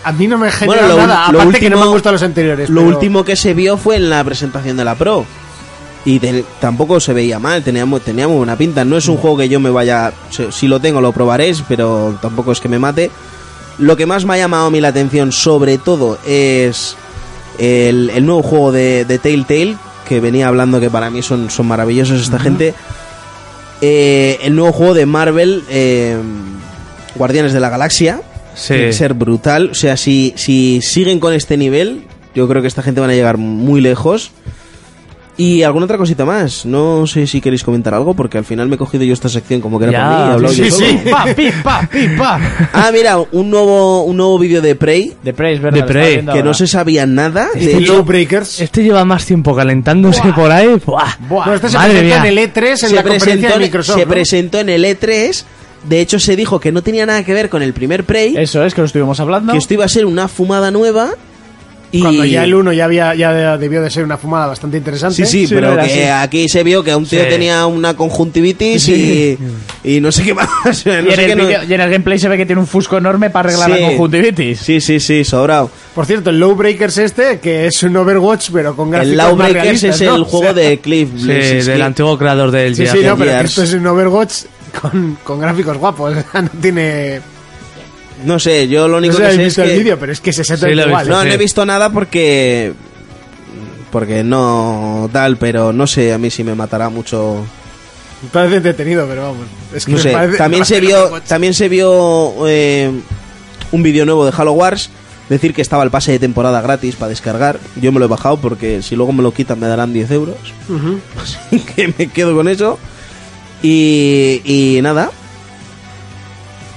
B: a mí no me genera
D: Bueno, lo-
B: nada.
D: lo
B: Aparte que no me
D: último-
B: han gustado los anteriores.
D: Lo
B: pero-
D: último que se vio fue en la presentación de la Pro. Y te- tampoco se veía mal, teníamos, teníamos buena pinta. No es un juego que yo me vaya. Si, si lo tengo, lo probaré, pero tampoco es que me mate. Lo que más me ha llamado a mí la atención, sobre todo, es el, el nuevo juego de, de Telltale, que venía hablando que para mí son, son maravillosos esta gente. Eh, el nuevo juego de Marvel, eh, Guardianes de la Galaxia.
E: Sí.
D: Tiene que ser brutal. O sea, si, si siguen con este nivel, yo creo que esta gente van a llegar muy lejos. Y alguna otra cosita más. No sé si queréis comentar algo, porque al final me he cogido yo esta sección como que era
E: Ya,
D: para mí. y he hablado
E: sí,
D: yo
E: sí,
D: solo.
C: Pa, pi, pa, pi, pa.
D: Ah, mira, un nuevo, un nuevo vídeo de Prey,
C: De Prey, es verdad.
E: De
C: lo estaba
E: Prey,
C: viendo
D: que
C: ahora.
D: no se sabía nada. De
B: Y
D: hecho,
B: Low Breakers.
E: Este lleva más tiempo calentándose por ahí. Buah,
B: Bueno, este se
E: madre
B: presentó
E: mía.
B: en el E3 en
D: se
B: la conferencia
D: presentó,
B: de
D: en-
B: Microsoft.
D: se
B: ¿no?
D: presentó en el E3. De hecho, se dijo que no tenía nada que ver con el primer Prey,
C: Eso es, que lo estuvimos hablando.
D: que esto iba a ser una fumada nueva. Y...
B: Cuando ya el 1 ya, había, ya debió de ser una fumada bastante interesante.
D: Sí, sí,
C: Sí,
D: pero
C: era
D: que
C: así.
D: aquí se vio que un tío
E: Sí.
D: tenía una conjuntivitis y, y no sé qué más. [laughs] o sea, no
C: y, en
D: sé qué
C: el
D: no-
C: vídeo- y en el gameplay se ve que tiene un fusco enorme para arreglar
D: Sí.
C: la conjuntivitis.
D: Sí, sí, sí, sobrado.
B: Por cierto, el Low Breakers este, que es un Overwatch, pero con gráficos
D: El
B: más
D: Lawbreakers
B: realistas,
D: es el
B: ¿no? O
D: juego
B: sea,
D: de Cliff
E: Sí,
D: Bleszinski.
E: del antiguo creador del
B: Sí,
E: Gears.
B: sí, no, pero que
D: Gears.
B: esto es un Overwatch con, con gráficos guapos. [laughs] no tiene...
D: No sé, yo lo
B: No
D: único
B: sé si
D: que
B: habéis
D: sé es
B: visto el
D: que-
B: vídeo, pero es que es exactamente
E: Sí, lo he
B: igual. ¿eh?
E: visto,
D: No, no he
E: sí.
D: visto nada porque... Porque no tal, pero no sé, a mí sí me matará mucho.
B: Me Parece entretenido, pero vamos. Es que
D: No
B: me
D: sé,
B: parece-
D: también se vio, también se vio eh, un vídeo nuevo de Halo Wars. Decir que estaba el pase de temporada gratis para descargar. Yo me lo he bajado porque si luego me lo quitan me darán 10 euros.
B: Ujú.
D: [laughs] Así que me quedo con eso. Y, y nada,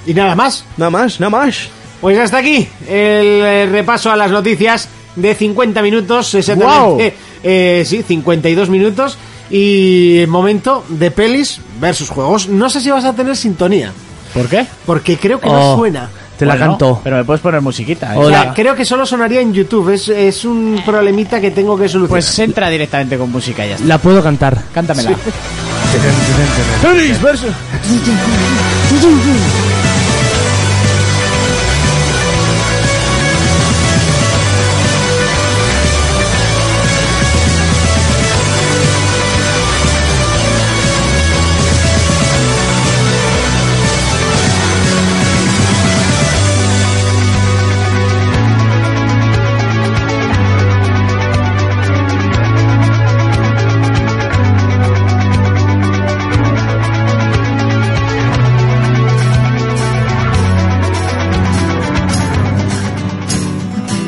B: Y nada más.
D: nada más, nada más.
B: Pues hasta aquí el eh, repaso a las noticias de 50 minutos, exactamente.
C: ¡Guau!
B: Eh, sí, 52 minutos. Y momento de pelis versus juegos. No sé si vas a tener sintonía,
C: ¿Por qué?
B: porque creo que no
E: Oh,
B: suena.
E: Te la
C: Bueno,
E: canto.
C: Pero me puedes poner musiquita. ¿eh?
B: O sea,
E: Hola.
B: creo que solo sonaría en YouTube. Es, es un problemita que tengo que solucionar.
C: Pues entra directamente con música y ya está.
E: La puedo cantar.
C: Cántamela.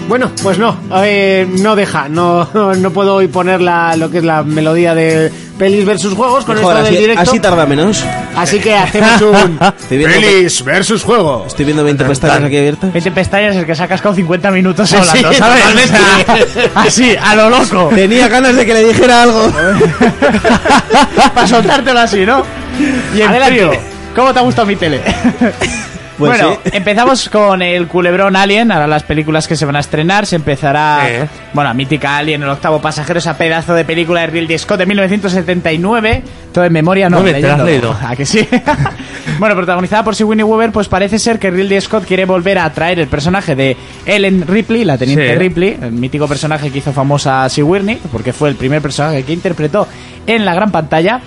B: Bueno, pues no, eh, no deja, no, [laughs] no puedo hoy poner la, lo que es la melodía de pelis versus juegos con
D: Mejor,
B: esto del
D: así,
B: directo.
D: así tarda menos.
B: Así que hacemos un
D: [laughs] Estoy viendo que-
B: versus juego.
D: Estoy viendo 20 pestañas aquí
E: [laughs]
D: abiertas.
C: 20 pestañas el que se ha cascado 50 minutos
B: Sí,
C: hablando,
B: sí,
C: ¿sabes?
B: totalmente.
C: O sea, así, a lo loco.
D: Tenía ganas de que le dijera
E: [laughs]
D: algo.
C: [laughs] Para soltártelo así, ¿no? Y en
B: Adelante.
C: frío. ¿Cómo te ha gustado mi tele?
D: Pues
C: bueno,
E: [laughs]
D: sí.
C: empezamos con el culebrón Alien, ahora las películas que se van a estrenar, se empezará,
E: Eh.
C: bueno, a mítica Alien, el octavo pasajero, esa pedazo de película de Ridley Scott de 1979, todo en memoria, no,
E: Muy bien, te la has
C: leyendo. [laughs]
E: leído.
C: ¿A que sí? bueno, protagonizada por Sigourney Weaver, pues parece ser que Ridley Scott quiere volver a traer el personaje de Ellen Ripley, la teniente
E: Sí.
C: Ripley, el mítico personaje que hizo famosa a Sigourney, porque fue el primer personaje que interpretó en la gran pantalla,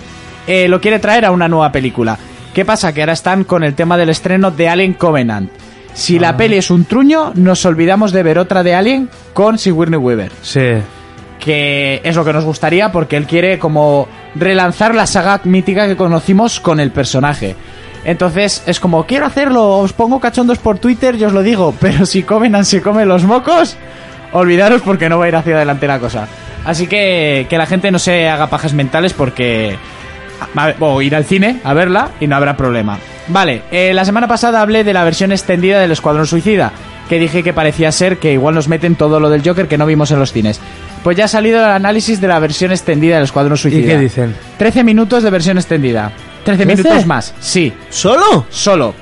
C: eh, lo quiere traer a una nueva película. ¿Qué pasa? Que ahora están con el tema del estreno de Alien Covenant. Si la peli es un truño, nos olvidamos de ver otra de Alien con Sigourney Weaver
E: Sí.
C: que es lo que nos gustaría porque él quiere como relanzar la saga mítica que conocimos con el personaje. Entonces es como, quiero hacerlo, os pongo cachondos por Twitter y os lo digo, [laughs] pero si Covenant se come los mocos, olvidaros porque no va a ir hacia adelante la cosa. Así que que la gente no se haga pajas mentales porque... a- a- O ir al cine a verla y no habrá problema. Vale, eh, la semana pasada hablé de la versión extendida del Escuadrón Suicida, que dije que parecía ser que igual nos meten todo lo del Joker que no vimos en los cines. Pues ya ha salido el análisis de la versión extendida del Escuadrón Suicida.
E: qué dicen?
C: 13 minutos de versión extendida. 13
E: ¿Trece?
C: minutos más, sí,
D: ¿Solo?
C: solo.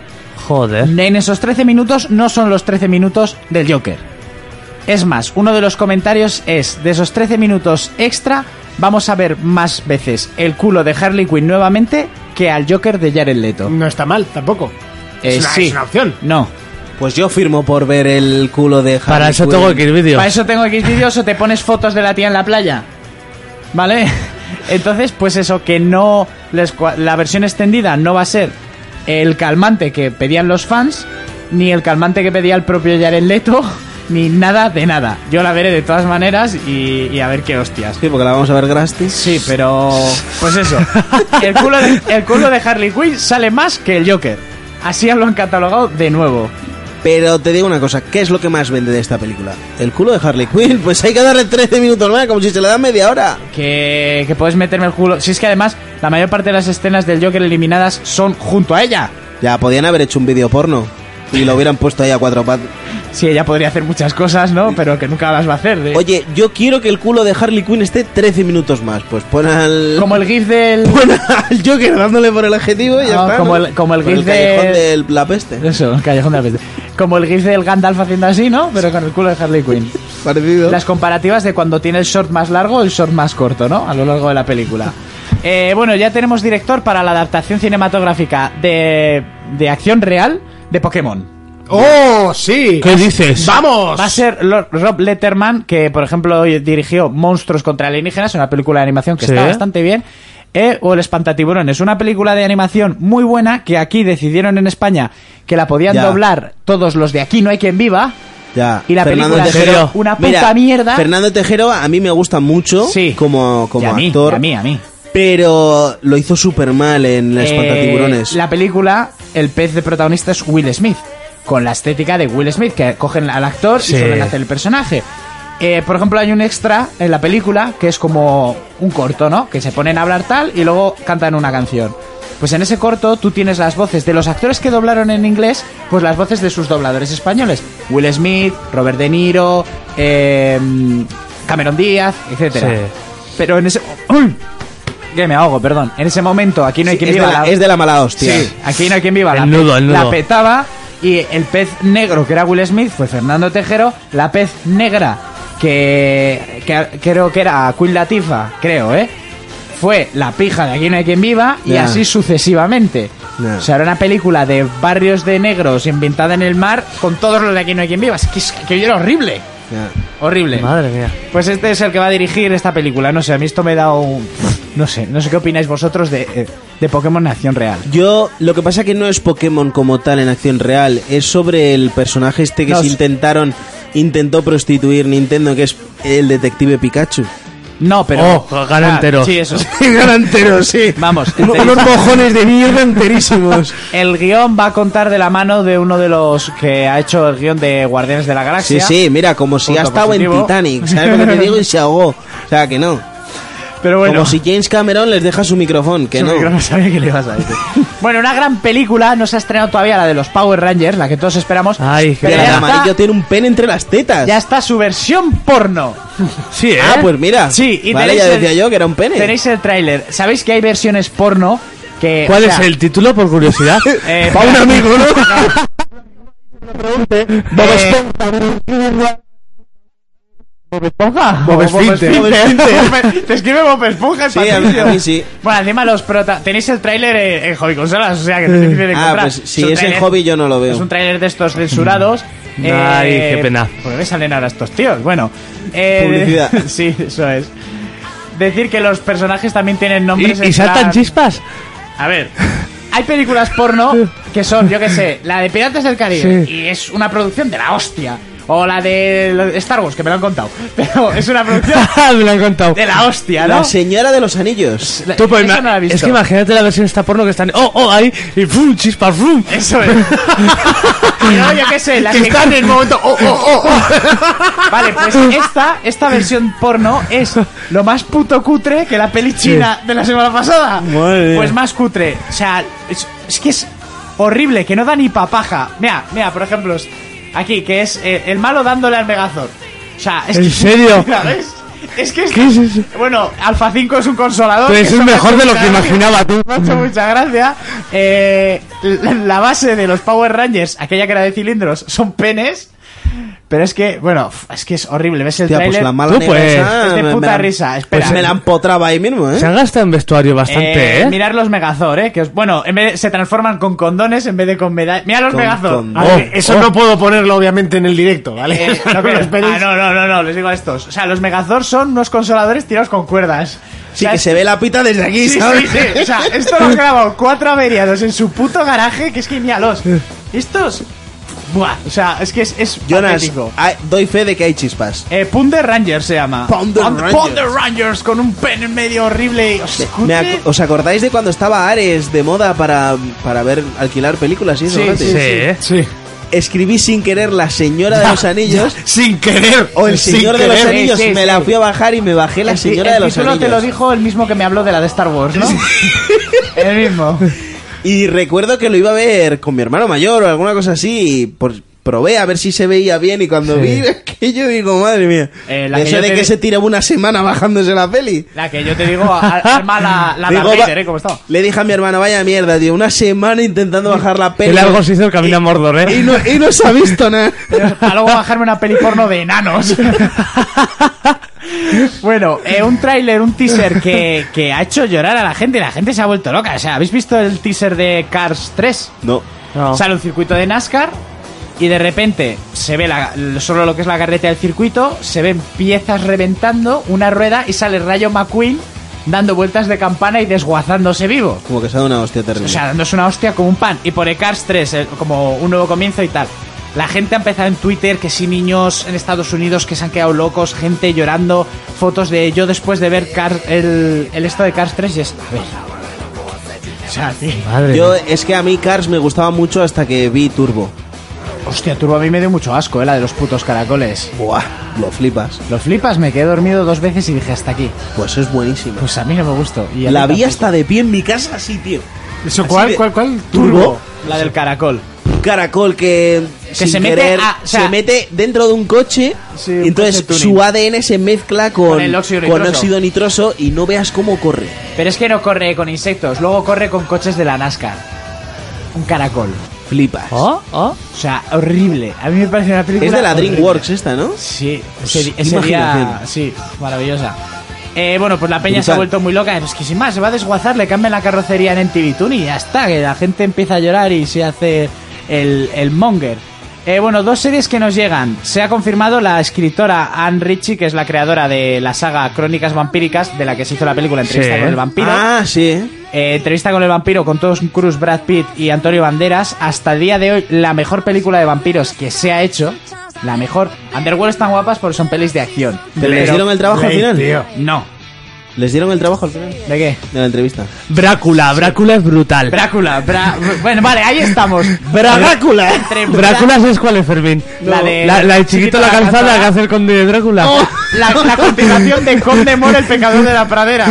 E: Joder.
C: En esos 13 minutos no son los 13 minutos del Joker. Es más, uno de los comentarios es, de esos 13 minutos extra, vamos a ver más veces el culo de Harley Quinn nuevamente que al Joker de Jared Leto.
B: No está mal, tampoco.
C: Eh,
B: es, una,
C: sí.
B: es una opción.
C: No.
D: Pues yo firmo por ver el culo de Harley
E: Para eso
D: Quinn.
E: tengo que ir vídeo.
C: Para eso tengo X vídeos o te pones fotos de la tía en la playa. ¿Vale? [laughs] Entonces, pues eso, que no. La, escua- la versión extendida no va a ser el calmante que pedían los fans, ni el calmante que pedía el propio Jared Leto, [laughs] ni nada de nada. Yo la veré de todas maneras y, y a ver qué hostias.
D: Sí, porque la vamos a ver gratis.
C: Sí, pero. Pues eso. El culo, de, el culo de Harley Quinn sale más que el Joker. Así lo han catalogado de nuevo.
D: Pero te digo una cosa, ¿qué es lo que más vende de esta película? El culo de Harley Quinn, [laughs] pues hay que darle 13 minutos más, como si se le da media hora.
C: que, que puedes meterme el culo. Si es que además la mayor parte de las escenas del Joker eliminadas son junto a ella.
D: Ya, podían haber hecho un vídeo porno y lo hubieran puesto ahí a cuatro patas.
C: Sí, ella podría hacer muchas cosas, ¿no? Pero que nunca las va a hacer. ¿eh?
D: Oye, yo quiero que el culo de Harley Quinn esté 13 minutos más. Pues pon al...
C: como el gif del...
D: [laughs] Pon al Joker dándole por el adjetivo y ya
C: No,
D: está,
C: como
D: ¿no?
C: el- como el
D: Por
C: gif de-
D: callejón del- la peste.
C: Eso, el callejón de la peste. Como el gif del Gandalf haciendo así, ¿no? Pero con el culo de Harley Quinn.
D: Parecido.
C: Las comparativas de cuando tiene el short más largo el short más corto, ¿no? A lo largo de la película. Eh, bueno, ya tenemos director para la adaptación cinematográfica de, de acción real de Pokémon.
B: ¡Oh, sí!
E: ¿Qué dices?
B: ¡Vamos!
C: Va a ser Lord- Rob Letterman, que por ejemplo hoy dirigió Monstruos contra alienígenas, una película de animación que
E: Sí.
C: está bastante bien. eh, o El Espantatiburones, una película de animación muy buena que aquí decidieron en España que la podían
D: Ya.
C: doblar todos los de Aquí no hay quien viva.
D: Ya.
C: Y la película es
D: Tejero.
C: una puta
D: Mira,
C: mierda.
D: Fernando Tejero a mí me gusta mucho
C: Sí.
D: como, como
C: Y a mí,
D: actor.
C: y a mí, a mí.
D: Pero lo hizo súper mal en La
C: Eh,
D: Espantatiburones.
C: la película, el pez de protagonista es Will Smith, con la estética de Will Smith, que cogen al actor
E: Sí.
C: y suelen hacer el personaje. Eh, por ejemplo, hay un extra en la película que es como un corto, ¿no? Que se ponen a hablar tal y luego cantan una canción. Pues en ese corto tú tienes las voces de los actores que doblaron en inglés, pues las voces de sus dobladores españoles. Will Smith, Robert De Niro, eh, Cameron Díaz, etcétera.
E: Sí.
C: Pero en ese... ¡Uy! Que me ahogo, perdón. En ese momento, aquí no hay
D: Sí,
C: quien
D: es, de
C: viva.
D: la,
C: la-
D: es de la mala hostia.
C: Sí, aquí no hay quien viva.
E: El
C: la,
E: nudo, el
C: la
E: nudo.
C: petaba y el pez negro que era Will Smith fue Fernando Tejero. La pez negra que, que creo que era Queen Latifa, creo, ¿eh? Fue la pija de Aquí no hay quien viva y
D: Ya.
C: así sucesivamente.
D: Ya.
C: O sea, era una película de barrios de negros inventada en el mar con todos los de Aquí no hay quien viva. Es que, es que era horrible.
D: Ya.
C: Horrible.
E: Madre mía.
C: Pues este es el que va a dirigir esta película. No sé, a mí esto me da un... No sé, no sé qué opináis vosotros de, eh, de Pokémon en acción real.
D: Yo, lo que pasa que no es Pokémon como tal en acción real, es sobre el personaje este que
C: No,
D: se
C: es-
D: intentaron, intentó prostituir Nintendo, que es el detective Pikachu.
C: No, pero... Ah,
E: Oh, gana entero.
C: Sí,
E: [laughs]
C: eso.
D: Garantero, sí.
C: Vamos.
D: Uno-
C: entero.
D: unos mojones de mierda enterísimos.
C: El guión va a contar de la mano de uno de los que ha hecho el guión de Guardianes de la
D: Sí,
C: Galaxia.
D: sí, mira, como si
C: Punto
D: ha estado en
C: ¿Ah, positivo.
D: Titanic, ¿sabes lo que te digo? Y se ahogó. O sea, que no.
C: Pero bueno...
D: Como si James Cameron les deja su micrófono, que
C: Yo
D: no.
C: creo que no sabía que le ibas a decir. bueno, una gran película. No se ha estrenado todavía la de los Power Rangers, la que todos esperamos.
E: Ay,
C: pero
D: Mira, el
C: ya
D: amarillo
C: está,
D: tiene un pen entre las tetas.
C: ya está su versión porno.
E: Sí, ¿eh?
D: Ah, pues mira.
C: Sí, y
D: vale,
C: tenéis
D: ya
C: el-
D: decía yo que era un pene.
C: Tenéis el tráiler. ¿Sabéis que hay versiones porno que...
E: ¿Cuál
C: o
E: es
C: sea,
E: el título, por curiosidad?
C: Eh,
E: Pa' un amigo, ¿no?
F: pregunte, Bob Esponja. Bob Esponja.
B: Bob Esfínter.
C: [laughs] Te escribe Bob Esponja, el
D: Sí, a mí,
C: Patricio.
D: a mí sí.
C: Bueno, encima los prota... Tenéis el tráiler en, en Hobby Consolas, o sea que es difícil de
D: Ah,
C: encontrar.
D: pues si
C: un
D: es en
C: tráiler-
D: hobby yo no lo
C: Es
D: veo.
C: un tráiler de estos censurados. Eh,
E: Ay, qué pena.
C: ¿Por qué salen ahora estos tíos? Bueno. eh,
D: Publicidad.
C: [laughs] Sí, eso es. Decir que los personajes también tienen nombres...
E: [laughs] ¿Y, y
C: en
E: saltan
C: plan-
E: chispas? [laughs]
C: A ver, hay películas porno que son, yo qué sé, la de Piratas del Caribe y es una producción de la hostia. O la de Star Wars, que me lo han contado. [laughs] Pero es una producción
E: Ah, Me lo han contado.
C: de la hostia, Ah, ¿no?
D: La señora de los anillos.
C: La-
E: Tú, pues,
C: eso
E: ima-
C: no la he visto.
E: Es que imagínate la versión esta porno que están. ¡Oh, oh! Ahí. Y ¡fum! Chispas, ¡fum!
C: Eso es. Pero [laughs] yo qué sé, la que
B: Está en el momento. ¡Oh, oh, oh!
C: [laughs] Vale, pues esta, esta versión porno es lo más puto cutre que la peli china de la semana pasada.
E: Madre
C: Pues
E: mía.
C: más cutre. O sea, es, es que es horrible, que no da ni papaja. Mira, mira, por ejemplo, es- aquí, que es eh, el malo dándole al Megazord. O sea, es
E: ¿En
C: que- [laughs]
E: serio?
C: ¿Sabes? Es que
E: ¿Qué es eso?
C: Bueno, Alfa 5 es un consolador.
E: Pues
C: que
E: es
C: eso me ha
E: mejor
C: hecho
E: de lo
C: mucha
E: que
C: gracia.
E: imaginaba tú.
C: Me ha hecho mucha gracia. Eh, la, la base de los Power Rangers, aquella que era de cilindros, son penes. Pero es que, bueno, f- es que es horrible. ¿Ves el
D: Hostia, pues
C: tráiler?
D: la mala
E: Tú,
D: negra
E: pues,
D: esa,
C: es de
D: me- me
C: puta
D: la-
C: risa,
D: Pues
C: espera.
D: me la empotraba ahí mismo, ¿eh?
E: Se han gastado en vestuario bastante, ¿eh?
C: Eh, Mirar los Megazord, eh. Que os- bueno, en vez de- se transforman con condones en vez de con medallas. Mira los
D: Con
C: Megazord. Ah,
D: condones.
B: A ver, eso
C: [laughs]
B: no puedo ponerlo, obviamente, en el directo, ¿vale?
C: Eh,
B: [laughs] No
C: no,
D: [laughs]
B: me
C: pero-
B: lo esperéis.
C: oh. ah, no, no, no, no, les digo a estos. O sea, los Megazord son unos consoladores tirados con cuerdas. O
D: Sí,
C: sea,
D: que
C: es-
D: se ve la pita desde aquí,
C: Sí,
D: ¿sabes?
C: sí, sí. O sea, esto lo han grabado cuatro averiados en su puto garaje, que es que míralos. Estos. Buah, o sea, es que es, es
D: Jonas,
C: patético.
D: ah, doy fe de que hay chispas.
C: Eh, Punder Ranger se llama.
D: Pounder
C: Pound-
D: Rangers.
C: Pounder Rangers con un pen en medio horrible. y-
D: Me-
C: Escute.
D: me ac- ¿Os acordáis de cuando estaba Ares de moda para, para ver alquilar películas y eso?
C: Sí,
D: gente?
E: Sí, ¿eh?
B: Sí.
D: Escribí sin querer La
C: [laughs]
D: Señora de los Anillos
B: Sin querer.
D: o El
B: sin
D: Señor de los
B: querer.
C: Sí,
D: Anillos.
C: sí,
D: me
C: sí.
D: la fui a bajar y me bajé La
C: El ti-
D: Señora
C: el
D: de los
C: título
D: Anillos.
C: te lo dijo el mismo que me habló de la de Star Wars, ¿no? [laughs] el mismo.
D: Y recuerdo que lo iba a ver con mi hermano mayor o alguna cosa así. Y por- probé a ver si se veía bien. Y cuando vi [laughs] que yo digo, madre mía.
C: Eh, la que
D: eso
C: yo
D: de
C: te
D: que
C: di-
D: se tiraba una semana bajándose la peli.
C: La que yo te digo, a- arma la, la
D: Digo,
C: Darth
D: va-
C: Vader, ¿eh? ¿Cómo está?
D: Le dije a mi hermana, vaya mierda, tío. Una semana intentando bajar la
E: Qué
D: peli.
E: largo se hizo el camino a Mordor, ¿eh?
D: y, no, y no se ha visto nada.
C: Pero para luego bajarme una peli porno de enanos. bueno, eh, un tráiler, un teaser que, que ha hecho llorar a la gente. La gente se ha vuelto loca. O sea, ¿habéis visto el teaser de Cars 3?
D: No.
E: No.
C: Sale un circuito de NASCAR y de repente se ve la- solo lo que es la carreta del circuito, se ven piezas reventando, una rueda y sale Rayo McQueen dando vueltas de campana y desguazándose vivo.
D: Como que se ha dado una hostia
C: O
D: terrible.
C: sea, dándose una hostia como un pan. Y por Cars 3, eh, como un nuevo comienzo y tal. La gente ha empezado en Twitter que sí, niños en Estados Unidos que se han quedado locos, gente llorando, fotos de yo después de ver Cars- el, el esto de Cars 3 y es... A ver. O sea, tío,
E: Madre
D: yo
E: mía.
D: es que a mí Cars me gustaba mucho hasta que vi Turbo.
C: hostia, Turbo a mí me dio mucho asco, eh, la de los putos caracoles.
D: Buah, lo flipas.
C: Lo flipas, me quedé dormido dos veces y dije hasta aquí.
D: Pues es buenísima.
C: Pues a mí no me gustó. Y a
D: la
C: mí
D: vi
C: tampoco.
D: hasta de pie en mi casa así, tío.
B: ¿Eso
D: Así
B: cuál,
D: de-
B: cuál, cuál?
D: Turbo.
C: La del caracol.
D: caracol que, sin
C: se mete
D: querer,
C: a- o sea-
D: se mete dentro de un coche
C: Sí,
D: y
C: un
D: entonces
C: coche tuning.
D: su ADN se mezcla con,
C: Con el óxido
D: con
C: nitroso.
D: óxido nitroso y no veas cómo corre.
C: Pero es que no corre con insectos, luego corre con coches de la NASCAR. Un caracol.
D: Flipas.
C: ¿Oh? ¿Oh? O sea, horrible. A mí me parece una película.
D: Es de la
C: horrible.
D: DreamWorks esta, ¿no?
C: Sí,
D: Pues,
C: ese, di- ese día.
D: imaginación.
C: Sí, maravillosa. Eh, bueno, pues la peña se
D: Brutal.
C: ha vuelto muy loca. Es que sin más, se va a desguazar, le cambian la carrocería en MTV Tune y ya está. Que la gente empieza a llorar y se hace el, el monger. Eh, bueno, dos series que nos llegan. Se ha confirmado la escritora Anne Ritchie, que es la creadora de la saga Crónicas Vampíricas, de la que se hizo la película Entrevista
E: Sí.
C: con el Vampiro.
D: Ah, sí.
C: Eh, entrevista con el vampiro con Tom Cruise, Brad Pitt y Antonio Banderas. Hasta el día de hoy, la mejor película de vampiros que se ha hecho. La mejor. Underworld están guapas porque son pelis de acción.
D: Pero les dieron el trabajo al final.
C: No.
D: Les dieron el trabajo al final
C: ¿De qué?
D: de la entrevista.
E: Brácula, Brácula es brutal.
C: Brácula. Bra- Bueno, vale, ahí estamos.
E: Brácula.
C: Entre Bra-
E: Brácula, ¿sabes cuál es, Fermín?
C: La de-
E: La, la de Chiquito la Calzada que hace el conde de Drácula.
C: La, la continuación de Conde Moro, el pecador de la pradera.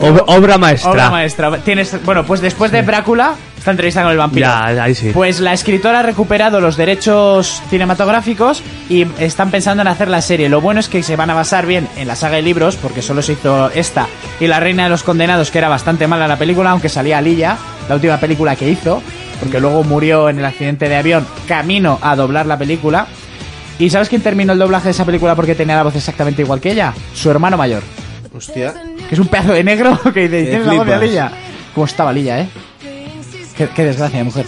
E: Ob- obra maestra.
C: Obra maestra. Tienes, bueno, pues después de Brácula, esta entrevista con el vampiro.
E: Ya, ahí sí.
C: Pues la escritora ha recuperado los derechos cinematográficos y están pensando en hacer la serie. Lo bueno es que se van a basar bien en la saga de libros, porque solo se hizo esta y La Reina de los Condenados, que era bastante mala la película, aunque salía Lilla, la última película que hizo. porque luego murió en el accidente de avión camino a doblar la película. ¿Y sabes quién terminó el doblaje de esa película porque tenía la voz exactamente igual que ella? Su hermano mayor,
D: Hostia.
C: que es un pedazo de negro [laughs] que dice, tienes la voz de
D: flipas.
C: Lilla. ¿Cómo estaba Lilla, eh? Qué, qué desgracia, mujer.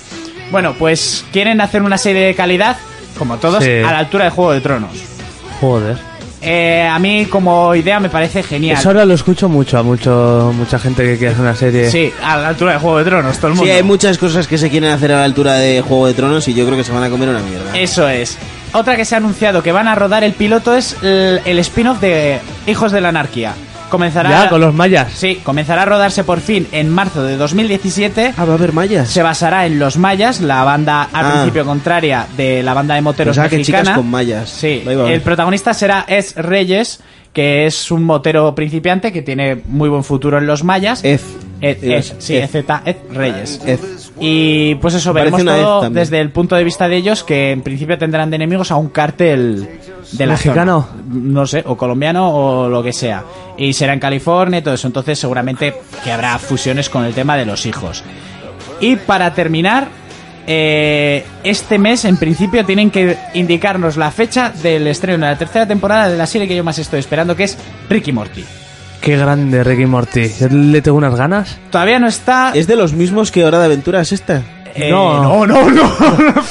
C: Bueno, pues quieren hacer una serie de calidad, como todos,
E: Sí.
C: a la altura de Juego de Tronos.
E: Joder.
C: Eh, a mí como idea me parece genial.
E: Eso ahora lo escucho mucho a mucho, mucha gente que quiere hacer una serie.
C: Sí, a la altura de Juego de Tronos, todo el
D: Sí,
C: mundo.
D: hay muchas cosas que se quieren hacer a la altura de Juego de Tronos y yo creo que se van a comer una mierda.
C: Eso es. Otra que se ha anunciado que van a rodar el piloto es el, el spin-off de Hijos de la Anarquía. Comenzará,
E: Ya, con los mayas.
C: sí, comenzará a rodarse por fin en marzo de 2017.
D: Ah, va a haber mayas.
C: Se basará en Los Mayas, la banda al
D: Ah.
C: principio contraria de la banda de moteros
D: Pensaba que
C: mexicana.
D: chicas con mayas.
C: Sí,
D: Ahí va.
C: el protagonista será Es Reyes, que es un motero principiante que tiene muy buen futuro en Los Mayas.
D: Ez.
C: Ed, Ed,
D: Ez.
C: E, sí,
D: Ez.
C: EZ, Ed Reyes.
D: Ez.
C: Y pues eso,
D: Parece
C: veremos
D: una Ed
C: todo
D: también.
C: desde el punto de vista de ellos, que en principio tendrán de enemigos a un cártel de la
E: ¿Mexicano?
C: zona. no sé, o colombiano o lo que sea. Y será en California y todo eso, entonces seguramente que habrá fusiones con el tema de los hijos. Y para terminar, eh, este mes en principio tienen que indicarnos la fecha del estreno de la tercera temporada de la serie que yo más estoy esperando, que es Ricky Morty.
E: Qué grande Ricky Morty. Yo le tengo unas ganas.
C: Todavía no está...
D: ¿Es de los mismos que Hora de Aventura es esta?
C: eh, no,
E: no.
C: no, no,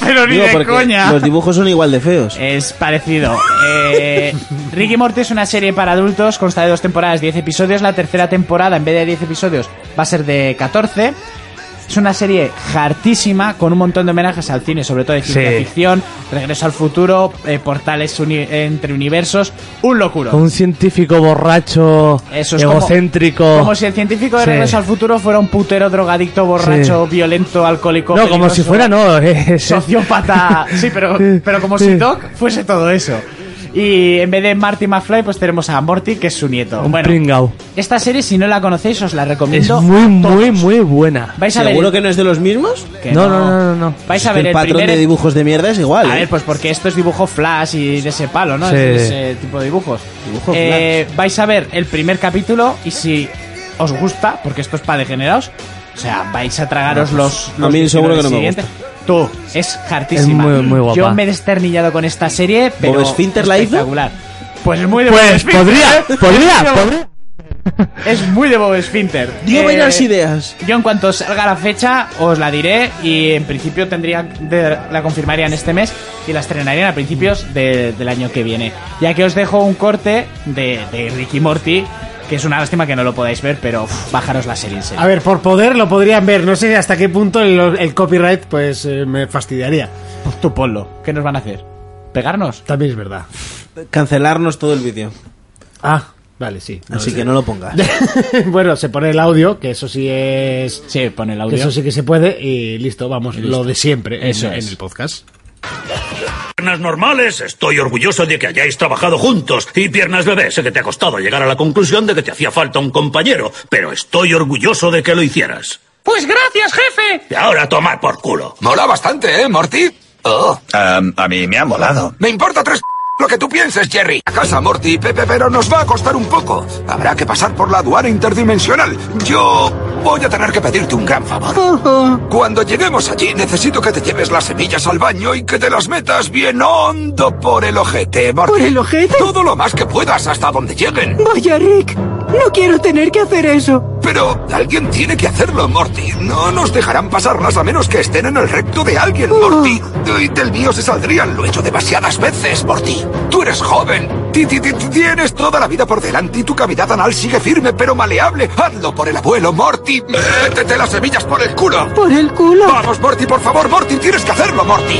C: pero ni
D: Digo,
C: de
D: porque
C: coña.
D: Los dibujos son igual de feos.
C: Es parecido.
E: [laughs]
C: Eh, Ricky Morty es una serie para adultos, consta de dos temporadas, 10 episodios. La tercera temporada, en vez de 10 episodios, va a ser de 14. Es una serie hartísima, con un montón de homenajes al cine, sobre todo de ciencia
E: Sí.
C: ficción, regreso al futuro, eh, portales uni- entre universos, un locuro.
E: Con un científico borracho,
C: Eso es
E: egocéntrico.
C: Como, como si el científico de
E: Sí.
C: regreso al futuro fuera un putero drogadicto, borracho, violento, alcohólico.
E: no, como si
C: peligroso
E: fuera, no. eh,
C: sociópata. [laughs] Sí, pero, pero como si Doc fuese todo eso. Y en vez de Marty McFly, pues tenemos a Morty, que es su nieto.
E: Un
C: Bueno,
E: pringao.
C: esta serie, si no la conocéis, os la
E: Es
C: recomiendo.
E: muy, muy, muy buena.
C: Vais a ver.
D: ¿Seguro que no es de los mismos?
C: que
E: No, no, no, no, no.
C: Vais a
D: Es
C: ver
D: que el
C: el
D: patrón
C: primer.
D: de dibujos de mierda es igual.
C: A
D: ¿eh?
C: ver, pues porque esto es dibujo flash y de ese palo, ¿no?
E: Sí.
C: Es de ese tipo de dibujos.
D: Dibujo
C: Eh, vais a ver el primer capítulo y si os gusta, porque esto es para degenerados, o sea, vais a tragaros los,
D: Ah, pues, a
C: los
D: mí
C: 19
D: seguro que no me
C: siguientes. Tú, es hartísima.
E: Es muy, muy guapa.
C: Yo me he desternillado con esta serie, pero
D: ¿Bob Esfínter la hizo?
C: espectacular. Pues es muy de Bob
E: Pues
C: Esfínter,
E: podría,
C: ¿eh?
E: podría, podría.
C: Es muy de Bob
D: [laughs]
C: Esfínter.
D: Dios,
C: Eh,
D: buenas ideas.
C: yo en cuanto salga la fecha os la diré y en principio tendría de- la confirmarían este mes y la estrenarían a principios de- del año que viene. Ya que os dejo un corte de, de Ricky Morty, que es una lástima que no lo podáis ver, pero uf, bajaros la serie en serio.
B: A ver, por poder lo podrían ver. No sé hasta qué punto el, el copyright pues eh, me fastidiaría.
C: Pues tú ponlo. ¿Qué nos van a hacer? ¿Pegarnos?
B: También es verdad.
D: Cancelarnos todo el vídeo.
B: Ah, vale, sí. No
D: Así
B: sé.
D: que no lo pongas.
B: [laughs] bueno, se pone el audio, que eso sí es...
C: Sí, pon el
B: que
C: audio.
B: Eso sí que se puede y listo, vamos, lo de siempre en-
C: Eso
B: en,
C: es.
B: el podcast.
G: Piernas normales, estoy orgulloso de que hayáis trabajado juntos. Y piernas bebé, sé que te ha costado llegar a la conclusión de que te hacía falta un compañero, pero estoy orgulloso de que lo hicieras.
H: Pues gracias, jefe.
G: Y ahora a tomar por culo.
I: Mola bastante, ¿eh, Morty? Oh,
J: Am, Em, a mí me ha molado.
I: me importa tres [laughs] lo que tú pienses, Jerry. A casa, Morty y Pepe, pero nos va a costar un poco. Habrá que pasar por la aduana interdimensional. Yo voy a tener que pedirte un gran favor. Cuando lleguemos allí, necesito que te lleves las semillas al baño y que te las metas bien hondo por el ojete, Morty.
H: ¿Por el ojete?
I: Todo lo más que puedas hasta donde lleguen.
H: Vaya, Rick. No quiero tener que hacer eso.
I: Pero alguien tiene que hacerlo, Morty. No nos dejarán pasarlas a menos que estén en el recto de alguien,
H: Ah.
I: Morty. Y del mío se saldrían. Lo he hecho demasiadas veces, Morty. Tú eres joven. Ti- ti- ti- Tienes toda la vida por delante y tu cavidad anal sigue firme pero maleable. Hazlo por el abuelo, Morty. Métete las semillas por el culo.
H: Por el culo.
I: Vamos, Morty, por favor, Morty. Tienes que hacerlo, Morty.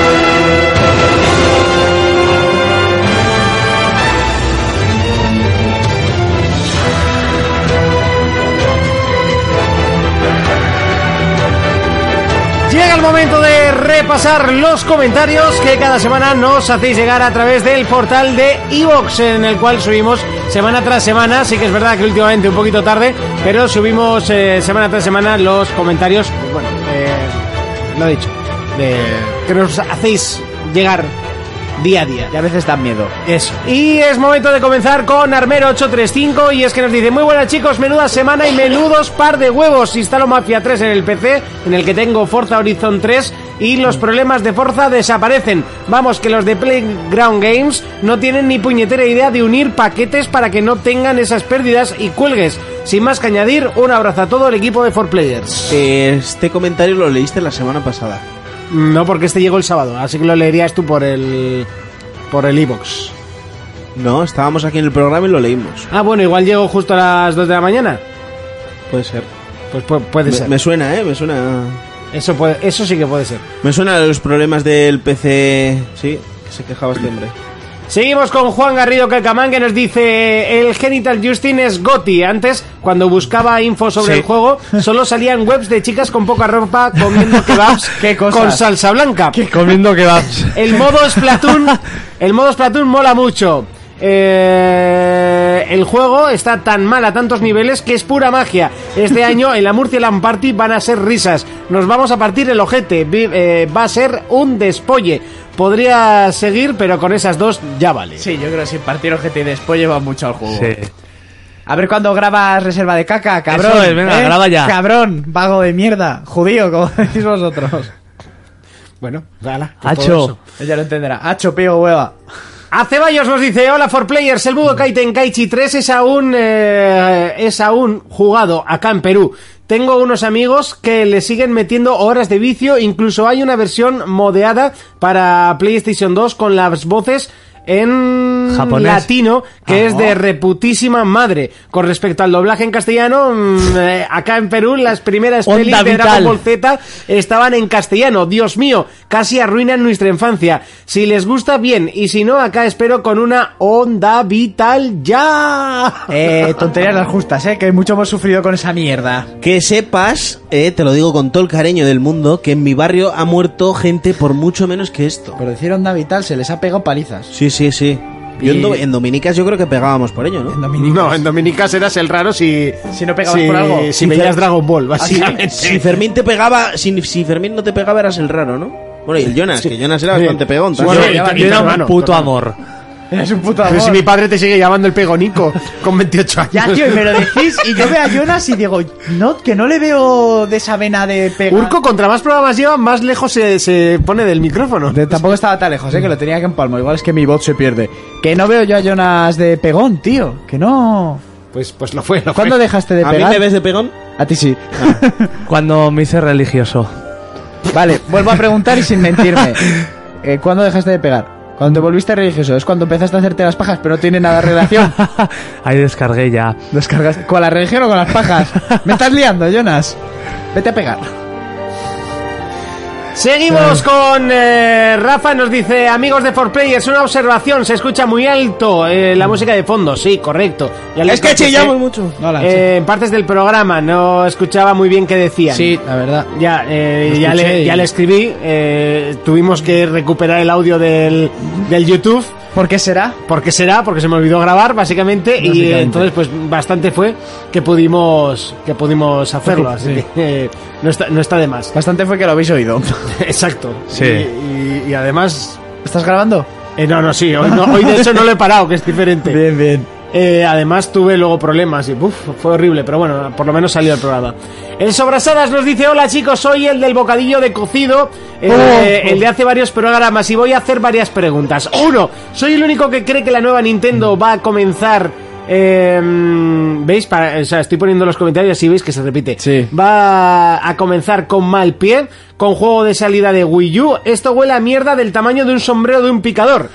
B: Llega el momento de repasar los comentarios que cada semana nos hacéis llegar a través del portal de Evox, en el cual subimos semana tras semana. Sí que es verdad que últimamente un poquito tarde, pero subimos eh, semana tras semana los comentarios. pues bueno, eh, lo dicho, de- que nos hacéis llegar
C: día a día. Y a veces dan miedo.
B: Eso. Y es momento de comenzar con Armero 835 y es que nos dice, muy buenas chicos, menuda semana y menudos par de huevos. Instalo Mafia 3 en el PC, en el que tengo Forza Horizon 3 y los problemas de Forza desaparecen. Vamos, que los de Playground Games no tienen ni puñetera idea de unir paquetes para que no tengan esas pérdidas y cuelgues. Sin más que añadir, un abrazo a todo el equipo de 4Players.
D: Eh, Este comentario lo leíste la semana pasada.
B: No, porque este llegó el sábado, así que lo leerías tú por el... por el iBox.
D: No, estábamos aquí en el programa y lo leímos.
B: Ah, bueno, igual llegó justo a las 2 de la mañana.
D: Puede ser.
B: Pues pu- puede
D: Me,
B: ser.
D: me suena, ¿eh? Me suena.
B: Eso, puede, eso sí que puede ser.
D: Me suena a los problemas del PC. Sí, que se quejaba este hombre.
B: Seguimos con Juan Garrido Calcamán que nos dice el genital Justin es Gotti. Antes, cuando buscaba info sobre
E: Sí.
B: el juego, solo salían webs de chicas con poca ropa
C: [laughs]
B: comiendo kebabs
C: Qué cosas.
B: con salsa blanca.
E: Comiendo kebabs.
B: [laughs] El modo Splatoon, el modo Splatoon mola mucho. Eh, el juego está tan mal a tantos niveles que es pura magia. Este año en la Murcia Land Party van a ser risas. Nos vamos a partir el ojete. Vi- eh, va a ser un despolle. Podría seguir, pero con esas dos ya vale.
C: Sí, yo creo que sin partir ojete y después lleva mucho al juego.
E: Sí.
C: A ver cuándo grabas reserva de caca, cabrón.
E: Eso es, venga,
C: ¿eh?
E: graba ya.
C: Cabrón, vago de mierda, judío, como [laughs] decís vosotros.
B: Bueno, gala.
E: Hacho.
C: Ella lo entenderá. Hacho, pío, hueva.
B: A Ceballos nos dice, hola for players, el Budokai Tenkaichi 3 es aún, eh, es aún jugado acá en Perú. Tengo unos amigos que le siguen metiendo horas de vicio, incluso hay una versión modeada para PlayStation 2 con las voces en
E: Japonés. Ah.
B: latino, que es de reputísima madre. Con respecto al doblaje en castellano, mm, eh, acá en Perú las primeras
E: Onda
B: pelis de
E: vital.
B: Dragon Ball Z estaban en castellano. Dios mío, casi arruinan nuestra infancia. Si les gusta, bien. Y si no, acá espero con una onda vital ya.
C: Eh, tonterías las justas, eh, que mucho hemos sufrido con esa mierda.
D: Que sepas, eh, te lo digo con todo el cariño del mundo, que en mi barrio ha muerto gente por mucho menos que esto.
C: Por decir onda vital, se les ha pegado palizas.
D: Sí, sí, sí. Yo en, Do- en Dominicas yo creo que pegábamos por ello, ¿no?
B: No, en Dominicas eras el raro si.
C: Si Ah, no pegabas por algo.
B: Si veías Dragon Ball,
D: Si,
B: básicamente.
D: si Fermín te pegaba, si, si Fermín no te pegaba eras el raro, ¿no? Bueno, y el Jonas, que Jonas era
B: Sí.
D: bastante pegón.
B: Sí,
D: también.
B: bueno,
E: Yo,
B: y-
E: yo
B: y
E: era
B: hermano,
E: un puto
B: total.
E: amor.
C: Eres un [laughs] puto
B: Pero
C: amor.
B: si mi padre te sigue llamando el pegonico [laughs] con 28 años.
C: Ya, tío, y me lo decís y yo veo a Jonas y digo, no, que no le veo de esa vena de pega.
B: Urco, contra más programas lleva, más lejos se, se pone del micrófono.
C: De- tampoco estaba tan lejos, eh, que lo tenía que empalmo. Igual es que mi bot se pierde. Que no veo yo a Jonas de pegón, tío. Que no.
B: Pues, pues lo fue, lo fue.
C: ¿Cuándo dejaste de
D: ¿A mí
C: pegar?
D: me ves de pegón?
C: A ti sí. [laughs]
E: Cuando me hice religioso.
C: Vale, vuelvo a preguntar y sin mentirme. Eh, ¿Cuándo dejaste de pegar? Cuando te volviste religioso, es cuando empezaste a hacerte las pajas, pero no tiene nada de relación.
E: Ahí descargué ya.
C: ¿Descargaste con la religión o con las [laughs] pajas? Me estás liando, Jonas. Vete a pegar.
B: Seguimos con eh, Rafa, nos dice, amigos de 4Players, una observación, se escucha muy alto eh, la música de fondo, sí, correcto. Ya le
D: Es que
B: contesté,
D: chillamos mucho.
C: No, la
B: eh, en partes del programa, no escuchaba muy bien qué decían.
C: sí, la verdad.
B: Ya, eh,
C: Lo
B: ya,
C: escuché
B: le,
C: y-
B: ya le escribí, eh, tuvimos que recuperar el audio del, del YouTube.
C: ¿Por qué será?
B: Porque será, porque se me olvidó grabar, básicamente, y
C: Básicamente.
B: eh, entonces pues bastante fue que pudimos que pudimos hacerlo, así que eh, no, está, no está de más.
C: Bastante fue que lo habéis oído.
B: [laughs] Exacto.
E: Sí.
B: Y- y- y además
C: ¿Estás grabando?
B: eh, no, no, sí, hoy, no- hoy de hecho no lo he parado, que es diferente.
C: [laughs] bien.
B: Eh, además tuve luego problemas y uf, fue horrible, pero bueno, por lo menos salió el programa. El Sobrasadas nos dice, hola chicos, soy el del bocadillo de cocido,
C: Oh,
B: el, de- el de hace varios programas y voy a hacer varias preguntas. Uno, soy el único que cree que la nueva Nintendo
C: Mm.
B: va a comenzar... eh, ¿Veis? Para- o sea, estoy poniendo los comentarios y veis que se repite.
C: Sí.
B: Va a comenzar con mal pie, con juego de salida de Wii U. Esto huele a mierda del tamaño de un sombrero de un
C: [laughs]
B: picador.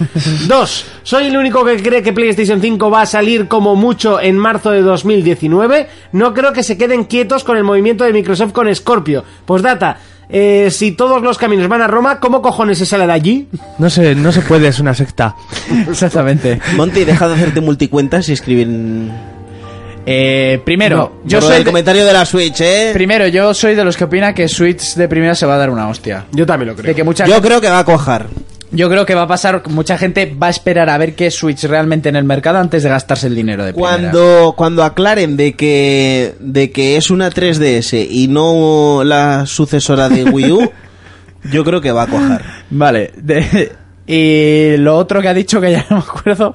B: Dos, soy el único que cree que PlayStation 5 va a salir como mucho en marzo de 2019. No creo que se queden quietos con el movimiento de Microsoft con Scorpio. Postdata, eh, si todos los caminos van a Roma, ¿cómo cojones se sale de allí?
E: No se, no se puede, es una secta.
C: Exactamente.
D: Monty, deja de hacerte multicuentas y escribir... en-
C: Eh, primero, yo
D: por lo
C: soy
D: del
C: de-
D: comentario de la Switch, ¿eh?
C: primero, yo soy de los que opina que Switch de primera se va a dar una hostia.
B: Yo también lo creo.
C: De que mucha
D: Yo creo que va a cuajar.
C: Yo creo que va a pasar, mucha gente va a esperar a ver qué Switch realmente en el mercado antes de gastarse el dinero de primera.
D: Cuando, cuando aclaren de que, de que es una 3DS y
B: [laughs]
D: no la sucesora de Wii U, yo creo que va a cuajar.
C: Vale, de- [laughs] Y lo otro que ha dicho que ya no me acuerdo,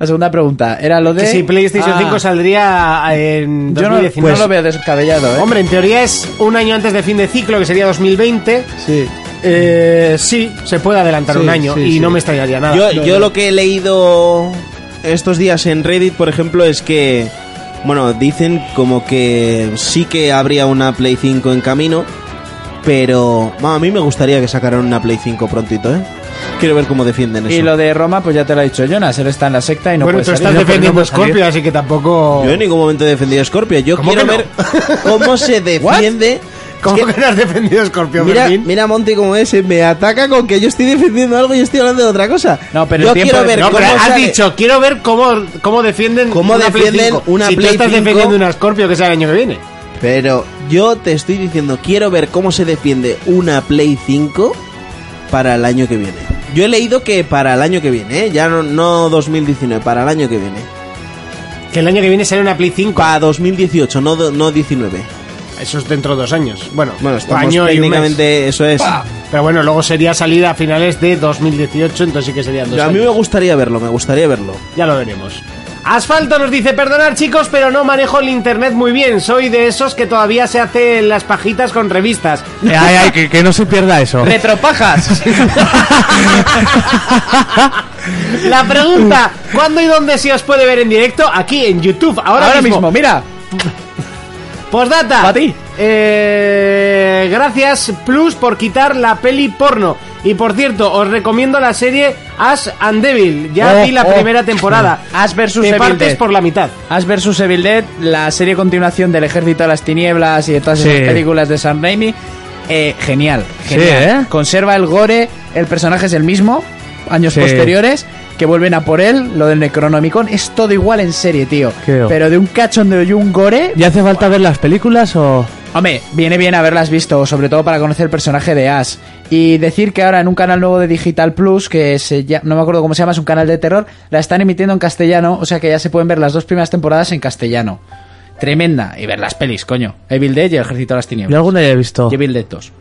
C: la segunda pregunta, era lo de...
B: Que si PlayStation
C: Ah,
B: 5 saldría eh, en
C: Yo no, pues,
B: 2019.
C: no lo veo descabellado, ¿eh?
B: Hombre, en teoría es un año antes de fin de ciclo, que sería 2020.
C: Sí.
B: Eh, sí, se puede adelantar
C: Sí,
B: un año
C: sí,
B: y
C: sí.
B: no me extrañaría nada.
D: Yo,
B: Ah, No,
D: yo
B: no.
D: lo que he leído estos días en Reddit, por ejemplo, es que, bueno, dicen como que sí que habría una Play 5 en camino, pero bueno, a mí me gustaría que sacaran una Play 5 prontito, ¿eh? Quiero ver cómo defienden eso.
C: Y lo de Roma, pues ya te lo ha dicho Jonas, él está en la secta y no
B: bueno,
C: puede
B: tú
C: salir.
B: estás
C: No, pero no
B: defendiendo
C: puede salir.
B: Scorpio, así que tampoco.
D: Yo en ningún momento he defendido a Scorpio. Yo
B: ¿Cómo
D: quiero
B: que no?
D: ver
B: [laughs]
D: cómo se defiende.
B: ¿Cómo
D: Es
B: que,
D: que-
B: no has defendido Scorpio,
D: Mira,
B: Fermín?
D: mira Monty como es, eh. me ataca con que yo estoy defendiendo algo y estoy hablando de otra cosa.
C: No, pero
D: yo
C: el tiempo
D: quiero
C: de-
D: ver
B: No,
D: cómo
B: pero has
D: sale-
B: dicho, quiero ver cómo, cómo defienden
D: Cómo
B: una Play
D: defienden
B: 5.
D: una
B: si tú
D: Play
B: estás
D: 5.
B: defendiendo una Scorpio que sea el año que viene.
D: Pero yo te estoy diciendo, quiero ver cómo se defiende una Play 5 para el año que viene. Yo he leído que para el año que viene, ¿eh? ya no, no 2019, para el año que viene.
B: Que el año que viene será una Play 5.
D: Para 2018, no, do- no 19.
B: Eso es dentro de dos años. Bueno,
D: Bueno, estamos
B: año y un mes.
D: técnicamente, eso es.
B: Pero bueno, luego sería salida a finales de 2018, entonces sí que serían dos
D: Yo a mí
B: años.
D: me gustaría verlo, me gustaría verlo.
B: Ya lo veremos. Asfalto nos dice, perdonar chicos, pero no manejo el internet muy bien. Soy de esos que todavía se hacen las pajitas con revistas.
E: Eh, ay, ay, que, que no se pierda eso.
C: Retropajas.
B: [laughs] La pregunta, ¿cuándo y dónde se os puede ver en directo? Aquí en YouTube, ahora,
C: Ahora mismo, mira.
B: Postdata.
C: Pa' ti.
B: Eh, gracias Plus por quitar la peli porno. Y por cierto, os recomiendo la serie Ash and Devil. Ya
C: Oh,
B: vi la
C: oh.
B: primera temporada.
C: Ash versus
B: Te
C: Evil
B: partes
C: Dead.
B: por la mitad.
C: Ash vs Evil Dead, la serie continuación del Ejército de las Tinieblas y de todas
E: Sí.
C: esas películas de Sam Raimi. Eh, genial,
E: Sí,
C: genial.
E: ¿eh?
C: Conserva el gore, el personaje es el mismo, años
E: Sí.
C: posteriores, que vuelven a por él, lo del Necronomicon, es todo igual en serie, tío.
E: Creo.
C: Pero de un cachondeo y un gore...
E: ¿Y hace falta ver las películas o.?
C: Hombre, viene bien haberlas visto, sobre todo para conocer el personaje de Ash. Y decir que ahora en un canal nuevo de Digital Plus, que se lla- no me acuerdo cómo se llama, es un canal de terror, la están emitiendo en castellano, o sea que ya se pueden ver las dos primeras temporadas en castellano. Tremenda. Y ver las pelis, coño. Evil Dead y el Ejército de las
E: Yo
C: Tinieblas.
E: alguna ya he visto.
C: Y Evil Dead 2.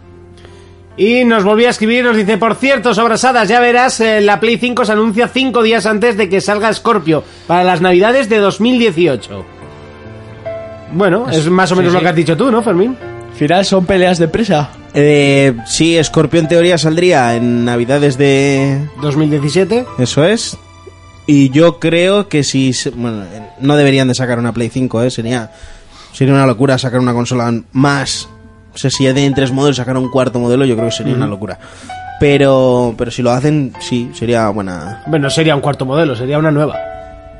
B: Y nos volvió a escribir, nos dice, por cierto, sobrasadas, ya verás, eh, la Play 5 se anuncia 5 días antes de que salga Scorpio, para las navidades de 2018. Bueno, es más o menos lo que has dicho tú, ¿no, Fermín?
C: Final son peleas de presa.
D: Eh, sí, Scorpio en teoría saldría en Navidades de,
B: 2017.
D: Eso es. Y yo creo que si... se- Bueno, no deberían de sacar una Play 5, ¿eh? Sería, sería una locura sacar una consola más... O sea, si ya tienen tres modelos, sacar un cuarto modelo yo creo que sería una locura. Pero, pero si lo hacen, sí, sería buena...
B: Bueno, sería un cuarto modelo, sería una nueva.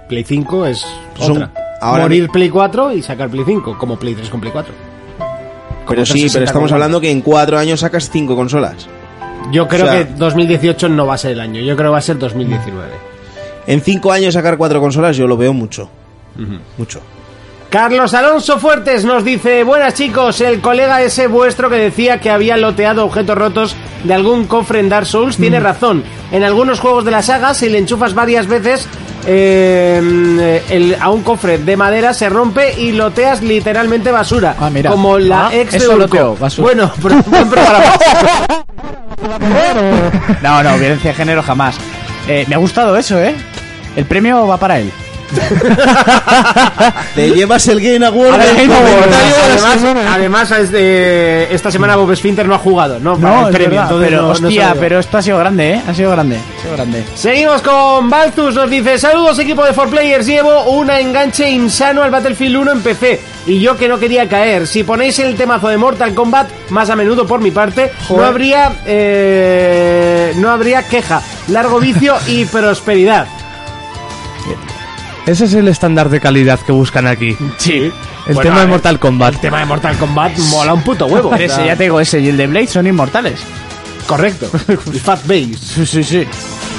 B: Play 5 es
D: Son-
B: otra.
D: ahora-
B: Morir Play 4 y sacar Play 5, como Play 3 con Play 4.
D: Pero sí,
B: 360
D: pero estamos
B: con-
D: hablando que en cuatro años sacas cinco consolas.
B: Yo creo
D: O sea-
B: que 2018 no va a ser el año, yo creo que va a ser 2019.
D: En cinco años sacar cuatro consolas yo lo veo mucho. Mucho.
B: Carlos Alonso Fuertes nos dice, buenas chicos, el colega ese vuestro que decía que había loteado objetos rotos de algún cofre en Dark Souls
C: Mm.
B: tiene razón. En algunos juegos de la saga, si le enchufas varias veces eh, el- a un cofre de madera, se rompe y loteas literalmente basura.
C: Ah, mira.
B: Como la
C: Ah,
B: ex de
C: eso
B: Urco.
C: loteo, basura.
B: Bueno, pero- buen
C: [laughs]
B: programa.
C: No, no, violencia de género jamás. Eh, me ha gustado eso, ¿eh? El premio va para [laughs] él.
D: Te llevas el Game Award.
C: Ahora
D: del
C: Game Award. [laughs]
D: comentario de la
B: Además,
D: semana.
B: además, es de- esta semana Bob Sfinter no ha jugado, ¿no? Para el
C: es
B: premio,
C: verdad,
B: entonces
C: pero
B: no- no se lo
C: hostia,
B: digo.
C: pero esto ha sido grande, ¿eh? Ha sido grande. Ha sido grande.
B: Seguimos con Baltus, nos dice Saludos equipo de 4Players, llevo un enganche insano al Battlefield 1 en PC Y yo que no quería caer Si ponéis el temazo de Mortal Kombat, más a menudo por mi parte No habría, eh, no habría queja Largo vicio [laughs] y prosperidad
E: Ese es el estándar de calidad que buscan aquí.
B: Sí
E: El tema de Mortal Kombat.
B: El tema de Mortal Kombat mola un puto huevo o sea,
C: Ese, ya te digo, ese y el de Blade son inmortales. [laughs]
B: Correcto Fat Base
C: Sí, sí, sí.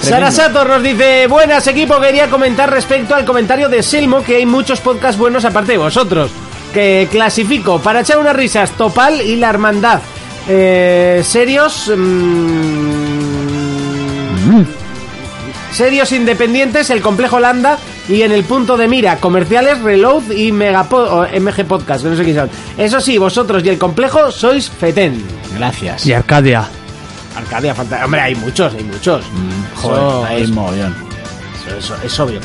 B: Sara Sator nos dice, buenas equipo, quería comentar respecto al comentario de Selmo que hay muchos podcasts buenos aparte de vosotros, que clasifico para echar unas risas Topal y La Hermandad. Eh, serios... mm, Serios independientes, El Complejo Landa y en el punto de mira, comerciales, Reload y Megapo- o MG Podcast, que no sé quién son. Eso sí, vosotros y el Complejo sois fetén.
C: Gracias.
E: Y Arcadia.
B: Arcadia, Fantasía. Hombre, hay muchos, hay muchos.
C: Mm, Joder,
B: Eso-
C: ahí es mogollón.
B: eso- eso es obvio.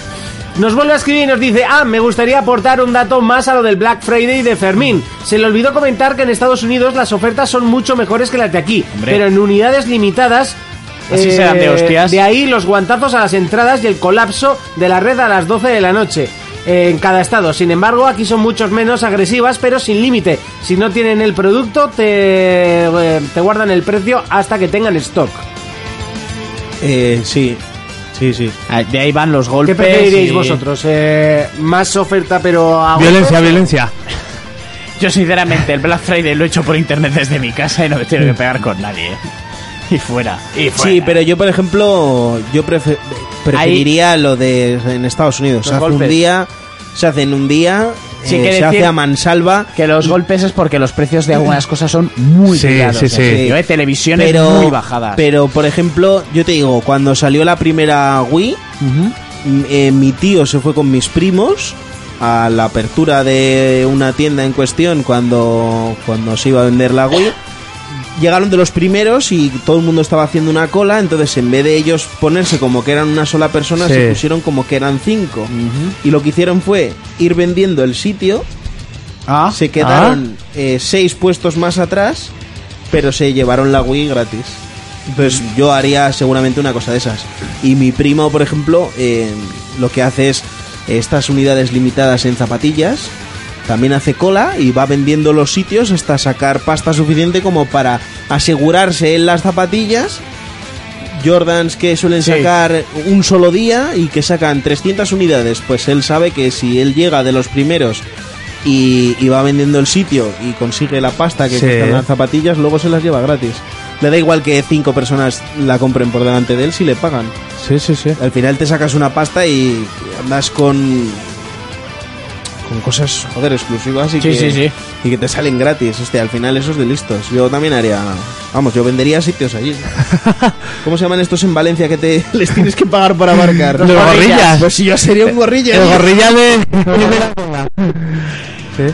B: Nos vuelve a escribir y nos dice, ah, me gustaría aportar un dato más a lo del Black Friday de Fermín. Se le olvidó comentar que en Estados Unidos las ofertas son mucho mejores que las de aquí,
C: Hombre.
B: pero en unidades limitadas...
C: Así se dan de hostias.
B: Eh, De ahí los guantazos a las entradas y el colapso de la red a las 12 de la noche eh, en cada estado. Sin embargo, aquí son muchos menos agresivas, pero sin límite. Si no tienen el producto, te, eh, te guardan el precio hasta que tengan stock.
D: Eh, sí. Sí, sí.
C: Ah, De ahí van los
B: ¿Qué
C: golpes.
B: preferiréis
C: y-
B: vosotros? Eh, ¿Más oferta pero a golpes?
E: Violencia, violencia.
C: Yo, sinceramente, el Black Friday lo he hecho por internet desde mi casa y no me tengo que pegar con nadie. ¿eh? Y fuera. Y fuera.
D: Sí, pero yo, por ejemplo, yo prefe- preferiría lo de en Estados Unidos. Se hace
C: golpes.
D: un día, se hace en un día,
C: Sí,
D: eh,
C: que
D: se
C: decir-
D: hace a mansalva.
C: Que los golpes es porque los precios de algunas cosas son muy
E: Sí,
C: elevados. ¿eh?
E: sí, sí.
C: Yo de televisiones
D: pero,
C: muy bajadas.
D: Pero, por ejemplo, yo te digo, cuando salió la primera Wii, m- eh, mi tío se fue con mis primos a la apertura de una tienda en cuestión cuando, cuando se iba a vender la Wii. Llegaron de los primeros y todo el mundo estaba haciendo una cola, entonces en vez de ellos ponerse como que eran una sola persona,
E: Sí.
D: se pusieron como que eran cinco. Y lo que hicieron fue ir vendiendo el sitio
C: Ah,
D: se quedaron eh, seis puestos más atrás, pero se llevaron la Wii gratis. Entonces yo haría seguramente una cosa de esas. Y mi primo, por ejemplo, eh, lo que hace es estas unidades limitadas en zapatillas. También hace cola y va vendiendo los sitios hasta sacar pasta suficiente como para asegurarse en las zapatillas. Jordans que suelen sacar un solo día y que sacan 300 unidades. Pues él sabe que si él llega de los primeros y, y va vendiendo el sitio y consigue la pasta que
E: Sí.
D: cuestan las zapatillas, luego se las lleva gratis. Le da igual que cinco personas la compren por delante de él si le pagan.
E: Sí, sí, sí.
D: Al final te sacas una pasta y andas con con cosas joder exclusivas y
C: Sí,
D: que
C: sí, sí.
D: y que te salen gratis. Hostia, al final esos de listos. Yo también haría, vamos, yo vendería sitios
E: [laughs]
D: allí. ¿Cómo se llaman estos en Valencia que te [laughs] les tienes que pagar para
E: [laughs]
D: abarcar?
E: Los gorrillas.
D: Pues si yo sería un gorrilla.
C: ¿eh?
E: El
D: [laughs]
E: gorrilla de. Sí.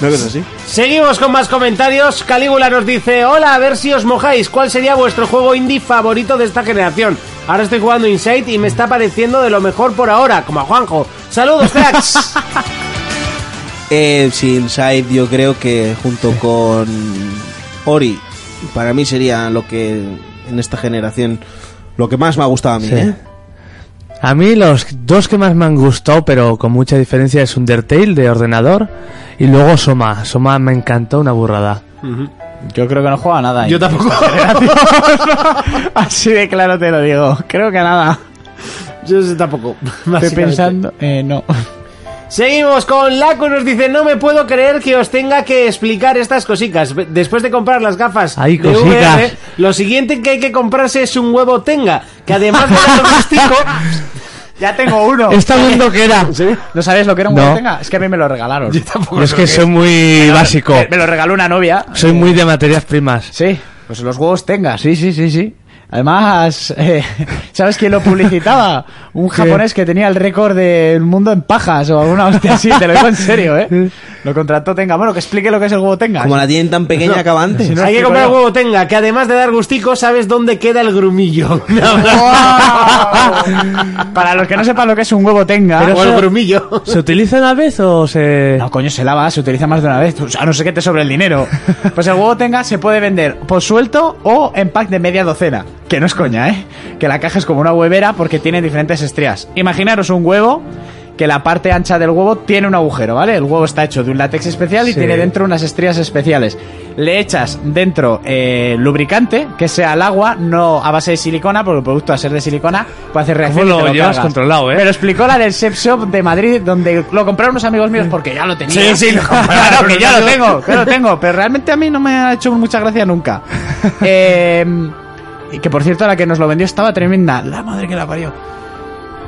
D: No cosa así.
B: Seguimos con más comentarios. Calígula nos dice, hola, a ver si os mojáis. ¿Cuál sería vuestro juego indie favorito de esta generación? Ahora estoy jugando Inside y me está pareciendo de lo mejor por ahora, como a Juanjo. Saludos,
C: [laughs]
B: cracks.
D: Eh, sí, Inside yo creo que junto con Ori, para mí sería lo que en esta generación lo que más me ha gustado a mí,
E: Sí.
D: ¿eh?
E: A mí los dos que más me han gustado, pero con mucha diferencia, es Undertale de ordenador y luego Soma. Soma me encantó, una burrada.
C: Yo creo que no juega nada.
B: Yo tampoco.
C: [laughs] Así de claro te lo digo. Creo que nada.
B: [laughs] Yo sé tampoco.
C: Estoy
B: [laughs] básicamente.
C: pensando. Eh, no.
B: Seguimos con Laco nos dice, no me puedo creer que os tenga que explicar estas cosicas. Después de comprar las gafas
E: Ay,
B: de
E: cosicas.
B: VR,
C: ¿eh?
B: lo siguiente que hay que comprarse es un huevo tenga, que además de ser
C: [laughs]
B: plástico,
C: Ya tengo uno.
E: ¿Está viendo que era?
C: ¿No sabes lo que era un
E: No.
C: huevo tenga? Es que a mí me lo regalaron.
E: Yo es que soy muy básico.
C: Me lo regaló una novia.
E: Soy muy de materias primas.
C: Sí, pues los huevos tenga, sí, sí, sí, sí. Además, eh, [laughs] ¿sabes quién lo publicitaba? Un japonés que tenía el récord del mundo en pajas o alguna hostia así, te lo digo en serio, ¿eh? Lo contrató Tenga. Bueno, que explique lo que es el huevo Tenga.
D: Como la tienen tan pequeña acaba antes.
C: si no-
B: hay que
C: explico
B: comprar
C: yo.
B: huevo tenga, que además de dar gustico, sabes dónde queda el grumillo.
C: [laughs] Para los que no sepan lo que es un huevo Tenga...
E: Pero
B: o
E: eso-
B: el grumillo.
E: ¿Se utiliza una vez o se.?
C: No, coño, se lava, se utiliza más de una vez. O sea, a no sé qué te sobre el dinero. Pues el huevo tenga, se puede vender por suelto o en pack de media docena. Que no es coña, ¿eh? Que la caja es como una huevera porque tiene diferentes estrías. Imaginaros un huevo que la parte ancha del huevo tiene un agujero, ¿vale? El huevo está hecho de un látex especial y
E: Sí.
C: tiene dentro unas estrías especiales. Le echas dentro eh, lubricante, que sea al agua, no a base de silicona, porque el producto a ser de silicona puede hacer reacción.
E: lo llevas controlado, eh?
C: Pero explicó la del Sep Shop de Madrid, donde lo compraron unos amigos míos porque ya lo tenía. Sí, sí, lo [laughs] Claro, que ya lo tengo, que lo tengo. Pero realmente a mí no me ha hecho mucha gracia
E: [laughs]
C: nunca. Eh, y que por cierto, la que nos lo vendió estaba tremenda. La madre que la parió.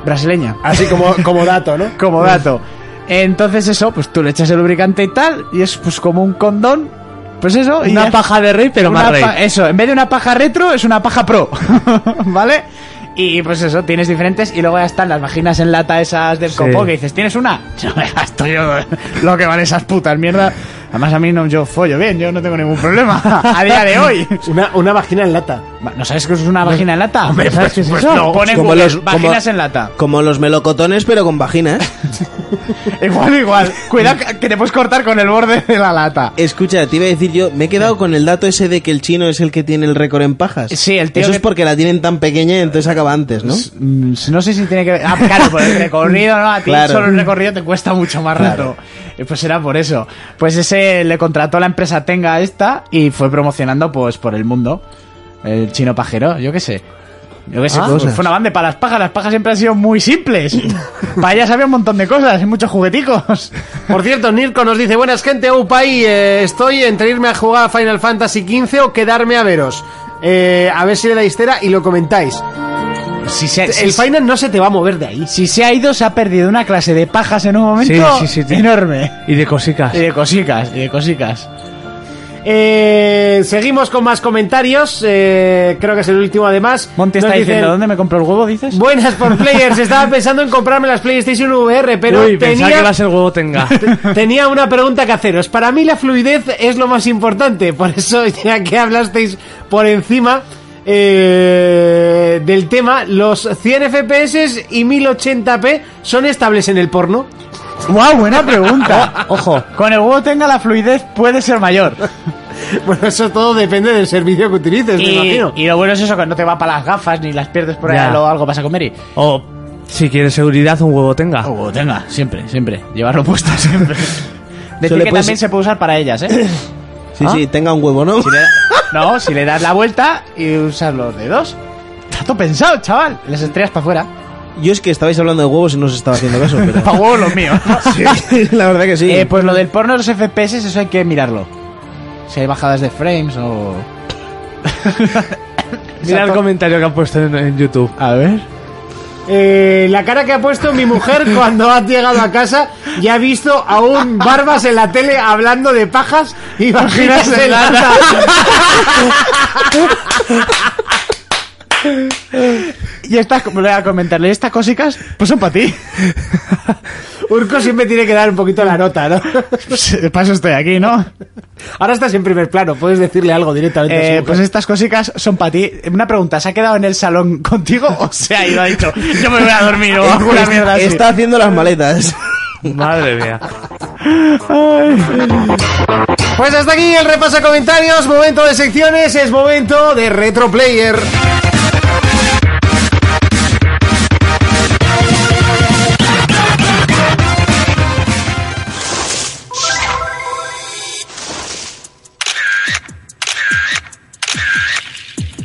C: Brasileña.
B: Así como, como dato, ¿no?
C: Como dato. Entonces eso, pues tú le echas el lubricante y tal, y es pues como un condón. Pues eso. y
E: Una
C: ya-
E: paja de rey, pero
C: una
E: más rey.
C: pa- Eso, en vez de una paja retro, es una paja pro. [laughs] ¿Vale? Y pues eso, tienes diferentes. Y luego ya están las vaginas en lata esas del
E: Sí.
C: copo que dices, ¿tienes una? [laughs] Yo me gasto yo lo que van esas putas mierda.
E: [laughs]
C: Además, [laughs] a mí no, yo follo bien, yo no tengo ningún problema. A día de hoy.
B: Una, una vagina en lata.
C: ¿No sabes que eso es una vagina en lata?
E: Hombre,
C: ¿Sabes
E: pues-
C: qué es
E: pues
C: eso?
E: no.
C: Pon en
D: Como
C: Google,
D: los- como-
C: vaginas en lata.
D: Como los melocotones, pero con vaginas.
C: Igual, igual. Cuidado que- que te puedes cortar con el borde de la lata.
D: [laughs] Escucha, te iba a decir yo, me he quedado con el dato ese de que el chino es el que tiene el récord en pajas.
C: Sí, el tío
D: Eso
C: que-
D: es porque la tienen tan pequeña y entonces acaba antes, ¿no?
C: Mm, No sé si tiene que ver. Ah, claro, por el recorrido, ¿no? A ti
D: Claro.
C: solo el recorrido te cuesta mucho más rato. Eh, Pues era por eso. Pues ese le contrató la empresa Tenga a esta y fue promocionando pues por el mundo. El chino pajero, yo qué sé. Yo qué sé,
D: Ah,
C: pues,
D: cosas.
C: fue una banda para las pajas. Las pajas siempre han sido muy [laughs] simples. para ellas había un montón de cosas y muchos jugueticos.
B: Por cierto, Nirko nos dice, buenas gente, Upay, eh, estoy entre irme a jugar a Final Fantasy XV o quedarme a veros. Eh, a ver si le dais cera y lo comentáis.
C: Si se, si
B: El
C: se-
B: Final no se te va a mover de ahí.
C: si se ha ido, se ha perdido una clase de pajas en un momento
E: Sí, sí, sí, sí.
C: enorme.
E: Y de cosicas.
C: Y de cosicas, y de cosicas.
B: Eh, seguimos con más comentarios. eh, creo que es el último además.
C: Monty
B: Nos
C: está
B: dicen,
C: diciendo, ¿dónde me compro el huevo, dices?
B: Buenas
C: [laughs]
B: por players, estaba pensando en comprarme las PlayStation VR, pero
E: Uy, pensaba
B: tenía
E: que las el huevo
C: [laughs]
E: tenga.
B: [laughs] Tenía una pregunta que haceros. Para mí la fluidez es lo más importante. Por eso, [laughs] ya que hablasteis por encima eh, del tema, los 100 FPS y 1080p son estables en el porno. [laughs]
C: ¡Wow! Buena [laughs] pregunta. Ojo, con el huevo tenga la fluidez puede ser [laughs] mayor.
B: Bueno, eso todo depende del servicio que utilices, me
C: Y,
B: imagino.
C: y lo bueno es eso, que no te va para las gafas ni las pierdes por
E: Ya.
C: ahí o algo vas a comer y...
E: o si quieres seguridad, un huevo tenga.
C: El huevo tenga, siempre, siempre. Llevarlo [laughs] puesto siempre. Decir
D: le
C: que
D: puedes-
C: también se puede usar para ellas, ¿eh? [laughs]
D: Sí, sí, tenga un huevo, ¿no?
C: No, si le das la vuelta y usas los dedos. Tato pensado, chaval. Las estrellas para [laughs] afuera.
D: [laughs] Yo es que estabais hablando de huevos y no os estaba haciendo caso,
C: [laughs]
D: pero...
C: Para huevo los míos.
D: Sí, la verdad que sí.
C: Eh, pues lo del porno de los FPS, eso hay que mirarlo. Si hay bajadas de frames o...
B: [laughs]
E: Mira el
C: Exacto.
E: comentario que han puesto en, en YouTube.
C: A ver...
B: Eh, la cara que ha puesto mi
C: [laughs]
B: mujer cuando ha llegado a casa y ha visto a un Barbas en la tele hablando de pajas
C: [laughs]
B: y vaginas en lata.
C: Y estas, como le voy a comentarle, estas cosicas, pues son para ti.
B: [laughs] Urco siempre tiene que dar un poquito la nota,
C: [laughs]
B: ¿no?
C: Para eso estoy aquí, ¿no?
B: Ahora estás en primer plano, puedes decirle algo directamente. a su
C: Eh,
B: mujer.
C: pues estas cosicas son para ti. Una pregunta, ¿se ha quedado en el salón contigo o se ha ido? Ha dicho, yo me voy a dormir
D: [laughs]
C: o alguna mierda así.
D: Está haciendo
C: [laughs]
D: las maletas.
E: Madre mía.
B: Pues hasta aquí el repaso de comentarios, momento de secciones, es momento de Retro Player.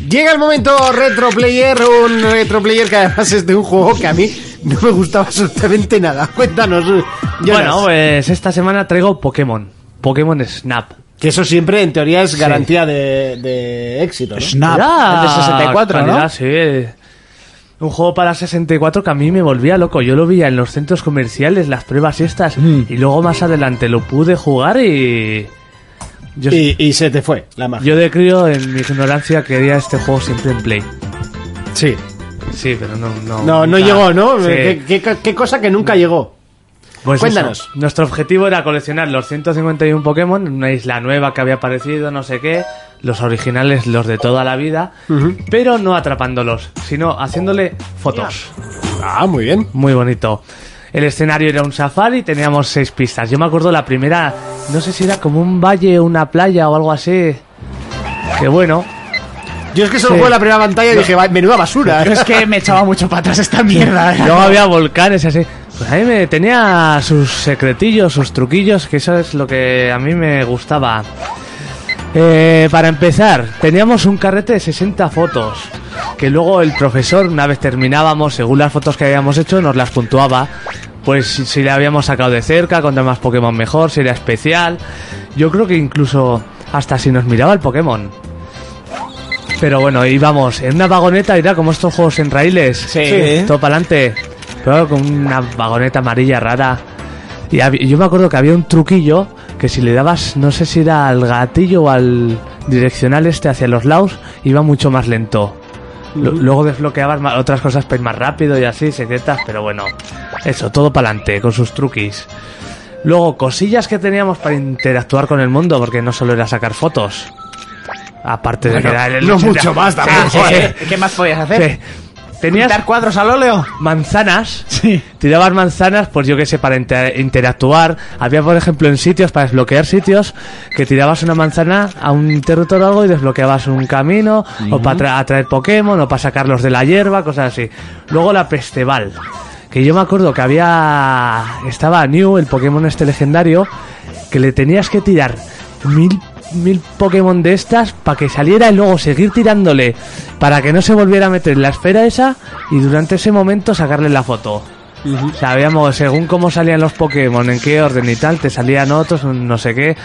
B: Llega el momento Retro Player, un Retro Player que además es de un juego que a mí no me gustaba absolutamente nada. [laughs] Cuéntanos, Jonas.
E: Bueno, pues esta semana traigo Pokémon. Pokémon Snap.
B: Que eso siempre, en teoría, es garantía de, de éxito. ¿no?
C: Snap,
E: Ya,
C: el de 64,
E: calidad,
C: ¿no?
E: Ah, sí. Un juego para 64 que a mí me volvía loco. Yo lo veía en los centros comerciales, las pruebas estas.
C: Mm.
E: Y luego más adelante lo pude jugar y. Yo,
B: Y, y se te fue la magia.
E: yo de crío, en mi ignorancia, quería este juego siempre en play.
B: Sí.
E: Sí, pero no. No,
B: No, no
E: nunca-
B: llegó, ¿no?
E: Sí.
B: ¿Qué, qué- qué cosa que nunca llegó?
E: Pues
B: Cuéntanos.
E: eso, nuestro objetivo era coleccionar los 151 Pokémon en una isla nueva que había aparecido, no sé qué, los originales, los de toda la vida, pero no atrapándolos, sino haciéndole fotos.
B: Ah, muy bien.
E: Muy bonito. El escenario era un safari, teníamos seis pistas. Yo me acuerdo la primera, no sé si era como un valle, una playa o algo así. Que bueno,
B: Yo es que solo
E: Sí.
B: jugué la primera pantalla y dije, "Va, menuda basura.
C: Yo
B: [laughs]
C: es que me echaba mucho para atrás
A: [laughs]
C: esta mierda.
E: Luego había volcanes y así. Pues a mí me tenía sus secretillos, sus truquillos, que eso es lo que a mí me gustaba. Eh, para empezar, teníamos un carrete de 60 fotos, que luego el profesor, una vez terminábamos, según las fotos que habíamos hecho, nos las puntuaba. Pues si, si la habíamos sacado de cerca, contra más Pokémon mejor, si era especial. Yo creo que incluso hasta si nos miraba el Pokémon. Pero bueno, íbamos en una vagoneta, era como estos juegos en raíles.
D: Sí.
E: Todo para adelante. Pero con una vagoneta amarilla rara. Y hab- yo me acuerdo que había un truquillo que si le dabas, no sé si era al gatillo o al direccional este hacia los lados, iba mucho más lento. Lo- Luego desbloqueabas ma- otras cosas para ir más rápido y así, secretas, pero bueno, eso, todo para adelante, con sus truquis. Luego, cosillas que teníamos para interactuar con el mundo, porque no solo era sacar fotos. Aparte de
B: Bueno,
E: que era el
B: no
E: 80.
B: mucho más
C: Ah,
B: tampoco,
E: [laughs] Sí, sí,
B: ¿eh?
E: sí.
C: ¿Qué más podías hacer?
E: Sí. Tenías
C: ¿Pintar cuadros al óleo?
E: manzanas,
C: Sí.
E: tiraban manzanas, pues yo qué sé, para inter- interactuar. Había, por ejemplo, en sitios, para desbloquear sitios, que tirabas una manzana a un interruptor o algo y desbloqueabas un camino, o para tra- atraer Pokémon, o para sacarlos de la hierba, cosas así. Luego la Pesteval, que yo me acuerdo que había... Estaba New, el Pokémon este legendario, que le tenías que tirar mil mil Pokémon de estas para que saliera y luego seguir tirándole para que no se volviera a meter en la esfera esa y durante ese momento sacarle la foto. Sabíamos, según cómo salían los Pokémon, en qué orden y tal, te salían otros, no sé qué.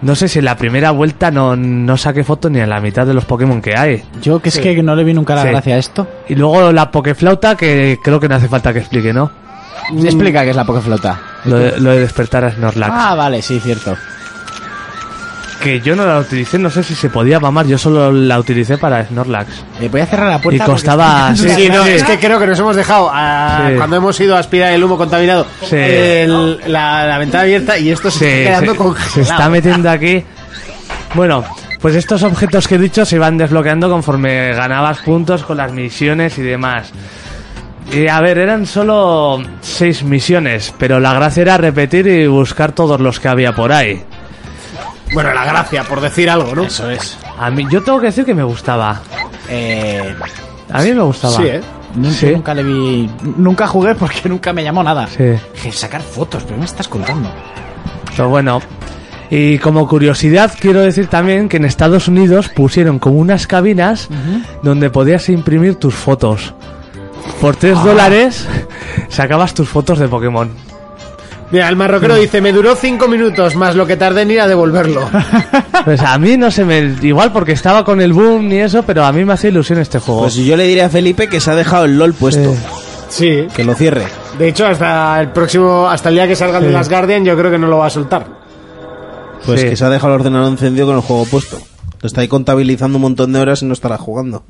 E: No sé si en la primera vuelta no, no saqué foto ni en la mitad de los Pokémon que hay.
C: Yo que es que no le vi nunca la
E: Sí.
C: gracia a esto.
E: Y luego la Pokéflauta, que creo que no hace falta que explique, ¿no?
C: Explica qué es la Pokéflota.
E: Lo de, lo de despertar a Snorlax.
C: Ah, vale, sí, cierto.
E: Que yo no la utilicé, no sé si se podía mamar, yo solo la utilicé para Snorlax.
C: Le Eh, voy a cerrar la puerta.
E: Y
C: porque
E: costaba-
C: estoy-
E: Sí,
B: Sí, no,
E: sí.
B: es que creo que nos hemos dejado a-
E: Sí.
B: cuando hemos ido a aspirar el humo contaminado
E: Sí.
B: el- la, la ventana abierta y esto se
E: Sí,
B: está quedando
E: se-
B: congelado.
E: se está metiendo aquí. Bueno, pues estos objetos que he dicho se iban desbloqueando conforme ganabas puntos con las misiones y demás. Y a ver, eran solo seis misiones, pero la gracia era repetir y buscar todos los que había por ahí.
B: Bueno, la gracia, por decir algo, ¿no? Eso es.
E: A mí, yo tengo que decir que me gustaba.
C: Eh,
E: A mí me gustaba.
B: Sí, ¿eh?
C: nun-
E: Sí.
C: Nunca le vi. Nunca jugué porque nunca me llamó nada.
E: Sí.
C: Dije, sacar fotos, pero me estás contando.
E: Pero bueno. Y como curiosidad, quiero decir también que en Estados Unidos pusieron como unas cabinas donde podías imprimir tus fotos. Por 3 dólares [laughs] sacabas tus fotos de Pokémon.
B: Mira, el marroquero
E: Mm.
B: dice, me duró cinco minutos más lo que tardé en ir a
E: [laughs]
B: devolverlo.
E: Pues a mí no se me. Igual porque estaba con el boom y eso, pero a mí me hacía ilusión este juego.
D: Pues yo le diré a Felipe que se ha dejado el LOL puesto.
B: sí.
D: Que lo cierre.
B: De hecho, hasta el próximo, hasta el día que salgan de las Guardian, yo creo que no lo va a soltar. [laughs]
D: Pues
E: Sí.
D: que se ha dejado el ordenador encendido con el juego puesto. Lo está ahí contabilizando un montón de horas y no estará jugando.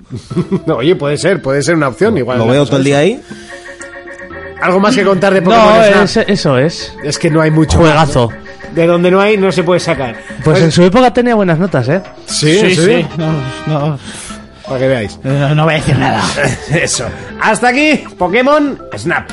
B: No, oye, puede ser, puede ser una opción. Igual
D: Lo
B: la
D: veo
B: cosa
D: todo el día ahí.
B: es- Algo más que contar de Pokémon
E: no,
B: Snap.
E: es- eso es.
B: Es que no hay mucho.
E: Juegazo.
B: De donde no hay, no se puede sacar.
E: Pues
B: Oye,
E: en su época tenía buenas notas, ¿eh?
B: Sí, sí,
C: No, no, Eh,
B: Para que veáis.
C: no, no voy a decir nada.
B: [laughs] Eso. Hasta aquí, Pokémon Snap.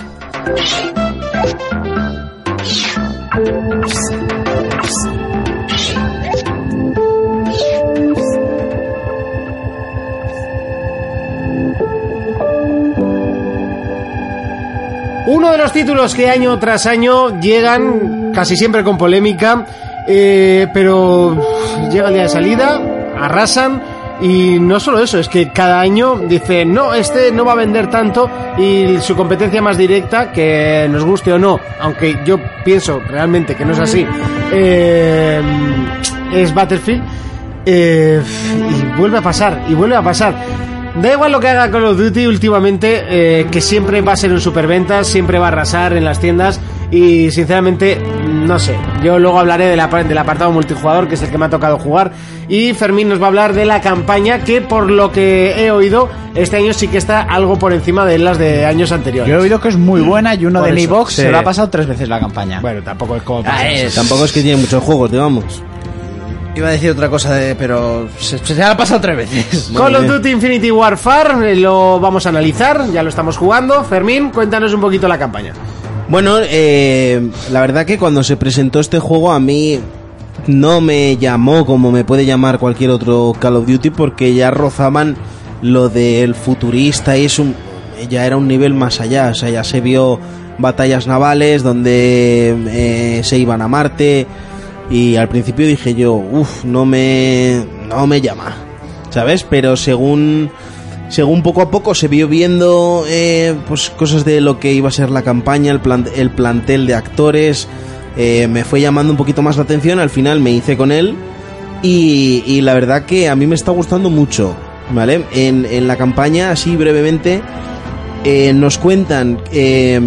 B: Uno de los títulos que año tras año llegan casi siempre con polémica, eh, pero uf, llega el día de salida, arrasan y no solo eso, es que cada año dice, no, este no va a vender tanto y su competencia más directa, que nos guste o no, aunque yo pienso realmente que no es así, eh, es Battlefield. Eh, y vuelve a pasar, y vuelve a pasar. Da igual lo que haga Call of Duty últimamente, eh, que siempre va a ser un superventas, siempre va a arrasar en las tiendas. Y sinceramente, no sé. Yo luego hablaré del, apar- del apartado multijugador, que es el que me ha tocado jugar. Y Fermín nos va a hablar de la campaña, que por lo que he oído, este año sí que está algo por encima de las de años anteriores.
C: Yo he oído que es muy buena y uno
B: Por
C: de mi
B: eso,
C: box
E: sí.
C: se lo ha pasado tres veces la campaña.
B: Bueno, tampoco es como.
C: Ah, es-
D: Tampoco es que tiene muchos juegos, digamos.
C: Iba a decir otra cosa, de, pero se, se la ha pasado tres veces.
B: Call of
D: bien.
B: Duty Infinity Warfare eh, lo vamos a analizar, ya lo estamos jugando. Fermín, cuéntanos un poquito la campaña.
D: Bueno, eh, la verdad que cuando se presentó este juego a mí no me llamó como me puede llamar cualquier otro Call of Duty porque ya rozaban lo del futurista y es un ya era un nivel más allá, o sea, ya se vio batallas navales donde eh, se iban a Marte y al principio dije yo, uff, no me no me llama, ¿sabes? Pero según según poco a poco se vio viendo eh, pues cosas de lo que iba a ser la campaña, el, plan- el plantel de actores, eh, me fue llamando un poquito más la atención, al final me hice con él y, y la verdad que a mí me está gustando mucho, ¿vale? En, en la campaña, así brevemente, eh, nos cuentan eh,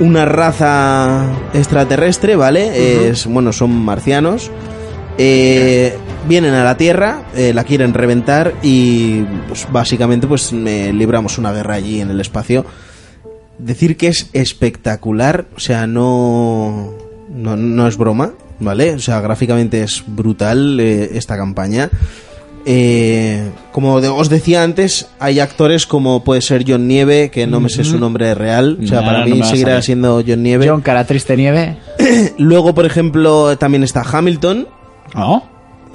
D: una raza extraterrestre, ¿vale? Es, bueno, son marcianos. Eh, vienen a la Tierra, eh, la quieren reventar y pues, básicamente pues eh, libramos una guerra allí en el espacio. Decir que es espectacular, o sea, no, no, no es broma, ¿vale? O sea, gráficamente es brutal eh, esta campaña. eh, como de- os decía antes, hay actores como puede ser John Nieve, que no me sé su nombre real. O sea,
C: Ya,
D: para
C: no
D: mí
C: me vas a
D: seguirá
C: ver.
D: siendo John Nieve.
C: John, cara triste nieve.
D: [laughs] Luego, por ejemplo, también está Hamilton.
C: Oh.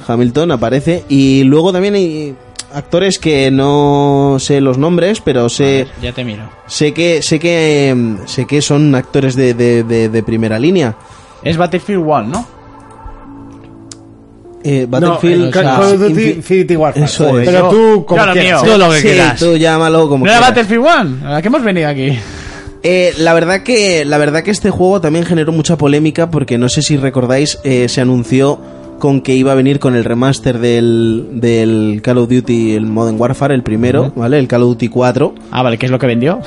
D: Hamilton aparece. Y luego también hay actores que no sé los nombres, pero sé,
C: Ya te miro.
D: sé que sé que em, sé que son actores de, de- de- de primera línea.
C: Es Battlefield 1, ¿no?
D: Eh,
B: No,
D: Battlefield,
B: el
D: o sea,
B: Call of Duty
D: Infi-
B: Infinity Warfare.
D: Eso es.
B: Pero
C: Yo-
B: tú, como
C: yo lo
B: quieras,
C: mío.
B: ¿eh?
C: Todo lo que
D: Sí,
C: quieras.
D: tú llámalo como
C: ¿No era
D: quieras.
C: Battlefield 1? ¿A qué hemos venido aquí?
D: Eh, la verdad que la verdad que este juego también generó mucha polémica porque no sé si recordáis eh, se anunció con que iba a venir con el remaster del, del Call of Duty, el Modern Warfare, el primero, ¿vale? El Call of Duty 4.
C: Ah, vale, ¿qué es lo que vendió?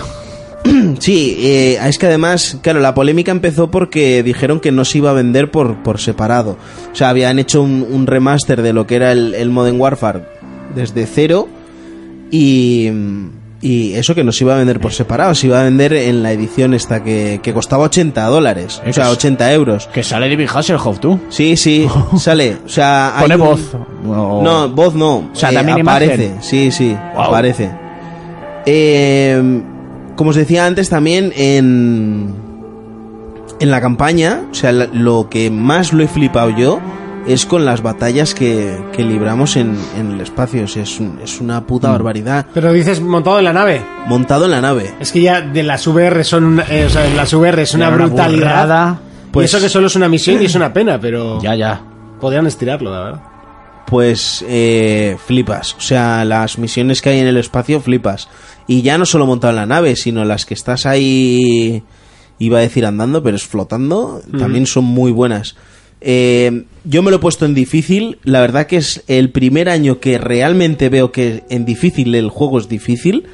D: Sí, eh, es que además, claro, la polémica empezó porque dijeron que no se iba a vender por, por separado. O sea, habían hecho un, un remaster de lo que era el, el Modern Warfare desde cero y, y eso que no se iba a vender por separado, se iba a vender en la edición esta que, que costaba 80 dólares, o sea,
C: Es-
D: 80 euros.
C: Que sale David Hasselhoff, tú. [laughs]
D: Sí, sí, sale. O sea, hay
C: Pone
D: un-
C: voz. O-
D: no, voz no. Eh,
C: O sea, también
D: aparece.
C: imagen.
D: Sí, sí,
C: Guau.
D: aparece. Eh, como os decía antes, también en, en la campaña, o sea, la- lo que más lo he flipado yo es con las batallas que, que libramos en, en el espacio. O sea, es, un- es una
C: Mm.
D: puta barbaridad.
B: Pero dices montado en la nave.
D: Montado en la nave.
B: Es que ya de las VR son, eh, o sea, las VR es una
C: Ya, una
B: brutalidad.
C: burrada.
D: Pues-
B: y eso que solo es una misión y es una pena, pero
C: Ya, ya.
B: podrían estirarlo, la verdad.
D: pues eh, flipas. O sea, las misiones que hay en el espacio flipas. Y ya no solo montado en la nave, sino las que estás ahí, iba a decir andando, pero es flotando, también son muy buenas. Eh, yo me lo he puesto en difícil, la verdad que es el primer año que realmente veo que en difícil el juego es difícil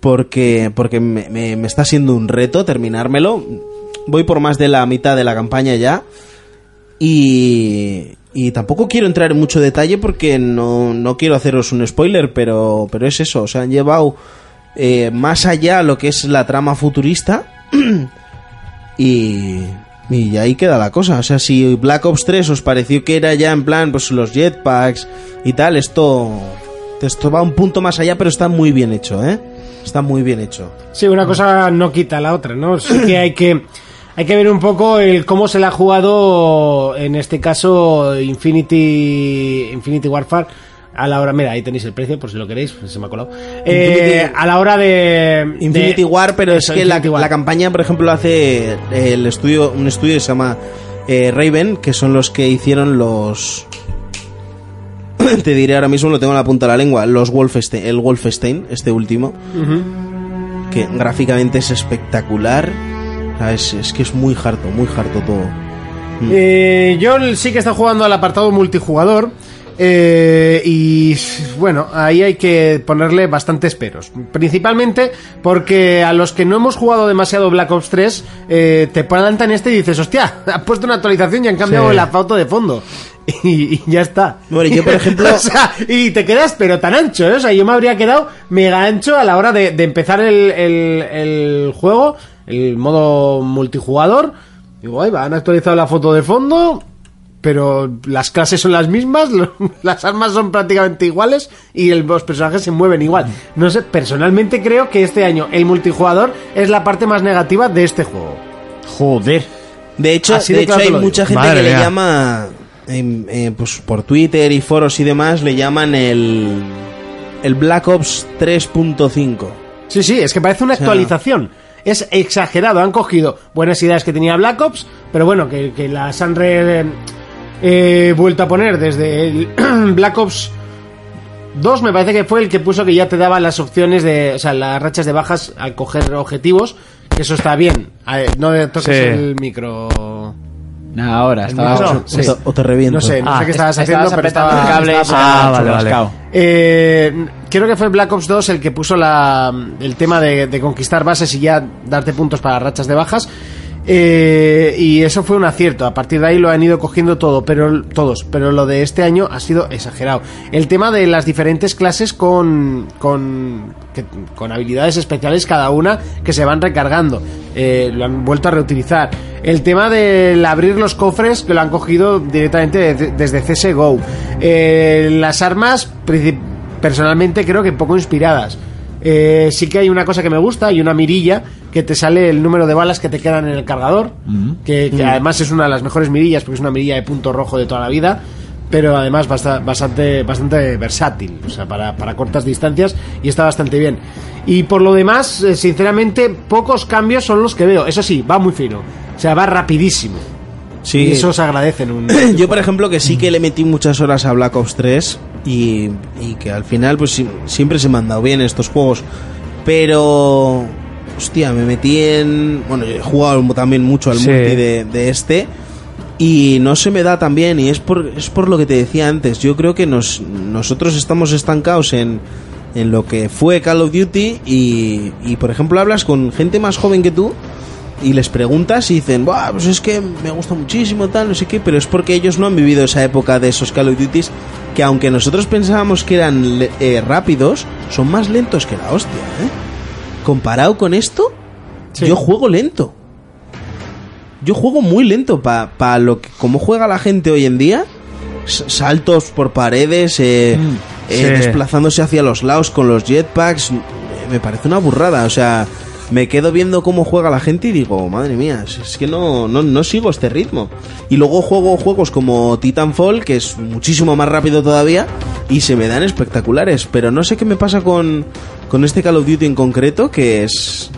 D: porque, porque me, me- me está siendo un reto terminármelo. Voy por más de la mitad de la campaña ya. Y, y tampoco quiero entrar en mucho detalle porque no, no quiero haceros un spoiler, pero, pero es eso. O sea, han llevado eh, más allá lo que es la trama futurista. [clears throat] y, y ahí queda la cosa. O sea, si Black Ops 3 os pareció que era ya en plan pues los jetpacks y tal, esto, esto va un punto más allá, pero está muy bien hecho, ¿eh? Está muy bien hecho.
B: Sí, una cosa no quita la otra, ¿no? Sí que hay que hay que ver un poco el cómo se la ha jugado en este caso Infinity Infinity Warfare a la hora, mira, ahí tenéis el precio por si lo queréis, se me ha colado. Eh,
D: Infinity-
B: a la hora de
D: Infinity
B: de-
D: War, pero
B: eso,
D: es que la,
B: Infinity War.
D: la campaña, por ejemplo, hace eh, el estudio, un estudio que se llama eh, Raven, que son los que hicieron los. [coughs] Te diré ahora mismo, lo tengo en la punta de la lengua, los Wolfenstein, el Wolfenstein, este último, que gráficamente es espectacular. O sea, Es, es que es muy harto, muy harto todo.
B: Eh, yo sí que está jugando al apartado multijugador. eh, y bueno, ahí hay que ponerle bastantes peros. Principalmente porque a los que no hemos jugado demasiado Black Ops 3, eh, te plantan este y dices, hostia, [laughs] ha puesto una actualización y han cambiado
E: Sí.
B: la foto de fondo. [laughs] Y, y ya está.
D: Bueno, yo,
B: [laughs]
D: por ejemplo-
B: O sea, y te quedas, pero tan ancho, ¿eh? O sea, yo me habría quedado mega ancho a la hora de, de empezar el, el- el juego, el modo multijugador. Digo, ahí va, han actualizado la foto de fondo, pero las clases son las mismas, [laughs] lo- las armas son prácticamente iguales y el- los personajes se mueven igual. No sé, personalmente creo que este año el multijugador es la parte más negativa de este juego.
C: Joder.
D: De hecho,
B: Así
D: de
B: de
D: hecho
B: claro te
D: hay
B: lo digo.
D: mucha gente
E: Madre
D: que le
E: mía.
D: llama, em, eh, pues por Twitter y foros y demás, le llaman el, el Black Ops 3.5.
B: Sí, sí, es que parece una
D: sea-
B: actualización. Es exagerado, han cogido buenas ideas que tenía Black Ops, pero bueno, que, que las han re- eh, vuelto a poner desde el [clears throat] Black Ops 2, me parece que fue el que puso que ya te daba las opciones de, o sea, las rachas de bajas al coger objetivos, que eso está bien. A ver, no le toques
E: Sí.
B: el micro.
C: Ahora, estaba...
B: micro?
D: O, te, o te reviento.
B: No
C: Ah,
B: sé, no sé qué estabas haciendo, pero
C: apretando
B: estaba-
C: el cable y
B: estaba
C: se ha
E: Ah, vale, vale.
C: churrascado.
B: eh, creo que fue Black Ops 2 el que puso la, el tema de, de conquistar bases y ya darte puntos para rachas de bajas. Eh, y eso fue un acierto. A partir de ahí lo han ido cogiendo todo, pero todos. Pero lo de este año ha sido exagerado. El tema de las diferentes clases con con, que- con habilidades especiales cada una que se van recargando. Eh, lo han vuelto a reutilizar. El tema del abrir los cofres que lo han cogido directamente de- desde CSGO. Eh, las armas, princip- personalmente creo que poco inspiradas. Eh, sí que hay una cosa que me gusta y una mirilla que te sale el número de balas que te quedan en el cargador, que, que además es una de las mejores mirillas porque es una mirilla de punto rojo de toda la vida, pero además basta- bastante, bastante versátil, o sea, para, para cortas distancias y está bastante bien. Y por lo demás, eh, sinceramente, pocos cambios son los que veo. Eso sí, va muy fino, o sea, va rapidísimo.
D: Sí.
B: Y [coughs] eso se agradece en un...
D: [coughs] Yo, por ejemplo, que sí que le metí muchas horas a Black Ops 3 y, y que al final, pues sí- siempre se me han dado bien estos juegos. Pero. Hostia, me metí en. Bueno, yo he jugado también mucho al
E: Sí.
D: multi de, de este. Y no se me da tan bien. Y es por, es por lo que te decía antes. Yo creo que nos, nosotros estamos estancados en, en lo que fue Call of Duty. Y, y, por ejemplo, hablas con gente más joven que tú y les preguntas y dicen, Buah, pues es que me gusta muchísimo, tal, no sé qué, pero es porque ellos no han vivido esa época de esos Call of Duty que aunque nosotros pensábamos que eran le- eh, rápidos, son más lentos que la hostia, ¿eh? Comparado con esto, yo juego lento. Yo juego muy lento para lo que, como juega la gente hoy en día. s- Saltos por paredes, eh, eh,
E: sí.
D: desplazándose hacia los lados con los jetpacks. m- Me parece una burrada. O sea, me quedo viendo cómo juega la gente y digo, madre mía, si es que no, no, no sigo este ritmo. Y luego juego juegos como Titanfall, que es muchísimo más rápido todavía, y se me dan espectaculares. Pero no sé qué me pasa con, con este Call of Duty en concreto, que es.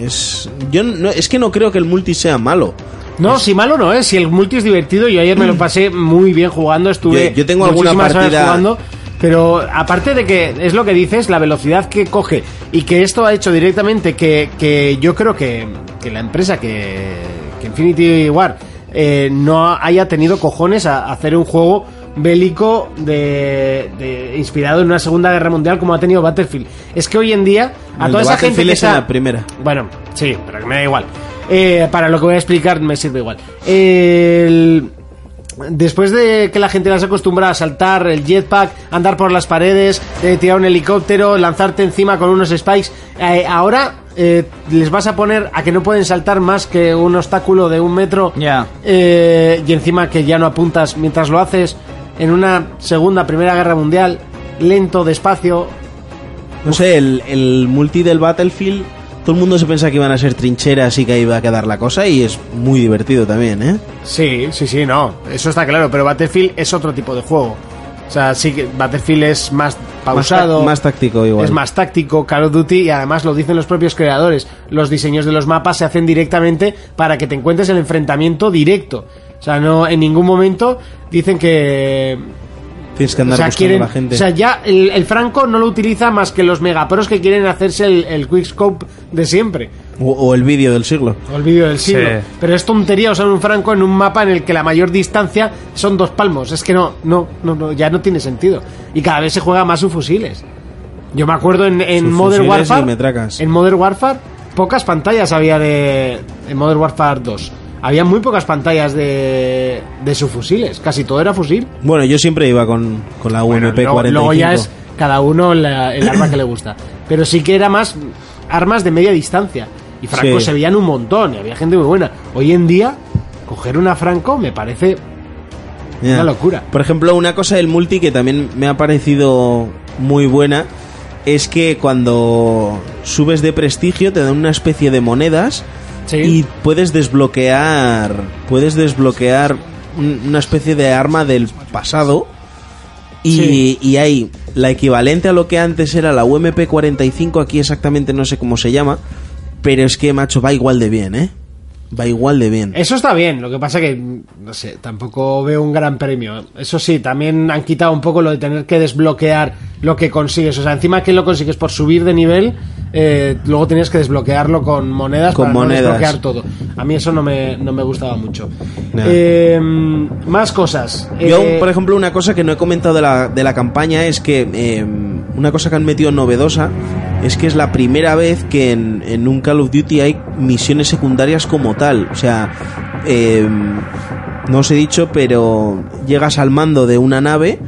D: Es, yo no, es que no creo que el multi sea malo.
B: No, si malo no es, si el multi es divertido, yo ayer me lo pasé muy bien jugando, estuve
D: Mm. Yo- yo tengo alguna
B: muchísimas horas
D: partida-
B: jugando, pero aparte de que es lo que dices, la velocidad que coge y que esto ha hecho directamente que, que yo creo que, que la empresa que, que Infinity War eh, no haya tenido cojones a hacer un juego bélico de, de- inspirado en una Segunda Guerra Mundial como ha tenido Battlefield. Es que hoy en día a
D: El
B: toda
D: de
B: esa gente
D: Battlefield
B: que
D: es en
B: está-
D: la primera.
B: bueno, sí, pero que me da igual. Eh, para lo que voy a explicar me sirve igual. El- Después de que la gente las acostumbra a saltar el jetpack, andar por las paredes, eh, tirar un helicóptero, lanzarte encima con unos spikes, eh, ahora eh, les vas a poner a que no pueden saltar más que un obstáculo de un metro
C: Ya.
B: eh, y encima que ya no apuntas mientras lo haces en una segunda, primera guerra mundial, lento, despacio,
D: No sé, el, el multi del Battlefield, todo el mundo se pensaba que iban a ser trincheras y que iba a quedar la cosa, y es muy divertido también, ¿eh?
B: Sí, sí, sí, no. Eso está claro, pero Battlefield es otro tipo de juego. O sea, sí que Battlefield es más
D: Más
B: pausado.
D: tac- Más táctico igual.
B: Es más táctico, Call of Duty, y además lo dicen los propios creadores. Los diseños de los mapas se hacen directamente para que te encuentres el enfrentamiento directo. O sea, no en ningún momento dicen que.
D: Tienes que
B: O
D: andar
B: sea,
D: buscando
B: quieren-
D: a la gente.
B: o sea, ya el, el Franco no lo utiliza más que los megapros que quieren hacerse el, el quickscope de siempre.
D: o, o el vídeo del siglo.
B: O el vídeo del siglo.
E: Sí.
B: Pero es tontería usar un franco en un mapa en el que la mayor distancia son dos palmos. Es que no, no, no, no, ya no tiene sentido. Y cada vez se juega más sus fusiles. Yo me acuerdo en, en
D: Subfusiles
B: Modern Warfare.
D: y metracas.
B: En Modern Warfare, pocas pantallas había de. En Modern Warfare 2. Había muy pocas pantallas de, de subfusiles. Casi todo era fusil.
D: Bueno, yo siempre iba con, con la
B: Bueno,
D: UMP45.
B: luego, luego ya es cada uno la- el arma que le gusta. Pero sí que era más armas de media distancia. Y Franco
D: Sí.
B: se veían un montón y había gente muy buena. Hoy en día, coger una Franco me parece.
D: Ya.
B: Una locura.
D: Por ejemplo, una cosa del multi que también me ha parecido muy buena es que cuando subes de prestigio te dan una especie de monedas
B: Sí.
D: y puedes desbloquear puedes desbloquear un- una especie de arma del pasado y,
B: Sí.
D: y hay la equivalente a lo que antes era la UMP45 aquí exactamente no sé cómo se llama pero es que macho va igual de bien eh va igual de bien
B: Eso está bien, lo que pasa que, no sé, tampoco veo un gran premio. Eso sí, también han quitado un poco lo de tener que desbloquear lo que consigues. O sea, encima que lo consigues por subir de nivel, eh, luego tenías que desbloquearlo con monedas
D: Con
B: para no
D: monedas.
B: desbloquear todo. A mí eso no me, no me gustaba mucho.
D: No.
B: Eh, más cosas. Eh,
D: Yo, por ejemplo, em, una cosa que no he comentado de la, de la campaña es que eh, una cosa que han metido novedosa es que es la primera vez que en, en un Call of Duty hay misiones secundarias como tal. O sea, eh, no os he dicho, pero llegas al mando de una nave,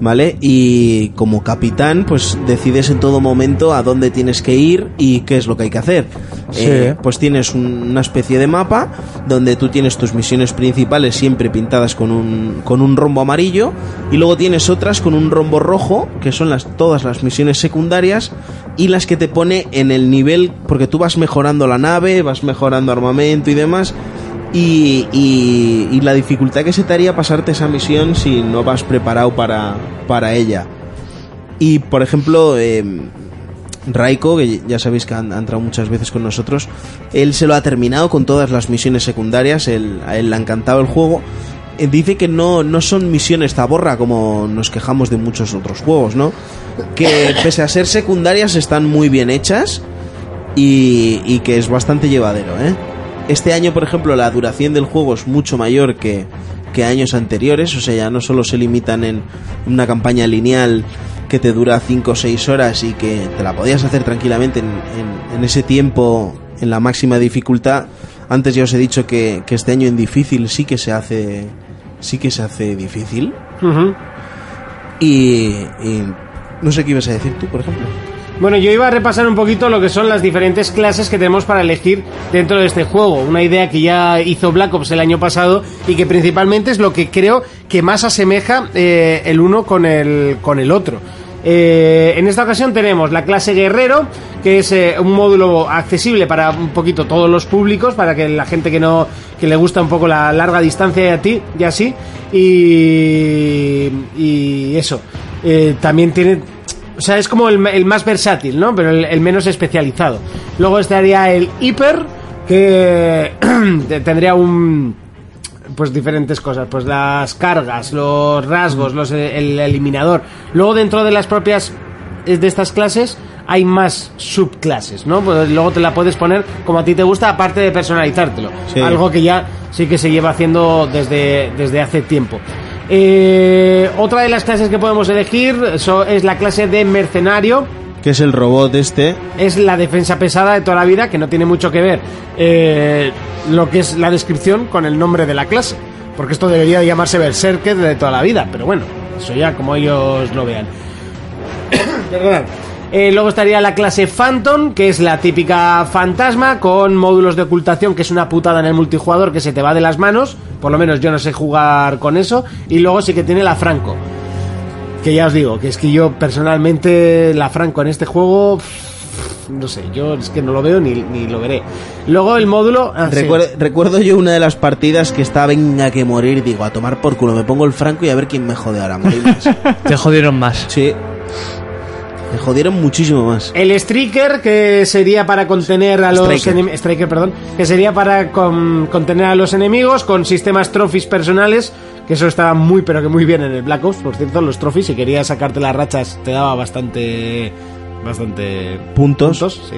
D: ¿vale? Y como capitán, pues decides en todo momento a dónde tienes que ir y qué es lo que hay que hacer.
E: Sí.
D: Eh, pues tienes un- una especie de mapa donde tú tienes tus misiones principales siempre pintadas con un, con un rombo amarillo y luego tienes otras con un rombo rojo que son las, todas las misiones secundarias y las que te pone en el nivel porque tú vas mejorando la nave, vas mejorando armamento y demás y, y- y la dificultad que se te haría pasarte esa misión si no vas preparado para, para ella. Y por ejemplo, em, Raiko, que ya sabéis que han- ha entrado muchas veces con nosotros, él se lo ha terminado con todas las misiones secundarias, él, a él le ha encantado el juego. Eh, Dice que no, no son misiones taborra como nos quejamos de muchos otros juegos, ¿no? Que pese a ser secundarias están muy bien hechas y, y que es bastante llevadero, ¿eh? Este año, por ejemplo, la duración del juego es mucho mayor que, que años anteriores, o sea, ya no solo se limitan en una campaña lineal que te dura 5 o 6 horas y que te la podías hacer tranquilamente en, en- en ese tiempo, en la máxima dificultad. Antes ya os he dicho que, que este año en difícil sí que se hace, sí que se hace difícil. Y, y no sé qué ibas a decir tú, por ejemplo.
B: Bueno, yo iba a repasar un poquito lo que son las diferentes clases que tenemos para elegir dentro de este juego. Una idea que ya hizo Black Ops el año pasado y que principalmente es lo que creo que más asemeja eh, el uno con el, con el otro. Eh, en esta ocasión tenemos la clase guerrero, que es eh, un módulo accesible para un poquito todos los públicos, para que la gente que no que le gusta un poco la larga distancia y a ti y así y y eso. Eh, también tiene o sea, es como el, el más versátil, ¿no? Pero el, el menos especializado. Luego estaría el hiper, que [clears throat] te- tendría un... Pues diferentes cosas, pues las cargas, los rasgos, los, eh, el eliminador. Luego dentro de las propias es de estas clases hay más subclases, ¿no? Pues luego te la puedes poner como a ti te gusta, aparte de personalizártelo.
D: Sí.
B: Algo que ya sí que se lleva haciendo desde, desde hace tiempo. Eh, otra de las clases que podemos elegir so- es la clase de mercenario,
D: Que es el robot este.
B: es la defensa pesada de toda la vida, que no tiene mucho que ver eh, lo que es la descripción con el nombre de la clase. Porque esto debería llamarse Berserker de toda la vida, pero bueno, eso ya como ellos lo vean. Perdonad. Eh, luego estaría la clase Phantom, que es la típica fantasma con módulos de ocultación, que es una putada en el multijugador que se te va de las manos. Por lo menos yo no sé jugar con eso. Y luego sí que tiene la Franco. Que ya os digo, que es que yo personalmente la Franco en este juego... pff, No sé, yo es que no lo veo ni, ni lo veré. Luego el módulo... ah, sí.
D: Recuer- Recuerdo yo una de las partidas que estaba venga que morir, digo, a tomar por culo, me pongo el franco y a ver quién me jode
B: [laughs]
D: ahora. morimos".
E: Te jodieron más.
D: sí. Me jodieron muchísimo más.
B: El Striker, que sería para contener a los
D: Striker.
B: enem- Striker, perdón, que sería para con- contener a los enemigos con sistemas trophies personales, que eso estaba muy pero que muy bien en el Black Ops, por cierto, los trophies, si querías sacarte las rachas te daba bastante bastante
D: Puntos.
B: puntos, sí.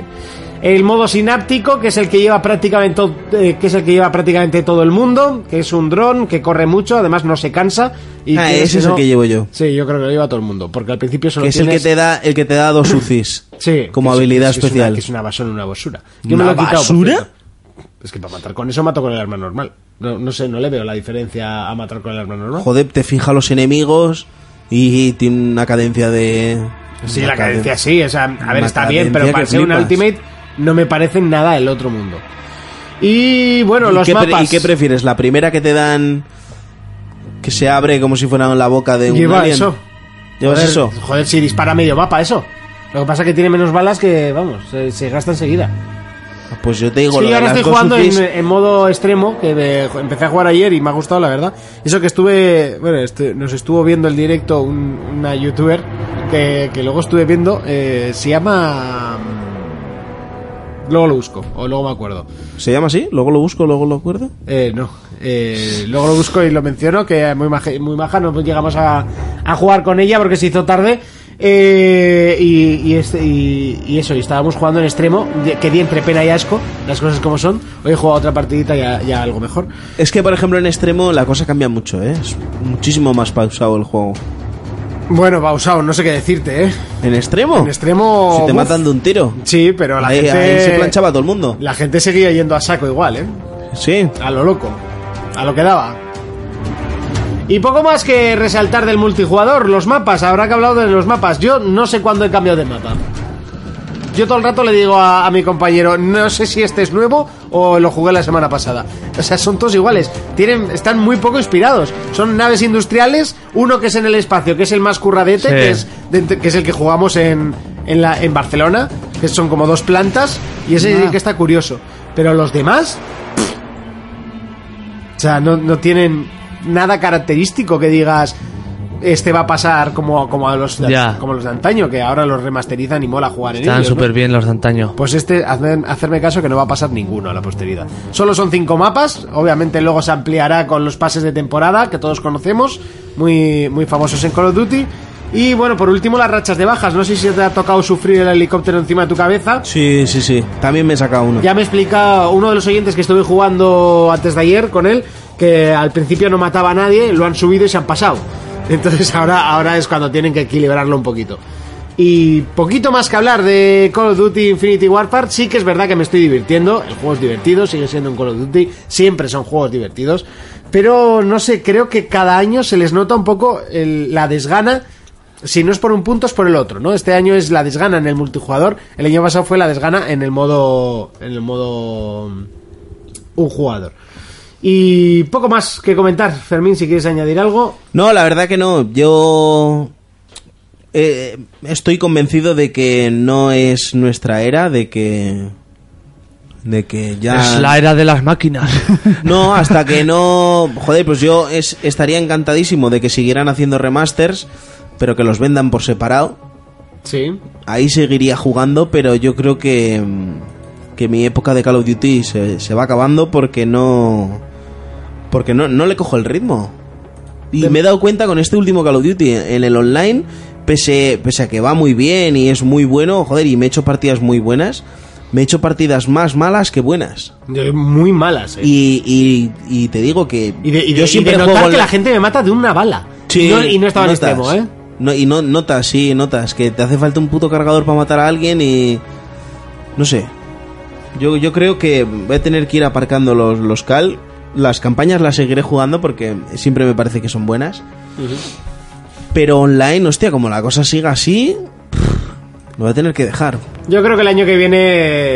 B: El modo sináptico, que es el que lleva prácticamente to- eh, que es el que lleva prácticamente todo el mundo, que es un dron que corre mucho, además no se cansa y
D: Ah,
B: tienes
D: ese es el
B: no-
D: que llevo yo.
B: Sí, yo creo que lo lleva todo el mundo, porque al principio solo
D: Que es el que
B: tienes-
D: te da, el que te da dos UCIs.
B: Sí.
D: Como
B: que es-
D: habilidad
B: es que es una-
D: especial.
B: que es una basura, una basura.
D: ¿Una
B: he quitado, por
D: basura?
B: cierto. Es que para matar con eso mato con el arma normal. No, no sé, no le veo la diferencia a matar con el arma normal.
D: Joder, te fija los enemigos y tiene una cadencia de.
B: sí,
D: una
B: la cadencia sí. O sea, a ver,
D: una
B: está bien, pero
D: cadencia
B: para
D: que
B: ser un
D: flipas.
B: Ultimate no me parece nada el otro mundo. Y bueno,
D: ¿Y
B: los
D: qué pre-
B: mapas.
D: ¿Y qué prefieres? ¿La primera que te dan que se abre como si fuera la boca de un
B: Lleva
D: alien?
B: eso.
D: ¿Llevas
B: joder,
D: eso?
B: Joder, si dispara medio mapa, eso. Lo que pasa es que tiene menos balas que, vamos, se, se gasta enseguida.
D: Pues yo te digo,
B: Sí,
D: lo de
B: yo ahora
D: las
B: estoy
D: dos
B: jugando
D: UCIs-
B: en, en modo extremo, que eh, jo- empecé a jugar ayer y me ha gustado, la verdad. Eso que estuve, bueno, estu- nos estuvo viendo el directo un- una youtuber que, que luego estuve viendo, eh, se llama... mm, Luego lo busco, o luego me acuerdo.
D: ¿Se llama así? Luego lo busco, luego lo acuerdo.
B: Eh, no, eh, luego lo busco y lo menciono, que es muy maja, muy maja no llegamos a, a jugar con ella porque se hizo tarde. eh, y, y este- y- y eso, y estábamos jugando en extremo, de- que di entre pena y asco, las cosas como son. Hoy he jugado otra partidita ya, ya algo mejor.
D: Es que, por ejemplo, en extremo la cosa cambia mucho, ¿eh? Es muchísimo más pausado el juego.
B: Bueno, Bausao, no sé qué decirte, ¿eh?
D: ¿En extremo?
B: En extremo.
D: Si te
B: uf.
D: matan de un tiro.
B: Sí, pero la
D: Ahí-
B: gente.
D: ahí se planchaba todo el mundo.
B: La gente seguía yendo a saco igual, ¿eh?
D: Sí.
B: A lo loco. A lo que daba. Y poco más que resaltar del multijugador, los mapas. Habrá que hablar de los mapas. Yo no sé cuándo he cambiado de mapa. Yo todo el rato le digo a, a mi compañero, no sé si este es nuevo o lo jugué la semana pasada. O sea, son todos iguales. Tienen, están muy poco inspirados. Son naves industriales, uno que es en el espacio, que es el más curradete,
E: Sí.
B: que, es, de entre- que es el que jugamos en, en, la, en Barcelona, que son como dos plantas, y ese es el que está curioso. Pero los demás, o sea, no, no tienen nada característico que digas este va a pasar como, como a los de,
E: Ya.
B: como los de antaño, que ahora los remasterizan y mola jugar en
E: Estaban
B: ellos. ¿no?
E: súper bien los de antaño.
B: Pues este, hacen- hacerme caso que no va a pasar ninguno a la posteridad. Solo son cinco mapas, obviamente luego se ampliará con los pases de temporada que todos conocemos, muy, muy famosos en Call of Duty. Y bueno, por último las rachas de bajas. No sé si te ha tocado sufrir el helicóptero encima de tu cabeza.
D: Sí, sí, sí. También me he sacado uno.
B: Ya me explica uno de los oyentes que estuve jugando antes de ayer con él, que al principio no mataba a nadie, lo han subido y se han pasado. Entonces ahora, ahora es cuando tienen que equilibrarlo un poquito. Y poquito más que hablar de Call of Duty Infinity Warfare, sí que es verdad que me estoy divirtiendo, el juego es divertido, sigue siendo un Call of Duty, siempre son juegos divertidos, pero no sé, creo que cada año se les nota un poco el- la desgana si no es por un punto es por el otro, ¿no? Este año es la desgana en el multijugador, el año pasado fue la desgana en el modo en el modo mm, un jugador. Y poco más que comentar, Fermín, si quieres añadir algo.
D: No, la verdad que no. Yo eh, estoy convencido de que no es nuestra era, de que de que ya
E: Es la era de las máquinas.
D: no hasta que no joder, pues yo es- estaría encantadísimo de que siguieran haciendo remasters, pero que los vendan por separado.
B: Sí.
D: Ahí seguiría jugando, pero yo creo que mm, que mi época de Call of Duty se, se va acabando porque no porque no, no le cojo el ritmo. Y me he dado cuenta con este último Call of Duty en el online, pese, pese a que va muy bien y es muy bueno, joder, y me he hecho partidas muy buenas, me he hecho partidas más malas que buenas.
B: Yo- Muy malas, ¿eh?
D: Y, y- y te digo que
B: Y de, y de-
D: yo
B: y
D: siempre
B: de notar
D: juego
B: que la
D: online-
B: gente me mata de una bala.
D: Sí,
B: y, no, y no estaba
D: notas.
B: en extremo, ¿eh?
D: No, y no, notas, sí, notas, que te hace falta un puto cargador para matar a alguien y... No sé. Yo, yo creo que voy a tener que ir aparcando los, los cal. Las campañas las seguiré jugando porque siempre me parece que son buenas. Pero online, hostia, como la cosa siga así... pff, Lo voy a tener que dejar.
B: Yo creo que el año que viene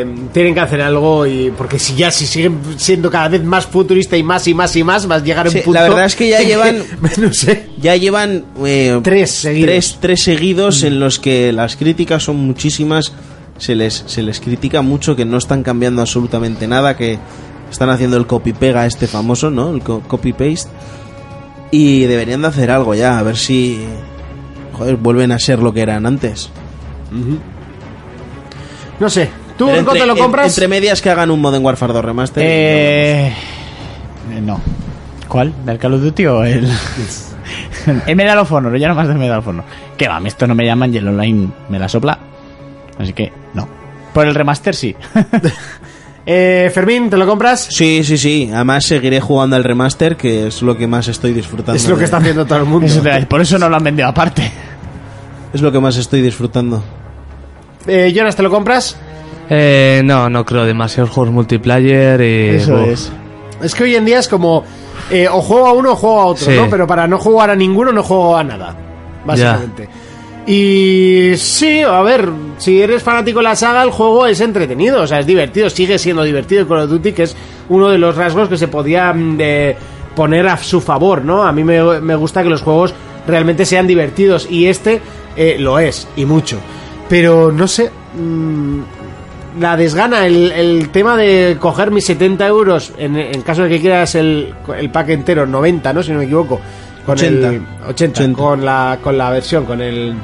B: eh, tienen que hacer algo y porque si ya si siguen siendo cada vez más futurista y más y más y más, vas a llegar a un
D: Sí, la
B: punto.
D: verdad es que ya
B: [laughs]
D: llevan-
B: no sé.
D: Ya llevan... eh,
B: Tres seguidos.
D: Tres, tres seguidos en los que las críticas son muchísimas. Se les, se les critica mucho que no están cambiando absolutamente nada, que están haciendo el copy-pega este famoso, ¿no? El co- copy-paste. Y deberían de hacer algo ya, a ver si... Joder, vuelven a ser lo que eran antes.
B: No sé. ¿Tú
D: Pero
B: Urco, te lo
D: en-
B: compras?
D: entre medias que hagan un Modern Warfare 2 Remaster. y
C: Eh, eh, no. ¿Cuál? ¿Del Call of Duty o el...? [laughs] el Medal of Honor, ya no más del Medal of Honor. Que va, a mí esto no me llaman y el online me la sopla. Así que, no. Por el remaster sí. [laughs]
B: Eh, Fermín, ¿te lo compras?
D: Sí, sí, sí. Además seguiré jugando al remaster, que es lo que más estoy disfrutando.
B: Es lo que
D: de-
B: está haciendo todo el mundo. [laughs]
C: Eso te- por eso no lo han vendido aparte.
D: Es lo que más estoy disfrutando.
B: Eh, Jonas, ¿te lo compras?
E: Eh, no, no creo demasiados juegos multiplayer y...
C: Eso
E: uf.
C: es.
B: Es que hoy en día es como eh, o juego a uno o juego a otro,
E: Sí.
B: ¿no? Pero para no jugar a ninguno no juego a nada, básicamente. Y sí, a ver, si eres fanático de la saga, el juego es entretenido, o sea, es divertido, sigue siendo divertido Call of Duty, que es uno de los rasgos que se podía mm, de poner a su favor, ¿no? A mí me, me gusta que los juegos realmente sean divertidos y este eh, lo es, y mucho. Pero no sé, mm, la desgana, el, el tema de coger mis 70 euros, en, en caso de que quieras el, el pack entero, 90, ¿no? Si no me equivoco. Con
D: 80.
B: el- 80,
D: 80.
B: Con, la, con la versión, con el...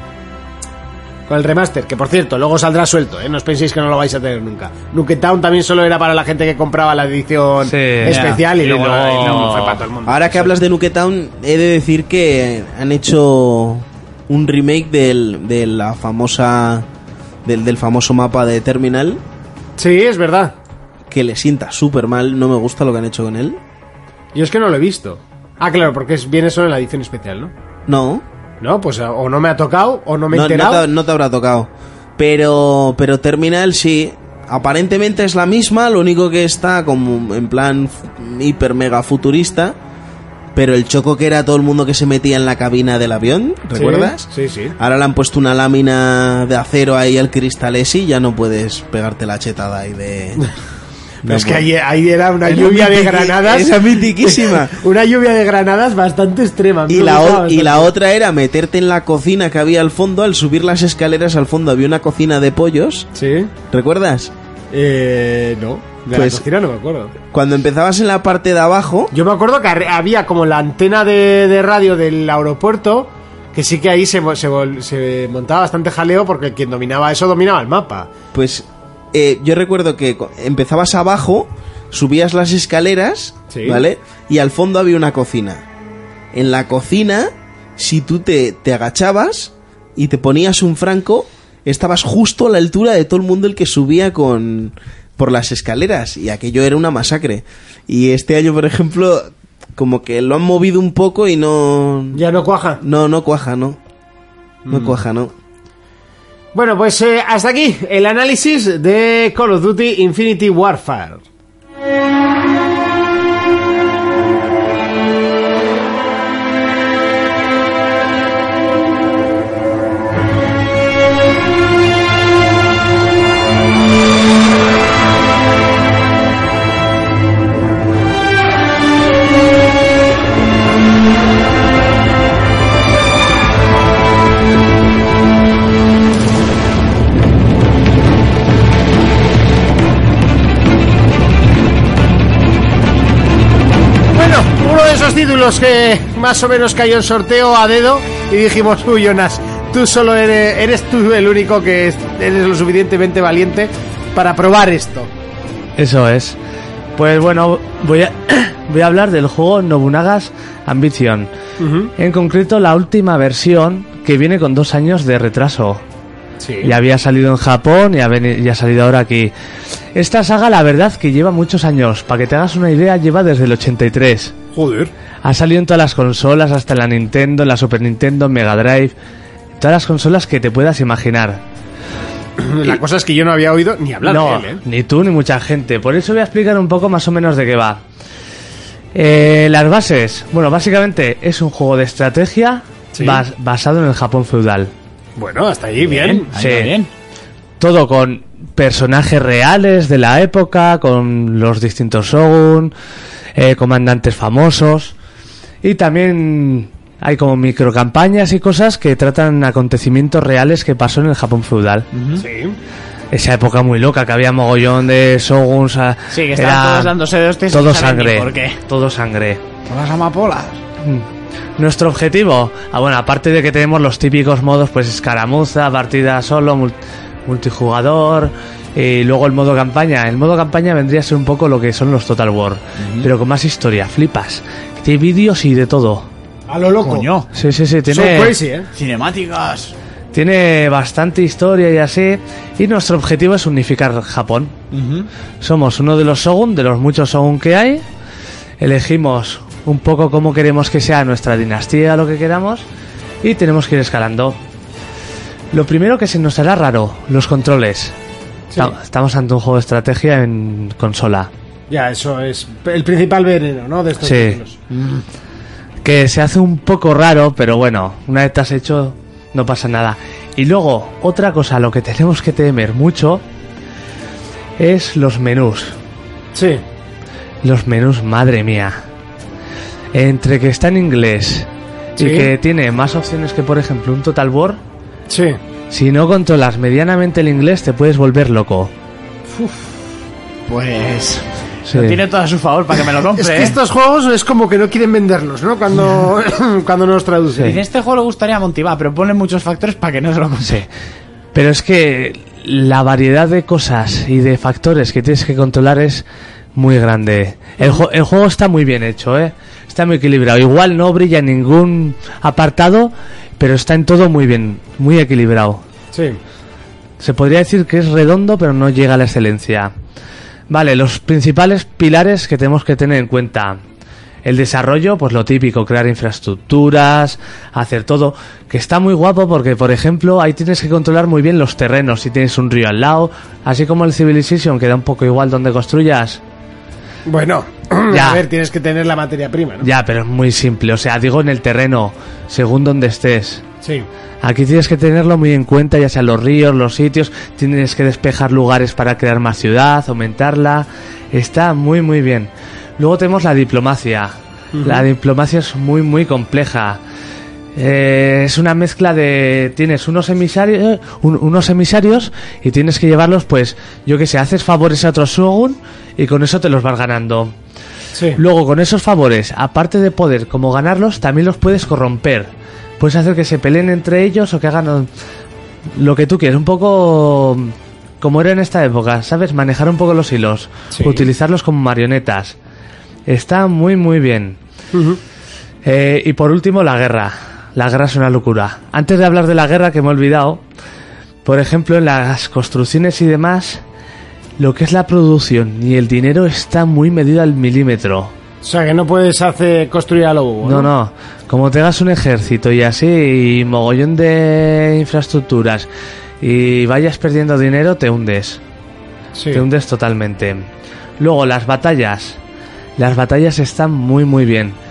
B: Con el remaster, que por cierto, luego saldrá suelto, ¿eh? No os penséis que no lo vais a tener nunca. Nuke Town también solo era para la gente que compraba la edición
E: Sí,
B: especial y,
E: ya. Y
B: luego,
E: luego-
B: y luego fue para todo el mundo.
D: Ahora que hablas de Nuke Town, he de decir que han hecho un remake del, de la famosa del, del famoso mapa de Terminal
B: Sí, es verdad.
D: que le sienta súper mal, no me gusta lo que han hecho con él.
B: Yo es que no lo he visto. Ah, claro, porque es- viene solo en la edición especial, ¿no?
D: No,
B: No, pues o no me ha tocado o no me he
D: No, no,
B: enterado.
D: te, no te habrá tocado. Pero, pero Terminal sí. Aparentemente es la misma, lo único que está como en plan f- hiper mega futurista. Pero el choco que era todo el mundo que se metía en la cabina del avión, ¿recuerdas?
B: Sí, sí.
D: Ahora le han puesto una lámina de acero ahí al cristal ese y ya no puedes pegarte la chetada
B: [laughs]
D: ahí de...
B: Pero es que
D: No,
B: ahí, ahí era una
D: Era
B: lluvia de
D: mitiqui-
B: granadas.
D: era mitiquísima.
B: [laughs] una lluvia de granadas bastante extrema.
D: Y
B: Me
D: la,
B: gustaba
D: o- y la
B: bastante.
D: otra era meterte en la cocina que había al fondo. Al subir las escaleras al fondo había una cocina de pollos.
B: Sí.
D: ¿Recuerdas?
B: Eh, no. De
D: Pues-
B: la cocina no me acuerdo.
D: Cuando empezabas en la parte de abajo,
B: Yo me acuerdo que arre- había como la antena de, de radio del aeropuerto. Que sí que ahí se, mo- se, vol- se montaba bastante jaleo porque quien dominaba eso dominaba el mapa.
D: pues eh, yo recuerdo que co- empezabas abajo, subías las escaleras,
B: Sí.
D: ¿vale? Y al fondo había una cocina. En la cocina, si tú te, te agachabas y te ponías un franco, estabas justo a la altura de todo el mundo el que subía con por las escaleras y aquello era una masacre. Y este año, por ejemplo, como que lo han movido un poco y no
B: Ya Mm. no cuaja.
D: no no cuaja, no. No cuaja, no.
B: Bueno, pues eh, hasta aquí el análisis de Call of Duty Infinity Warfare. Bueno, uno de esos títulos que más o menos cayó en sorteo a dedo y dijimos, uy, Jonas, tú solo eres, eres tú el único que es- eres lo suficientemente valiente para probar esto.
E: Eso es. Pues bueno, voy a, [clears throat] voy a hablar del juego Nobunaga's Ambition. En concreto, la última versión que viene con dos años de retraso.
B: Sí.
E: Ya había salido en Japón y ha, veni- y ha salido ahora aquí. Esta saga, la verdad, que lleva muchos años. Para que te hagas una idea, lleva desde el 83.
B: Joder.
E: Ha salido en todas las consolas, hasta en la Nintendo, en la Super Nintendo, en Mega Drive. Todas las consolas que te puedas imaginar.
B: La cosa es que yo no había oído ni hablar
E: No,
B: de él, ¿eh?
E: ni tú ni mucha gente. Por eso voy a explicar un poco más o menos de qué va. Eh, las bases. Bueno, básicamente es un juego de estrategia
B: Sí.
E: bas- basado en el Japón feudal.
B: Bueno, hasta ahí, bien.
C: Ahí
E: Sí.
C: va bien.
E: Todo con personajes reales de la época, con los distintos shogun, eh, comandantes famosos. Y también hay como microcampañas y cosas que tratan acontecimientos reales que pasó en el Japón feudal.
B: Sí.
E: Esa época muy loca que había mogollón de shoguns. a-
C: Sí, que estaban
E: era
C: todos dándose de hostias y
E: Todo
C: no saben ni
E: sangre.
C: por qué.
E: Todo sangre.
C: Con las amapolas.
E: Nuestro objetivo, ah, bueno, aparte de que tenemos los típicos modos, pues escaramuza, partida solo, mul- multijugador, y luego el modo campaña. El modo campaña vendría a ser un poco lo que son los Total War, pero con más historia, flipas. Tiene vídeos y de todo.
B: A lo loco.
C: Coño.
E: Sí, sí, sí,
B: So
E: tiene,
B: crazy, ¿eh?
C: Cinemáticas.
E: tiene bastante historia y así. Y nuestro objetivo es unificar Japón. Somos uno de los Shogun, de los muchos Shogun que hay. Elegimos un poco cómo queremos que sea nuestra dinastía, lo que queramos. Y tenemos que ir escalando. Lo primero que se nos hará raro, los controles. Esta- Estamos ante un juego de estrategia en consola.
B: Ya, eso es el principal veneno, ¿no? De estos
E: Sí.
B: títulos.
E: Que se hace un poco raro, pero bueno, una vez te has hecho, no pasa nada. Y luego, otra cosa, lo que tenemos que temer mucho es los menús.
B: Sí.
E: Los menús, madre mía. Entre que está en inglés
B: Sí.
E: y que tiene más opciones que, por ejemplo, un Total War,
B: Sí.
E: si no controlas medianamente el inglés te puedes volver loco.
C: Pues.
E: Sí.
C: Lo tiene todo a su favor para que me [laughs] lo compre.
B: Es que
C: ¿eh?
B: estos juegos es como que no quieren venderlos, ¿no?
E: [laughs]
B: Cuando, cuando nos traducen.
C: Dice, este juego le gustaría a Montiva, pero pone muchos factores para que no se lo consiga.
E: Pero es que la variedad de cosas y de factores que tienes que controlar es muy grande. El, ju- el juego está muy bien hecho, ¿eh? Está muy equilibrado. Igual no brilla en ningún apartado, pero está en todo muy bien, muy equilibrado.
B: Sí.
E: Se podría decir que es redondo, pero no llega a la excelencia. Vale, los principales pilares que tenemos que tener en cuenta. El desarrollo, pues lo típico, crear infraestructuras, hacer todo, que está muy guapo porque, por ejemplo, ahí tienes que controlar muy bien los terrenos, si tienes un río al lado, así como el Civilization, que da un poco igual donde construyas.
B: Bueno, [clears throat]
E: Ya.
B: a ver, tienes que tener la materia prima, ¿no?
E: Ya, pero es muy simple, o sea, digo en el terreno, según donde estés.
B: Sí.
E: Aquí tienes que tenerlo muy en cuenta, ya sean los ríos, los sitios, tienes que despejar lugares para crear más ciudad, aumentarla. Está muy, muy bien. Luego tenemos la diplomacia. La diplomacia es muy, muy compleja. Eh, es una mezcla de tienes unos emisarios eh, unos emisarios y tienes que llevarlos pues yo que sé haces favores a otros shogun y con eso te los vas ganando
B: Sí.
E: Luego, con esos favores, aparte de poder como ganarlos, también los puedes corromper. Puedes hacer que se peleen entre ellos o que hagan um, lo que tú quieras. Un poco um, como era en esta época, ¿sabes? Manejar un poco los hilos.
B: Sí.
E: Utilizarlos como marionetas. Está muy, muy bien. Eh, y por último, la guerra. La guerra es una locura. Antes de hablar de la guerra, que me he olvidado, por ejemplo, en las construcciones y demás, lo que es la producción y el dinero está muy medido al milímetro.
B: O sea, que no puedes hacer construir a lo bobo,
E: No, no. Como tengas un ejército y así, y mogollón de infraestructuras, y vayas perdiendo dinero, te hundes.
B: Sí.
E: Te hundes totalmente. Luego, las batallas. Las batallas están muy, muy bien.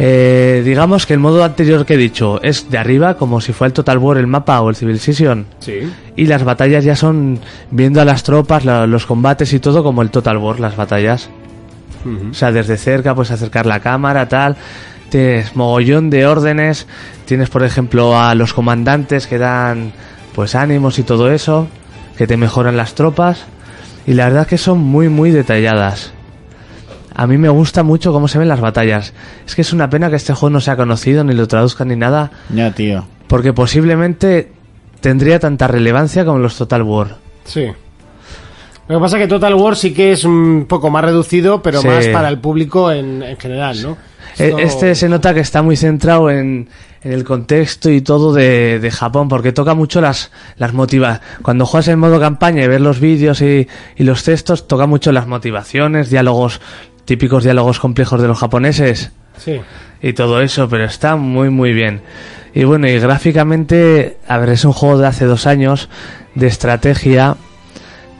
E: Eh, digamos que el modo anterior que he dicho es de arriba, como si fuera el Total War, el mapa o el Civilization.
B: Sí.
E: Y las batallas ya son viendo a las tropas, la- los combates y todo como el Total War, las batallas. O sea, desde cerca puedes acercar la cámara, tal. Tienes mogollón de órdenes. Tienes, por ejemplo, a los comandantes que dan pues ánimos y todo eso. Que te mejoran las tropas. Y la verdad que son muy, muy detalladas. A mí me gusta mucho cómo se ven las batallas. Es que es una pena que este juego no sea conocido, ni lo traduzcan ni nada.
C: Ya, tío.
E: Porque posiblemente tendría tanta relevancia como los Total War.
B: Sí. Lo que pasa es que Total War sí que es un poco más reducido, pero
E: Sí.
B: más para el público en, en general, ¿no?
E: E-
B: Esto-
E: Este se nota que está muy centrado en, en el contexto y todo de, de Japón, porque toca mucho las, las motivas. Cuando juegas en modo campaña y ves los vídeos y, y los textos, toca mucho las motivaciones, diálogos, típicos diálogos complejos de los japoneses
B: Sí.
E: y todo eso, pero está muy muy bien. Y bueno, y gráficamente, a ver, es un juego de hace dos años, de estrategia,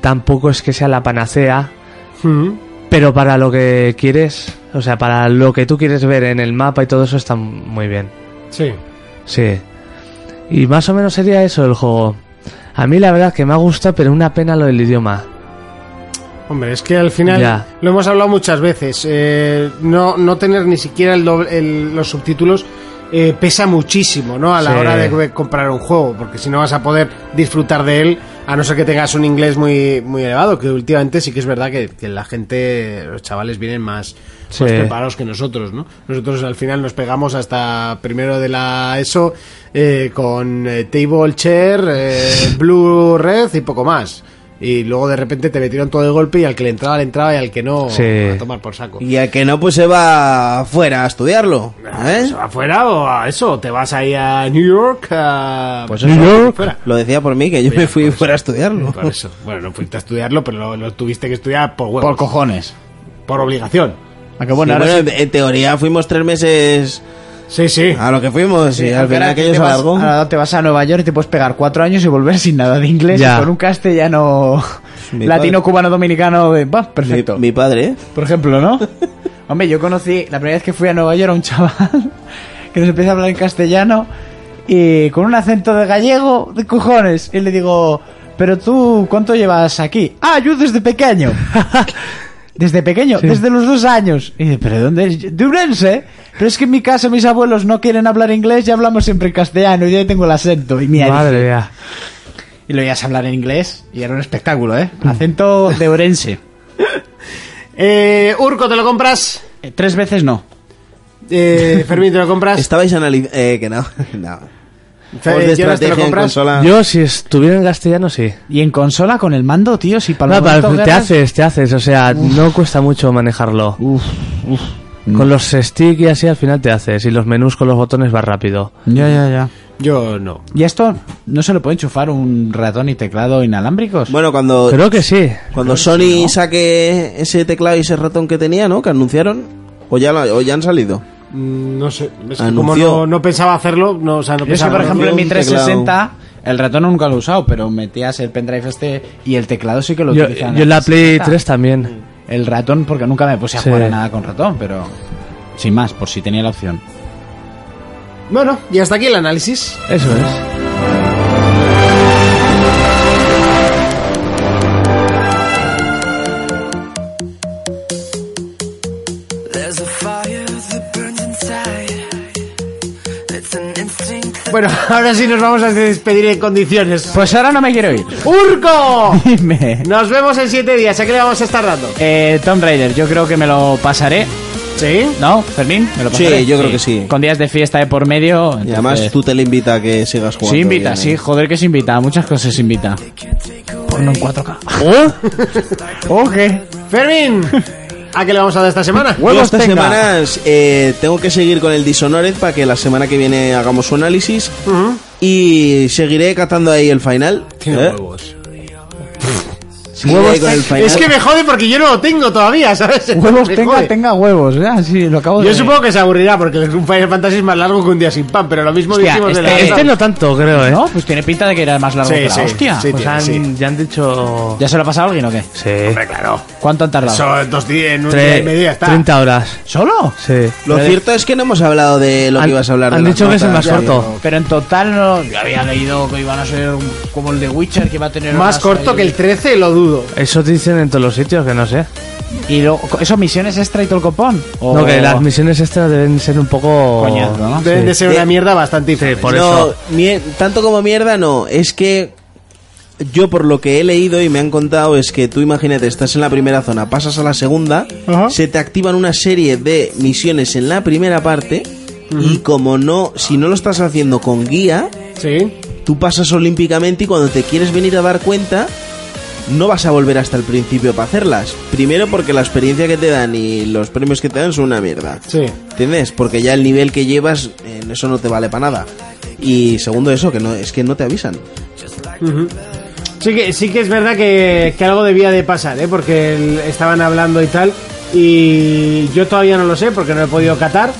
E: tampoco es que sea la panacea,
B: Mm.
E: pero para lo que quieres, o sea, para lo que tú quieres ver en el mapa y todo eso está muy bien.
B: Sí.
E: Sí. Y más o menos sería eso el juego. A mí la verdad que me ha gustado, pero una pena lo del idioma.
B: Hombre, es que al final
E: Ya.
B: lo hemos hablado muchas veces. eh, no, no tener ni siquiera el doble- el- los subtítulos eh, pesa muchísimo, ¿no? A la
E: Sí.
B: hora de, de comprar un juego, porque si no vas a poder disfrutar de él, a no ser que tengas un inglés muy, muy elevado, que últimamente sí que es verdad que, que la gente, los chavales vienen más,
E: Sí.
B: más preparados que nosotros, ¿no? Nosotros al final nos pegamos hasta primero de la ESO eh, con eh, Table Chair, eh, Blue Red y poco más. Y luego de repente te metieron todo de golpe y al que le entraba, le entraba y al que no,
E: Sí.
B: a tomar por saco.
D: Y al que no, pues se va afuera a estudiarlo. ¿eh?
B: ¿Afuera o a eso? ¿Te vas ahí a New York? A...
D: Pues
B: New
D: eso,
B: Fuera.
D: lo decía por mí, que
C: Pues
D: yo me fui fuera a estudiarlo.
B: pues. Por eso. Bueno, no fuiste a estudiarlo, pero lo, lo tuviste que estudiar por huevos.
C: Por cojones.
B: Por obligación.
C: Ah, que
D: [laughs] Bueno,
C: bueno, ahora
D: en- en teoría fuimos tres meses
B: Sí, sí.
D: a lo que fuimos y al final aquello se alargó.
C: Ahora te vas a Nueva York y te puedes pegar cuatro años y volver sin nada de inglés
E: Ya.
C: y con un castellano
D: Mi
C: latino,
D: padre.
C: cubano, dominicano. De, bah,
D: Mi-
C: perfecto.
D: Mi, padre, ¿eh?
C: Por ejemplo, [laughs] ¿no? Hombre, yo conocí la primera vez que fui a Nueva York a un chaval [laughs] que nos empieza a hablar en castellano y con un acento de gallego de cojones. Y le digo, pero tú, ¿cuánto llevas aquí? Ah, yo desde pequeño. Desde pequeño, desde los dos años. Y dice, ¿pero de dónde es? De Urense. Pero es que en mi casa mis abuelos no quieren hablar inglés y hablamos siempre en castellano. Y yo ya tengo el acento. Y mira,
E: Madre mía.
C: y lo oías hablar en inglés y era un espectáculo, ¿eh? Acento [laughs] de Urense.
B: Eh, Urco, ¿te lo compras?
C: Eh, Tres veces no.
D: [laughs]
B: Eh, Fermín, ¿te lo compras?
D: Estabais analizando... Eh, que no, [laughs] no.
B: Fe-
D: Juegos
B: Jonas,
D: de
B: ¿te lo
D: estrategia en
B: compras?
D: consola.
E: Yo si estuviera en castellano sí.
C: Y en consola con el mando, tío, si para
E: No,
C: los
E: pero
C: momentos
E: te
C: guerras-
E: haces, te haces, o sea, no cuesta mucho manejarlo.
C: Uf, uf.
E: Con los stick y así al final te haces. Y los menús con los botones va rápido.
C: Ya, ya, ya.
B: Yo no.
C: ¿Y esto no se lo puede enchufar un ratón y teclado inalámbricos?
D: Bueno, cuando,
E: Creo que sí.
D: cuando Sony saque ese teclado y ese ratón que tenía, ¿no? Que anunciaron. ¿O ya, lo- o ya han salido?
B: Mm, No sé, es que
D: Anunció.
B: como no, no pensaba hacerlo, no, o sea, no
C: Yo es que,
B: pensaba
C: por ejemplo, en mi
D: un teclado.
C: 360 el ratón nunca lo he usado, pero metías el pendrive este y el teclado sí que lo Mm.
E: Yo,
C: utilizaba
E: yo en la Play
C: 360.
E: 3 también.
C: El ratón, porque nunca me puse a
E: Sí.
C: jugar a nada con ratón, pero sin más, por si tenía la opción.
B: Bueno, y hasta aquí el análisis.
E: Eso es.
K: There's a fire that burns inside. It's an instinct
B: Bueno, [laughs] ahora sí nos vamos a despedir en condiciones.
C: Pues ahora no me quiero [laughs] ir.
B: ¡Urco!
C: Dime.
B: Nos vemos en siete días, ¿a qué le vamos a estar dando?
C: Eh, Tomb Raider, yo creo que me lo pasaré,
B: ¿Sí?
C: ¿no, Fermín? ¿Me lo
D: Sí,
C: pasaré?
D: yo creo que sí.
C: Con días de fiesta de por medio.
D: Y además
C: entonces-
D: tú te le invita a que sigas jugando.
C: Sí, invita,
D: bien,
C: sí,
D: ¿eh?
C: joder que se invita, muchas cosas se invita. Porno en 4K.
B: ¿O qué? ¿Eh? Fermín, ¿a qué le vamos a dar esta semana?
D: Yo estas
C: tenga.
D: semanas eh, tengo que seguir con el Dishonored para que la semana que viene hagamos su análisis. Y seguiré catando ahí el final. ¿eh? Seguiré ahí con el final.
B: Es que me jode porque yo no lo tengo todavía, ¿sabes?
C: Huevos
B: Me
C: tenga,
B: jode.
C: tenga huevos, ¿verdad? Sí, lo acabo de
B: Yo supongo que se aburrirá porque es un Final Fantasy es más largo que un día sin pan, pero lo mismo
C: Hostia,
B: dijimos de la
C: este-
E: Este no tanto, creo, ¿eh?
C: No, pues tiene pinta de que era más largo
B: Sí,
C: que la
B: sí,
C: hostia.
B: sí,
E: Pues
B: tío,
E: han-
B: sí.
E: ya han dicho...
C: ¿Ya se lo ha pasado a alguien o qué?
E: Sí.
B: Claro,
C: ¿Cuánto han tardado?
B: son dos días, en un
E: Tre-
B: día y medio ya está.
E: 30 horas.
C: ¿Solo?
E: Sí.
D: Lo cierto es que no hemos hablado de lo
E: Han-
D: que ibas a hablar. de
E: han
D: las
E: dicho que es el
D: notas,
E: más
D: ya
E: corto.
D: digo.
C: Pero en total no. Yo había leído que iban a ser un- como el de Witcher, que iba a tener.
B: Más
C: unas eh,
B: corto
C: ahí-
B: que el 13, lo dudo.
E: Eso dicen en todos los sitios, que no sé.
C: ¿Y luego, eso, misiones extra y todo el copón? ¿O-
E: No, que las misiones extras deben ser un poco...
C: Coñazo, ¿no?
B: Deben de
E: Sí.
B: ser una mierda bastante
E: Sí,
B: diferente.
E: por
D: No,
E: eso.
D: mie- tanto como mierda no. Es que yo por lo que he leído y me han contado es que tú imagínate, estás en la primera zona, pasas a la segunda, se te activan una serie de misiones en la primera parte y como no, si no lo estás haciendo con guía,
B: Sí.
D: tú pasas olímpicamente y cuando te quieres venir a dar cuenta no vas a volver hasta el principio para hacerlas. Primero porque la experiencia que te dan y los premios que te dan son una mierda.
B: Sí.
D: ¿Entiendes? Porque ya el nivel que llevas, en eso no te vale para nada. Y segundo eso, que no es que no te avisan.
B: Sí que, sí que es verdad que, que algo debía de pasar, ¿eh? porque el- estaban hablando y tal. Y yo todavía no lo sé porque no he podido catar.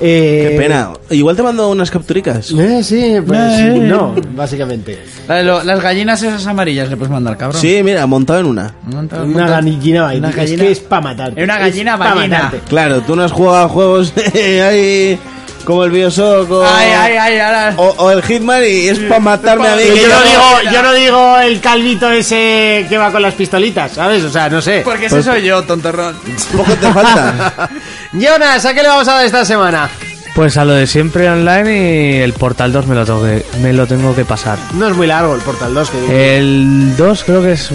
B: Eh,
D: Qué pena. Igual te mando unas capturicas.
B: Eh, sí, pues no, básicamente.
C: La- lo- las gallinas esas amarillas le puedes mandar, cabrón.
D: Sí, mira, montado en una.
C: Monta-
B: Una
C: monta-
B: gallina
C: Ah, Una
B: vaina. Es
C: gallina-
B: que es para matarte.
C: Es una gallina
B: pa'
C: ballena.
B: matarte.
D: Claro, tú no has jugado a juegos [laughs] ahí, como el Bioshock o,
C: Ay, ay, ay, ahora.
D: o, o el Hitman y es para matarme a mí.
B: Yo,
D: que
B: no
D: yo-
B: digo, yo no digo el calvito ese que va con las pistolitas, ¿sabes? O sea, no sé.
C: Porque ese soy yo, tontorrón.
D: Pues Poco te
C: [laughs]
D: falta.
B: Jonas, ¿a qué le vamos a dar esta semana?
E: Pues a lo de siempre online y el Portal 2 me lo tengo que, me lo tengo que pasar.
B: No es muy largo el Portal 2 que digo.
E: El 2 creo que es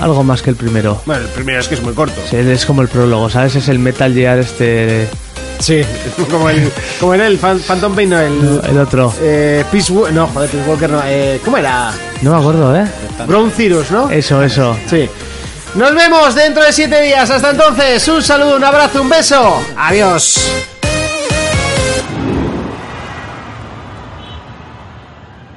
E: algo más que el primero.
B: Bueno, el primero es que es muy corto.
E: Sí, Es como el prólogo, ¿sabes? Es el Metal Gear este...
B: Sí, [laughs] como, el, como era el Fan- Phantom Pain, no, el,
E: El otro.
B: eh, Peace Walker, no, joder, Peace Walker no, eh, ¿cómo era?
E: No me acuerdo, ¿eh?
B: Brown Cirrus, ¿no?
E: Eso, eso.
B: Sí. Nos vemos dentro de siete días. Hasta entonces, un saludo, un abrazo, un beso. Adiós.